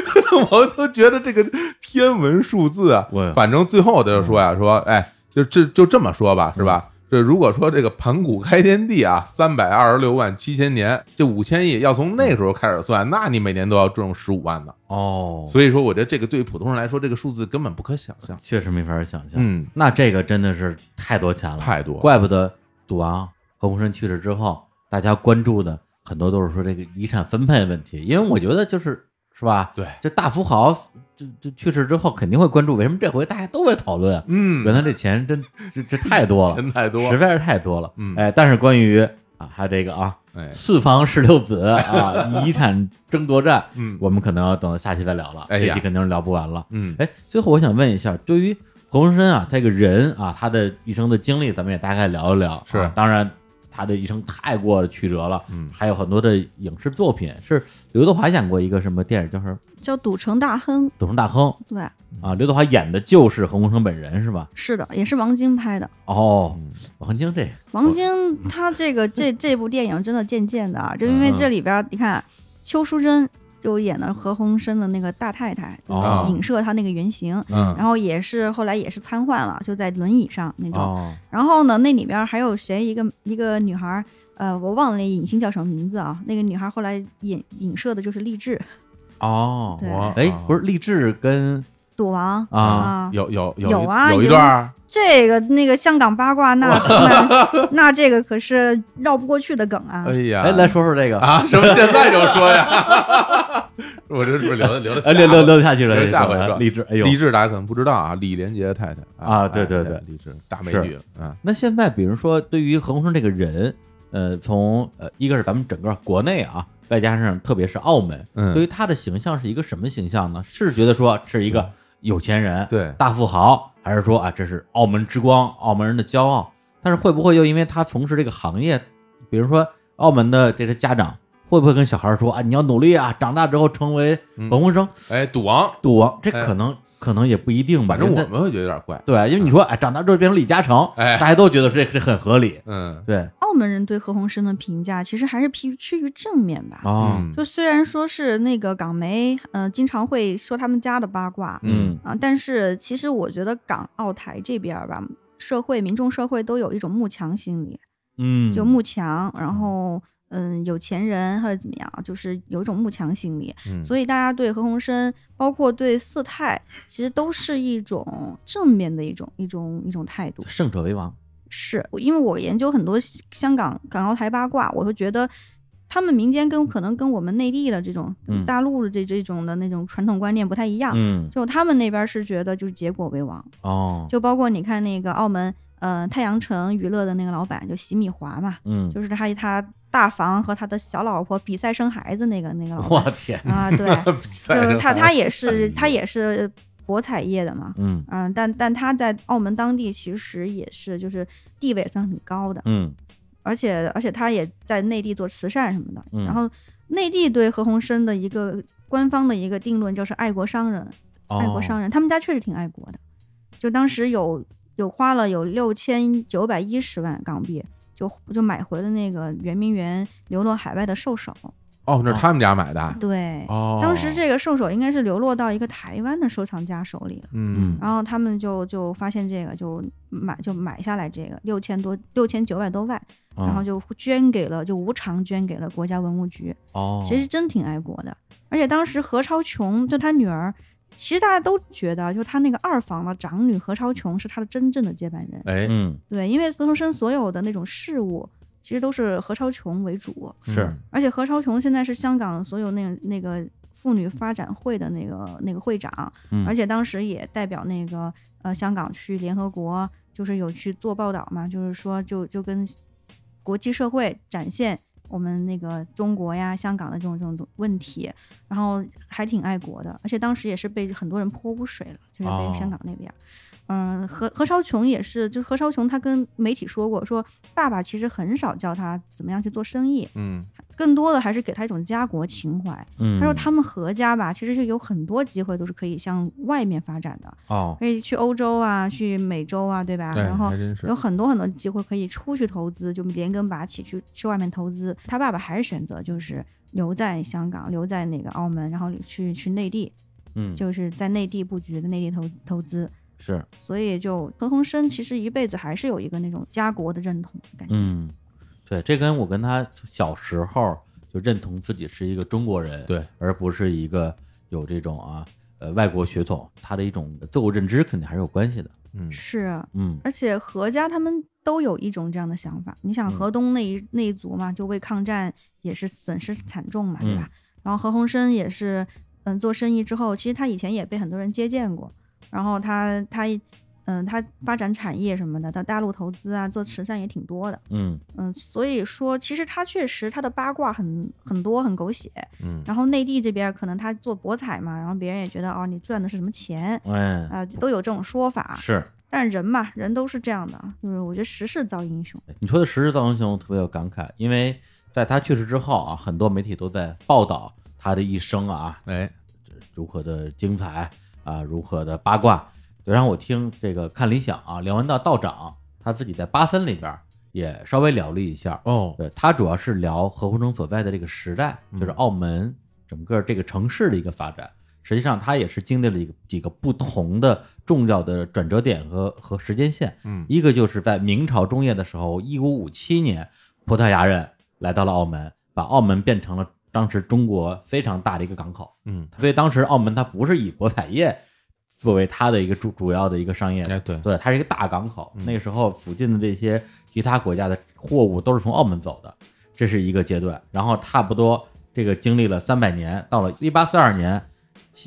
Speaker 2: [laughs] 我都觉得这个天文数字啊
Speaker 1: 我，嗯
Speaker 2: 反正最后的就说呀，说哎，就这就这么说吧，是吧？这如果说这个盘古开天地啊，三百二十六万七千年，这五千亿要从那时候开始
Speaker 1: 嗯
Speaker 2: 算，那你每年都要挣十五万呢。
Speaker 1: 哦，
Speaker 2: 所以说，我觉得这个对于普通人来说，这个数字根本不可想象。
Speaker 1: 确实没法想象。
Speaker 2: 嗯，
Speaker 1: 那这个真的是太多钱了，
Speaker 2: 太多
Speaker 1: 怪不得赌王何鸿燊去世之后，大家关注的很多都是说这个遗产分配问题，因为我觉得就是是吧？
Speaker 2: 对
Speaker 1: 这大富豪这这去世之后肯定会关注，为什么这回大家都会讨论？啊
Speaker 2: 嗯，
Speaker 1: 原来这钱真这这太多了，
Speaker 2: 钱太多
Speaker 1: 实，在是太多了。
Speaker 2: 嗯
Speaker 1: 哎，但是关于啊，还有这个啊，
Speaker 2: 哎，
Speaker 1: 四方十六子啊，遗产争夺战，
Speaker 2: 嗯
Speaker 1: 我们可能要等到下期再聊了，
Speaker 2: 哎呀
Speaker 1: 这期肯定是聊不完了。
Speaker 2: 嗯，
Speaker 1: 哎，最后我想问一下，对于何鸿燊啊，这个人啊，他的一生的经历，咱们也大概聊一聊。
Speaker 2: 是
Speaker 1: 啊当然他的一生太过曲折了，
Speaker 2: 嗯
Speaker 1: 还有很多的影视作品。是刘德华演过一个什么电影，就是《
Speaker 3: 叫赌城大亨，
Speaker 1: 赌城大亨》
Speaker 3: 对，
Speaker 2: 嗯
Speaker 1: 啊，刘德华演的就是何鸿燊本人，是吧？
Speaker 3: 是的，也是王晶拍的。
Speaker 1: 哦，
Speaker 2: 嗯
Speaker 1: 我很清这个，
Speaker 3: 王晶他这
Speaker 1: [laughs]
Speaker 3: 个这这部电影真的贱贱的啊，就因
Speaker 1: 嗯
Speaker 3: 为这里边儿你看邱淑贞就演了何鸿燊的那个大太太，
Speaker 1: 哦
Speaker 3: 影射他那个原型，
Speaker 1: 哎
Speaker 2: 嗯
Speaker 3: 然后也是后来也是瘫痪了，就在轮椅上那种。
Speaker 1: 哦，
Speaker 3: 然后呢，那里边儿还有谁一个一个女孩儿，呃，我忘了那影星叫什么名字啊，那个女孩儿后来影影射的就是励志
Speaker 1: 哦，
Speaker 3: 对
Speaker 2: 哇
Speaker 1: 哎，不是励志跟
Speaker 3: 赌王
Speaker 1: 啊
Speaker 2: 有有有
Speaker 3: 有
Speaker 2: 一
Speaker 3: 啊
Speaker 2: 有一
Speaker 3: 有
Speaker 2: 段儿
Speaker 3: 这个那个香港八卦那 [laughs] 那那这个可是绕不过去的梗
Speaker 1: [laughs]
Speaker 3: 啊
Speaker 2: 哎。呀，
Speaker 1: 哎，来说说这
Speaker 2: [laughs]
Speaker 1: 个，
Speaker 2: 啊，什么现在就说呀？ [laughs] 我这是不是留的留的
Speaker 1: 哎，聊聊聊下去了，
Speaker 2: 留
Speaker 1: 这
Speaker 2: 下
Speaker 1: 个
Speaker 2: 回说
Speaker 1: 励志，哎呦，
Speaker 2: 李志大家可能不知道啊，李连杰的太太
Speaker 1: 啊对对对
Speaker 2: 哎李志大美
Speaker 1: 是
Speaker 2: 女啊，
Speaker 1: 那现在，比如说对于何鸿燊这个人，呃，从呃，一个是咱们整个国内啊，外加上特别是澳门，
Speaker 2: 嗯
Speaker 1: 对于他的形象是一个什么形象呢？是觉得说是一个有钱人，
Speaker 2: 嗯对
Speaker 1: 大富豪，还是说啊，这是澳门之光，澳门人的骄傲？但是会不会又因为他从事这个行业，比如说澳门的这些家长会不会跟小孩说啊，你要努力啊，长大之后成为
Speaker 2: 嗯
Speaker 1: 文宏生、
Speaker 2: 哎，赌王，
Speaker 1: 赌王？这
Speaker 2: 哎
Speaker 1: 可能、可能也不一定吧。
Speaker 2: 反正我
Speaker 1: 人家
Speaker 2: 们会觉得有点怪，
Speaker 1: 对，因为你说哎，长大之后变成李嘉诚，
Speaker 2: 哎
Speaker 1: 大家都觉得这这很合理。
Speaker 2: 嗯
Speaker 1: 对
Speaker 3: 澳门人对何鸿燊的评价其实还是偏趋于正面吧。
Speaker 1: 啊，
Speaker 2: 嗯
Speaker 3: 就虽然说是那个港媒，嗯、经常会说他们家的八卦
Speaker 1: 嗯
Speaker 3: 啊，但是其实我觉得港澳台这边儿吧，社会民众社会都有一种慕强心理，
Speaker 1: 嗯，
Speaker 3: 就慕强，然后嗯，有钱人或者怎么样，就是有一种慕强心理。
Speaker 2: 嗯，
Speaker 3: 所以大家对何鸿燊，包括对四太，其实都是一种正面的一种一种一种态度。
Speaker 1: 胜者为王。
Speaker 3: 是因为我研究很多西香港港澳台八卦，我会觉得他们民间跟可能跟我们内地的这种
Speaker 1: 嗯
Speaker 3: 大陆的这这种的那种传统观念不太一样。
Speaker 1: 嗯
Speaker 3: 就他们那边是觉得就是结果为王，
Speaker 1: 哦，
Speaker 3: 就包括你看那个澳门呃太阳城娱乐的那个老板就席米华嘛，
Speaker 1: 嗯，
Speaker 3: 就是他他大房和他的小老婆比赛生孩子那个那个老
Speaker 1: 我
Speaker 3: 板
Speaker 1: 天，
Speaker 3: 啊，对，
Speaker 1: [laughs]
Speaker 2: 比赛
Speaker 3: 就是
Speaker 2: 上
Speaker 3: 他，他也是
Speaker 1: 呦
Speaker 3: 他也是博彩业的嘛，
Speaker 1: 嗯
Speaker 3: 嗯，但但他在澳门当地其实也是就是地位算很高的，
Speaker 1: 嗯
Speaker 3: 而且而且他也在内地做慈善什么的。
Speaker 1: 嗯
Speaker 3: 然后内地对何鸿燊的一个官方的一个定论就是爱国商人，
Speaker 1: 哦，
Speaker 3: 爱国商人，他们家确实挺爱国的，就当时有有花了有六千九百一十万港币。就就买回了那个圆明园流落海外的兽首，
Speaker 2: 哦，那是他们家买的，
Speaker 3: 对，
Speaker 2: 哦，
Speaker 3: 当时，这个兽首应该是流落到一个台湾的收藏家手里了，
Speaker 2: 嗯
Speaker 3: 然后他们就就发现这个，就买就买下来这个六千多六千九百多万，
Speaker 1: 嗯，
Speaker 3: 然后就捐给了就无偿捐给了国家文物局，
Speaker 1: 哦，
Speaker 3: 其实真挺爱国的。而且当时何超琼就他女儿，其实大家都觉得，就他那个二房的长女何超琼是他的真正的接班人，
Speaker 2: 哎，
Speaker 1: 嗯
Speaker 3: 对，因为何鸿燊所有的那种事物其实都是何超琼为主，
Speaker 1: 是
Speaker 2: 嗯
Speaker 3: 而且何超琼现在是香港所有那个那个妇女发展会的那个那个会长，
Speaker 1: 嗯
Speaker 3: 而且当时也代表那个呃香港去联合国，就是有去做报道嘛，就是说就就跟国际社会展现我们那个中国呀、香港的这种这种问题，然后还挺爱国的，而且当时也是被很多人泼污水了，就是
Speaker 1: 哦
Speaker 3: 被香港那边。嗯，何何超琼也是，就是何超琼，他跟媒体说过，说爸爸其实很少教他怎么样去做生意，
Speaker 2: 嗯
Speaker 3: 更多的还是给他一种家国情怀。
Speaker 1: 嗯，
Speaker 3: 他说他们何家吧，其实是有很多机会都是可以向外面发展的，
Speaker 1: 哦，
Speaker 3: 可以去欧洲啊，去美洲啊，对吧？
Speaker 2: 对
Speaker 3: 然后
Speaker 2: 哎还真是
Speaker 3: 有很多很多机会可以出去投资，就连根拔起去去外面投资。他爸爸还是选择就是留在香港，留在那个澳门，然后去去内地，
Speaker 1: 嗯
Speaker 3: 就是在内地布局的内地投投资。
Speaker 1: 是
Speaker 3: 所以就何鸿燊其实一辈子还是有一个那种家国的认同感觉。
Speaker 1: 嗯，对，这跟我跟他小时候就认同自己是一个中国人，
Speaker 2: 对，
Speaker 1: 而不是一个有这种啊呃外国血统，他的一种自我认知肯定还是有关系的。
Speaker 2: 嗯
Speaker 3: 是，啊
Speaker 1: 嗯
Speaker 3: 而且何家他们都有一种这样的想法。你想
Speaker 1: 嗯
Speaker 3: 河东那一、那一族嘛，就为抗战也是损失惨重嘛，对吧？
Speaker 1: 嗯
Speaker 3: 然后何鸿燊也是，嗯，做生意之后，其实他以前也被很多人接见过。然后他他，嗯，他发展产业什么的，到大陆投资啊，做慈善也挺多的。
Speaker 1: 嗯
Speaker 3: 嗯，所以说其实他确实他的八卦很很多，很狗血。
Speaker 2: 嗯，
Speaker 3: 然后内地这边可能他做博彩嘛，然后别人也觉得哦，你赚的是什么钱
Speaker 1: 哎、
Speaker 3: 啊、都有这种说法。
Speaker 1: 是。
Speaker 3: 但人嘛，人都是这样的，啊就是我觉得时势造英雄。
Speaker 1: 你说的时势造英雄，我特别有感慨，因为在他去世之后啊，很多媒体都在报道他的一生啊，
Speaker 2: 哎，
Speaker 1: 如何的精彩啊，如何的八卦。对，然后我听这个看理想啊，梁文道道长他自己在八分里边儿也稍微聊了一下，
Speaker 2: 哦，
Speaker 1: 对他主要是聊何鸿燊所在的这个时代，就是澳门整个这个城市的一个发展。实际上，他也是经历了一个几个不同的重要的转折点和和时间线。
Speaker 2: 嗯
Speaker 1: 一个就是在明朝中叶的时候，一五五七年，葡萄牙人来到了澳门，把澳门变成了当时中国非常大的一个港口。
Speaker 2: 嗯，
Speaker 1: 所以当时澳门它不是以博彩业作为它的一个主主要的一个商业
Speaker 2: 哎，对，
Speaker 1: 对，它是一个大港口。
Speaker 2: 嗯
Speaker 1: 那个时候附近的这些其他国家的货物都是从澳门走的，这是一个阶段。然后差不多这个经历了三百年，到了一八四二年，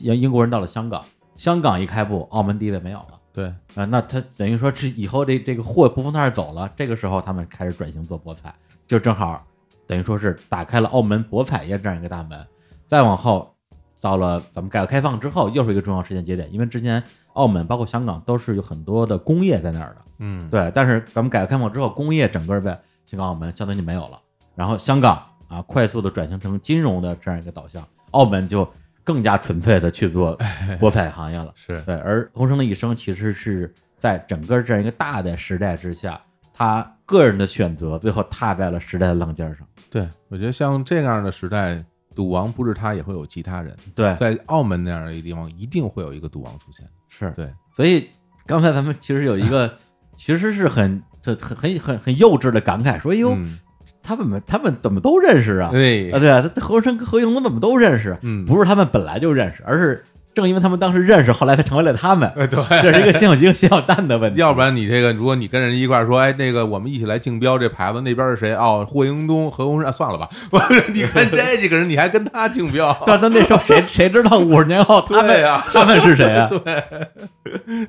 Speaker 1: 英英国人到了香港，香港一开埠，澳门地位没有了。
Speaker 2: 对，
Speaker 1: 啊、那他等于说这以后这这个货不从那儿走了，这个时候他们开始转型做博彩，就正好等于说是打开了澳门博彩业这样一个大门。再往后，到了咱们改革开放之后，又是一个重要时间节点，因为之前澳门包括香港都是有很多的工业在那儿的，
Speaker 2: 嗯，
Speaker 1: 对。但是咱们改革开放之后，工业整个在香港、澳门相当于就没有了，然后香港啊，快速的转型成金融的这样一个导向，澳门就更加纯粹的去做博彩行业了。
Speaker 2: 是
Speaker 1: 对，而洪生的一生其实是在整个这样一个大的时代之下，他个人的选择最后踏在了时代的浪尖上。
Speaker 2: 对，我觉得像这样的时代，赌王不是他，也会有其他人。
Speaker 1: 对，
Speaker 2: 在澳门那样的一个地方，一定会有一个赌王出现。
Speaker 1: 是
Speaker 2: 对，
Speaker 1: 所以刚才咱们其实有一个，其实是很这很很很很幼稚的感慨，说：“哎呦，
Speaker 2: 嗯，
Speaker 1: 他们他们怎么都认识啊？”啊，
Speaker 2: 哎，
Speaker 1: 对啊，他何生跟何应龙怎么都认识？
Speaker 2: 嗯
Speaker 1: 不是他们本来就认识，而是正因为他们当时认识，后来才成为了他们。 [laughs]
Speaker 2: 哎，对，
Speaker 1: 这是一个先有鸡和先有蛋的问题。
Speaker 2: 要不然你这个，如果你跟人一块儿说，哎，那个我们一起来竞标这牌子，那边是谁？哦，霍英东、何鸿燊、啊，算了吧。 [laughs] 我说你
Speaker 1: [laughs]
Speaker 2: 看这几个人，你还跟他竞标？
Speaker 1: 但是他那时候谁谁知道五十年后他
Speaker 2: 对
Speaker 1: 们
Speaker 2: 呀、
Speaker 1: 他们是谁啊？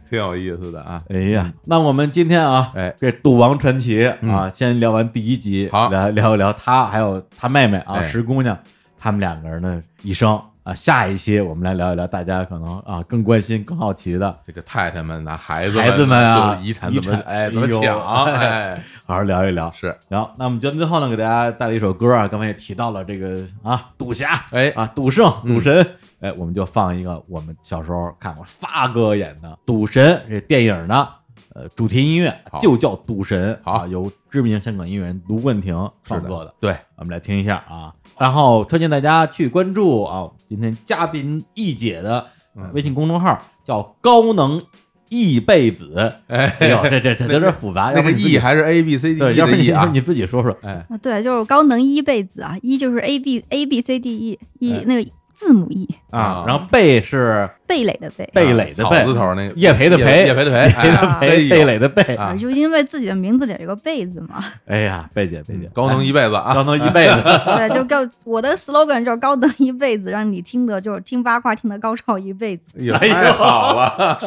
Speaker 2: 挺有意思的啊。
Speaker 1: 哎呀，那我们今天啊，
Speaker 2: 哎，
Speaker 1: 这赌王传奇啊，
Speaker 2: 嗯
Speaker 1: 先聊完第一集，
Speaker 2: 好
Speaker 1: 聊聊一聊他还有他妹妹啊，
Speaker 2: 哎
Speaker 1: 石姑娘，他们两个人的一生啊。下一期我们来聊一聊大家可能啊更关心、更好奇的，
Speaker 2: 这个太太们呐，孩子
Speaker 1: 孩子们啊
Speaker 2: 就是遗产怎
Speaker 1: 遗产
Speaker 2: 么哎怎么
Speaker 1: 哎呦
Speaker 2: 抢？哎，
Speaker 1: 好好聊一聊。
Speaker 2: 是
Speaker 1: 然后，那我们节目最后呢，给大家带来一首歌啊，刚才也提到了这个啊，赌侠，
Speaker 2: 哎
Speaker 1: 啊，赌圣、
Speaker 2: 嗯
Speaker 1: 赌神，哎，我们就放一个我们小时候看过发哥演的《赌神》这电影呢，呃，主题音乐
Speaker 2: 好
Speaker 1: 就叫《赌神》，
Speaker 2: 好
Speaker 1: 啊，由知名香港音乐人卢冠廷
Speaker 2: 是
Speaker 1: 创作的，
Speaker 2: 对，
Speaker 1: 我们来听一下啊。然后推荐大家去关注啊，今天嘉宾易姐的呃
Speaker 2: 嗯
Speaker 1: 微信公众号叫“高能易贝子”，
Speaker 2: 哎，
Speaker 1: 哎呦，这这这有点复杂，啊
Speaker 2: 那
Speaker 1: 要不
Speaker 2: 个
Speaker 1: 你自
Speaker 2: E
Speaker 1: 己
Speaker 2: 还是 A B C D
Speaker 1: 对，
Speaker 2: E
Speaker 1: 要不
Speaker 2: 的
Speaker 1: 然你
Speaker 2: E
Speaker 1: 要不
Speaker 2: 啊
Speaker 1: 然？你自己说说，
Speaker 2: 哎，
Speaker 3: 啊，对，就是高能一辈子啊，一就是 A B A B C D E E、
Speaker 1: 哎
Speaker 3: 那个字母 E，
Speaker 1: 啊
Speaker 2: 啊，
Speaker 1: 然后贝是
Speaker 3: 贝类的贝。
Speaker 1: 贝蕾的
Speaker 2: 草
Speaker 1: 贝
Speaker 2: 字头那个
Speaker 1: 叶培的培，
Speaker 2: 叶培的培，
Speaker 1: 贝的
Speaker 2: 哎
Speaker 1: 培，
Speaker 2: 呦
Speaker 1: 贝蕾的贝。
Speaker 2: 啊，
Speaker 3: 就因为自己的名字里有个贝字嘛，
Speaker 1: 哎呀，贝姐，贝姐，
Speaker 2: 高能
Speaker 1: 哎
Speaker 2: 一辈子啊
Speaker 1: 高，能一辈
Speaker 2: [laughs]
Speaker 1: 子，
Speaker 3: 对，就高我的 slogan 就是高能一辈子，让你听得就是听八卦听得高潮一辈子。
Speaker 2: [laughs] 也
Speaker 1: 哎呦
Speaker 2: 太好了，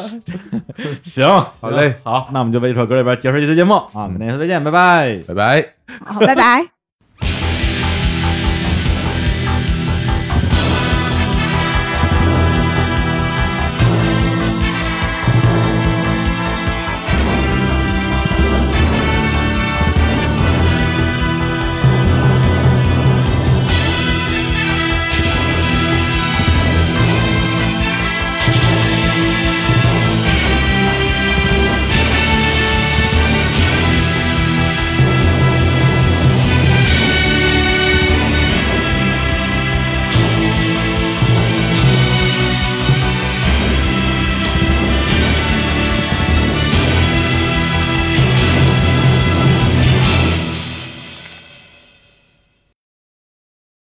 Speaker 1: 行，
Speaker 2: 好
Speaker 1: 行
Speaker 2: 嘞
Speaker 1: 好，那我们就为这首歌里边结束这期节目啊，跟大家说再见，拜拜。
Speaker 2: 拜拜。
Speaker 3: 好，拜拜。